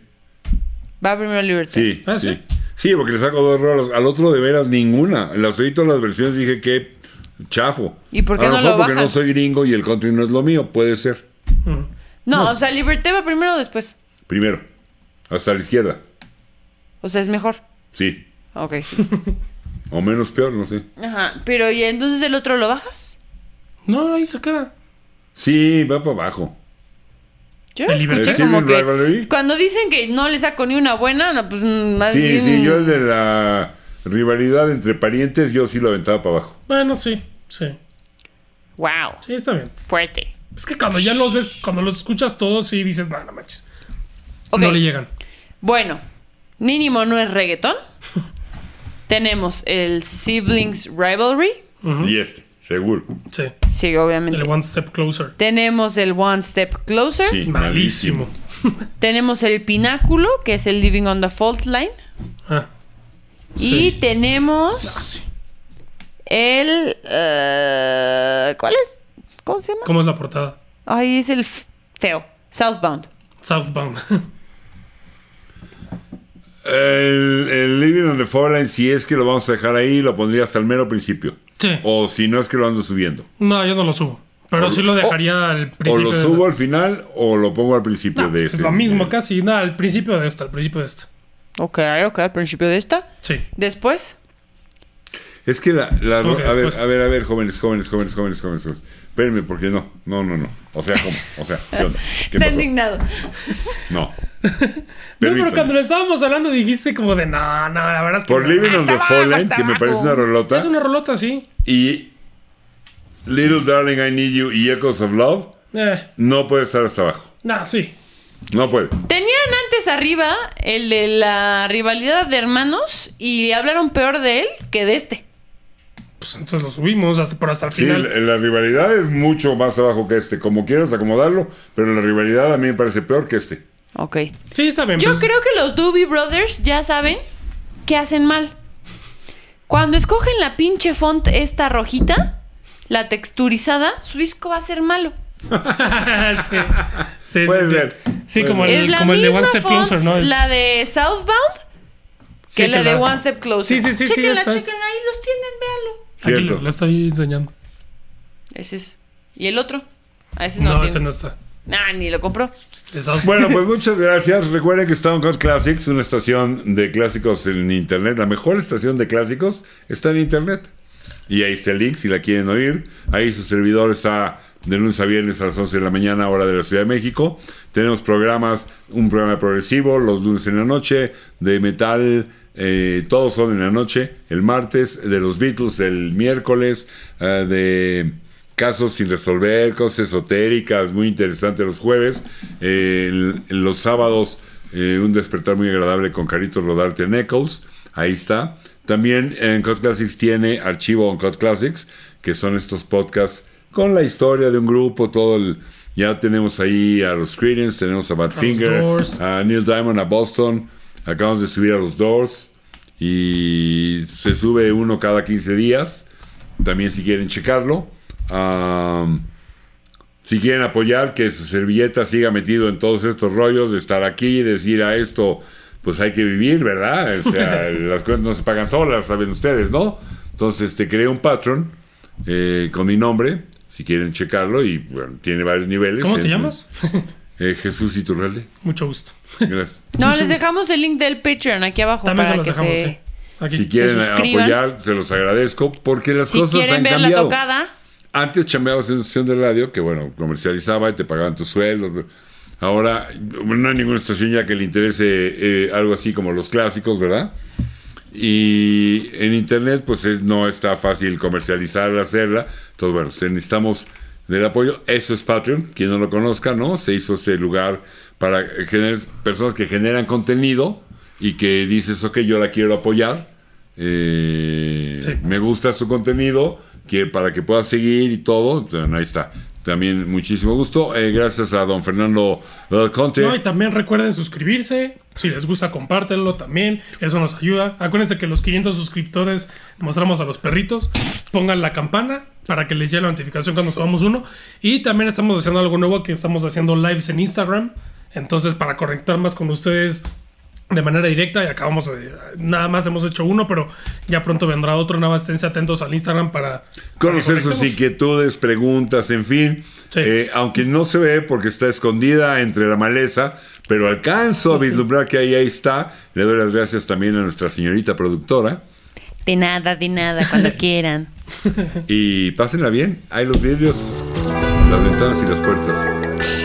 Speaker 3: Va primero Liberty.
Speaker 1: Sí,
Speaker 2: Ah,
Speaker 1: sí.
Speaker 2: ¿sí?
Speaker 1: Sí, porque le saco dos rolas. Al otro de veras ninguna. Las oí todas las versiones y dije que chafo.
Speaker 3: ¿Y por qué
Speaker 1: A lo
Speaker 3: no
Speaker 1: mejor
Speaker 3: lo
Speaker 1: porque
Speaker 3: bajan?
Speaker 1: no soy gringo y el country no es lo mío. Puede ser.
Speaker 2: Ujú.
Speaker 3: No, o sea, Liberté va primero o después.
Speaker 1: Primero. Hasta la izquierda.
Speaker 3: O sea, es mejor.
Speaker 1: Sí.
Speaker 3: Ok, sí.
Speaker 1: O menos peor, no sé.
Speaker 3: Ajá, pero ¿y entonces el otro lo bajas?
Speaker 2: No, ahí se queda.
Speaker 1: Sí, va para abajo.
Speaker 3: Yo
Speaker 2: El
Speaker 3: escuché
Speaker 2: Liberty.
Speaker 3: como
Speaker 1: Civil
Speaker 3: que
Speaker 1: Rivalry.
Speaker 3: cuando dicen que no le saco ni una buena, no, pues mm, más
Speaker 1: Sí,
Speaker 3: bien
Speaker 1: sí, yo el de la rivalidad entre parientes, yo sí lo aventaba para abajo.
Speaker 2: Bueno, sí. Sí.
Speaker 3: wow,
Speaker 2: Sí, está bien.
Speaker 3: fuerte.
Speaker 2: Es que cuando ya los ves, cuando los escuchas todos, sí dices, no, no manches.
Speaker 3: Ok,
Speaker 2: No le llegan.
Speaker 3: Bueno, mínimo no es reggaetón. Tenemos el Siblings Rivalry.
Speaker 1: Y este, seguro.
Speaker 2: Sí.
Speaker 3: Sí,
Speaker 2: El
Speaker 3: obviamente.
Speaker 2: One Step Closer.
Speaker 3: Tenemos el One Step Closer.
Speaker 1: Sí,
Speaker 2: Malísimo.
Speaker 1: malísimo.
Speaker 3: Tenemos el Pináculo, que es el Living on the Fault Line.
Speaker 2: Ah,
Speaker 3: Y tenemos
Speaker 2: sí.
Speaker 3: el... eh, ¿Cuál es? ¿Cómo se llama?
Speaker 2: ¿Cómo es la portada?
Speaker 3: Ay, es el f- feo. Southbound.
Speaker 2: Southbound.
Speaker 1: El, el Living on the Foreline, si es que lo vamos a dejar ahí, lo pondría hasta el mero principio.
Speaker 2: sí.
Speaker 1: O si no es que lo ando subiendo.
Speaker 2: No, yo no lo subo. Pero sí lo dejaría al
Speaker 1: O lo
Speaker 2: principio. de
Speaker 1: subo
Speaker 2: esta.
Speaker 1: al final o lo pongo al principio
Speaker 2: No,
Speaker 1: de
Speaker 2: pues
Speaker 1: ese.
Speaker 2: es lo mismo casi. Nada, al principio de esta, al principio de esta.
Speaker 3: Ok, ok, al principio de esta.
Speaker 2: Sí.
Speaker 3: Después,
Speaker 1: Es que la, la-
Speaker 2: Ok,
Speaker 1: a ver,
Speaker 2: después.
Speaker 1: a ver, a ver, jóvenes, jóvenes, jóvenes, jóvenes, jóvenes, jóvenes. Espérenme, porque no, no, no, no. O sea, ¿cómo? O sea, ¿qué onda? ¿Qué
Speaker 3: está
Speaker 1: pasó?
Speaker 3: indignado.
Speaker 1: No.
Speaker 2: No,
Speaker 1: Permítanme.
Speaker 2: pero cuando lo estábamos hablando dijiste como de, no, no, la verdad es que.
Speaker 1: Por
Speaker 2: no".
Speaker 1: Living on
Speaker 3: Hasta
Speaker 1: the
Speaker 3: abajo,
Speaker 1: Fallen,
Speaker 3: hasta
Speaker 1: que me parece
Speaker 3: abajo.
Speaker 1: una rolota,
Speaker 2: Ah, Es una rolota así.
Speaker 1: y Little Darling I Need You y Echoes of Love,
Speaker 2: Eh,
Speaker 1: no puede estar hasta abajo.
Speaker 2: no, sí.
Speaker 1: No puede.
Speaker 3: Tenían antes arriba el de la rivalidad de hermanos y hablaron peor de él que de este.
Speaker 2: Pues entonces lo subimos hasta, pero hasta el
Speaker 1: Sí,
Speaker 2: final.
Speaker 1: la, la rivalidad es mucho más abajo que este. Como quieras acomodarlo, pero la rivalidad a mí me parece peor que este.
Speaker 3: Ok.
Speaker 2: Sí, está bien.
Speaker 3: Yo
Speaker 2: pues,
Speaker 3: creo que los Doobie Brothers ya saben que hacen mal. Cuando escogen la pinche font esta rojita, la texturizada, su disco va a ser malo.
Speaker 2: sí, sí,
Speaker 1: Puede
Speaker 2: sí, sí.
Speaker 1: ser.
Speaker 2: Sí,
Speaker 1: Puede
Speaker 2: como
Speaker 1: ser.
Speaker 2: el,
Speaker 3: es la
Speaker 2: como el de
Speaker 3: misma
Speaker 2: One Step
Speaker 3: font,
Speaker 2: Closer, ¿no? Es-
Speaker 3: la de Southbound,
Speaker 2: sí,
Speaker 3: que la de One Step Closer.
Speaker 2: Sí, sí, sí, sí,
Speaker 3: Chéquenla,
Speaker 2: está-
Speaker 3: chéquenla, ahí los tienen, véanlo.
Speaker 2: Aquí
Speaker 1: Cierto.
Speaker 2: lo, lo estoy enseñando.
Speaker 3: Ese es. ¿Y el otro? A ese no,
Speaker 2: No,
Speaker 3: lo
Speaker 2: ese
Speaker 3: tiene.
Speaker 2: no está.
Speaker 3: Nah, ni lo compró.
Speaker 2: Es South-
Speaker 1: Bueno, pues muchas gracias. Recuerden que Stone Cold Classics, una estación de clásicos en internet, la mejor estación de clásicos, está en internet. Y ahí está el link si la quieren oír. Ahí su servidor está de lunes a viernes a las 11 de la mañana, hora de la Ciudad de México. Tenemos programas, un programa progresivo, los lunes en la noche, de metal, eh, todos son en la noche, el martes, de los Beatles el miércoles, eh, de casos sin resolver, cosas esotéricas, muy interesantes los jueves, eh, el- los sábados eh, un despertar muy agradable con Carito Rodarte Neckles, Ahí está. También en Cod Classics tiene archivo en Cod Classics, que son estos podcasts con la historia de un grupo, todo el... Ya tenemos ahí a los Creedence, tenemos a Badfinger,
Speaker 2: Doors.
Speaker 1: a Neil Diamond, a Boston. Acabamos de subir a los Doors y se sube uno cada 15 días. También si quieren checarlo. Am, si quieren apoyar que su servilleta siga metido en todos estos rollos de estar aquí y decir a esto, pues hay que vivir, ¿verdad? O sea, las cuentas no se pagan solas, saben ustedes, ¿no? Entonces te creé un Patreon eh, con mi nombre, si quieren checarlo, y bueno, tiene varios niveles.
Speaker 2: ¿Cómo te
Speaker 1: En-
Speaker 2: llamas?
Speaker 1: eh, Jesús Iturralde.
Speaker 2: Mucho gusto.
Speaker 1: Gracias.
Speaker 3: No, les dejamos el link del Patreon aquí abajo
Speaker 2: También se los
Speaker 3: para que
Speaker 2: dejamos,
Speaker 3: se.
Speaker 2: ¿eh? Aquí.
Speaker 1: Si quieren
Speaker 3: suscriban.
Speaker 1: apoyar, se los agradezco, porque las
Speaker 3: Si
Speaker 1: cosas han
Speaker 3: quieren ver la
Speaker 1: cambiado.
Speaker 3: tocada,
Speaker 1: Antes chambeabas en una estación de radio que, bueno, comercializaba y te pagaban tus sueldos. Ahora no hay ninguna estación ya que le interese eh, algo así como los clásicos, ¿verdad? Y en internet, pues es- no está fácil comercializarla, hacerla. Entonces, bueno, se- necesitamos del apoyo. Eso es Patreon. Quien no lo conozca, ¿no? Se hizo este lugar para gener- personas que generan contenido y que dices, ok, yo la quiero apoyar. Eh,
Speaker 2: Sí.
Speaker 1: Me gusta su contenido que para que pueda seguir y todo. Entonces, ahí está. También muchísimo gusto. Eh, gracias a don Fernando eh, Conte.
Speaker 2: No, y también recuerden suscribirse. Si les gusta, compártenlo también. Eso nos ayuda. Acuérdense que los 500 suscriptores mostramos a los perritos. Pongan la campana para que les llegue la notificación cuando subamos uno. Y también estamos haciendo algo nuevo que estamos haciendo lives en Instagram. Entonces, para conectar más con ustedes de manera directa y acabamos de- nada más hemos hecho uno pero ya pronto vendrá otro nada más esténse atentos al Instagram para
Speaker 1: Conocer
Speaker 2: para que
Speaker 1: sus
Speaker 2: conectemos.
Speaker 1: inquietudes, preguntas, en fin.
Speaker 2: Sí.
Speaker 1: Eh, aunque no se ve porque está escondida entre la maleza, pero alcanzo a vislumbrar que ahí, ahí está. Le doy las gracias también a nuestra señorita productora.
Speaker 3: de nada, de nada, cuando quieran.
Speaker 1: Y pásenla bien. Hay los vidrios, las ventanas y las puertas.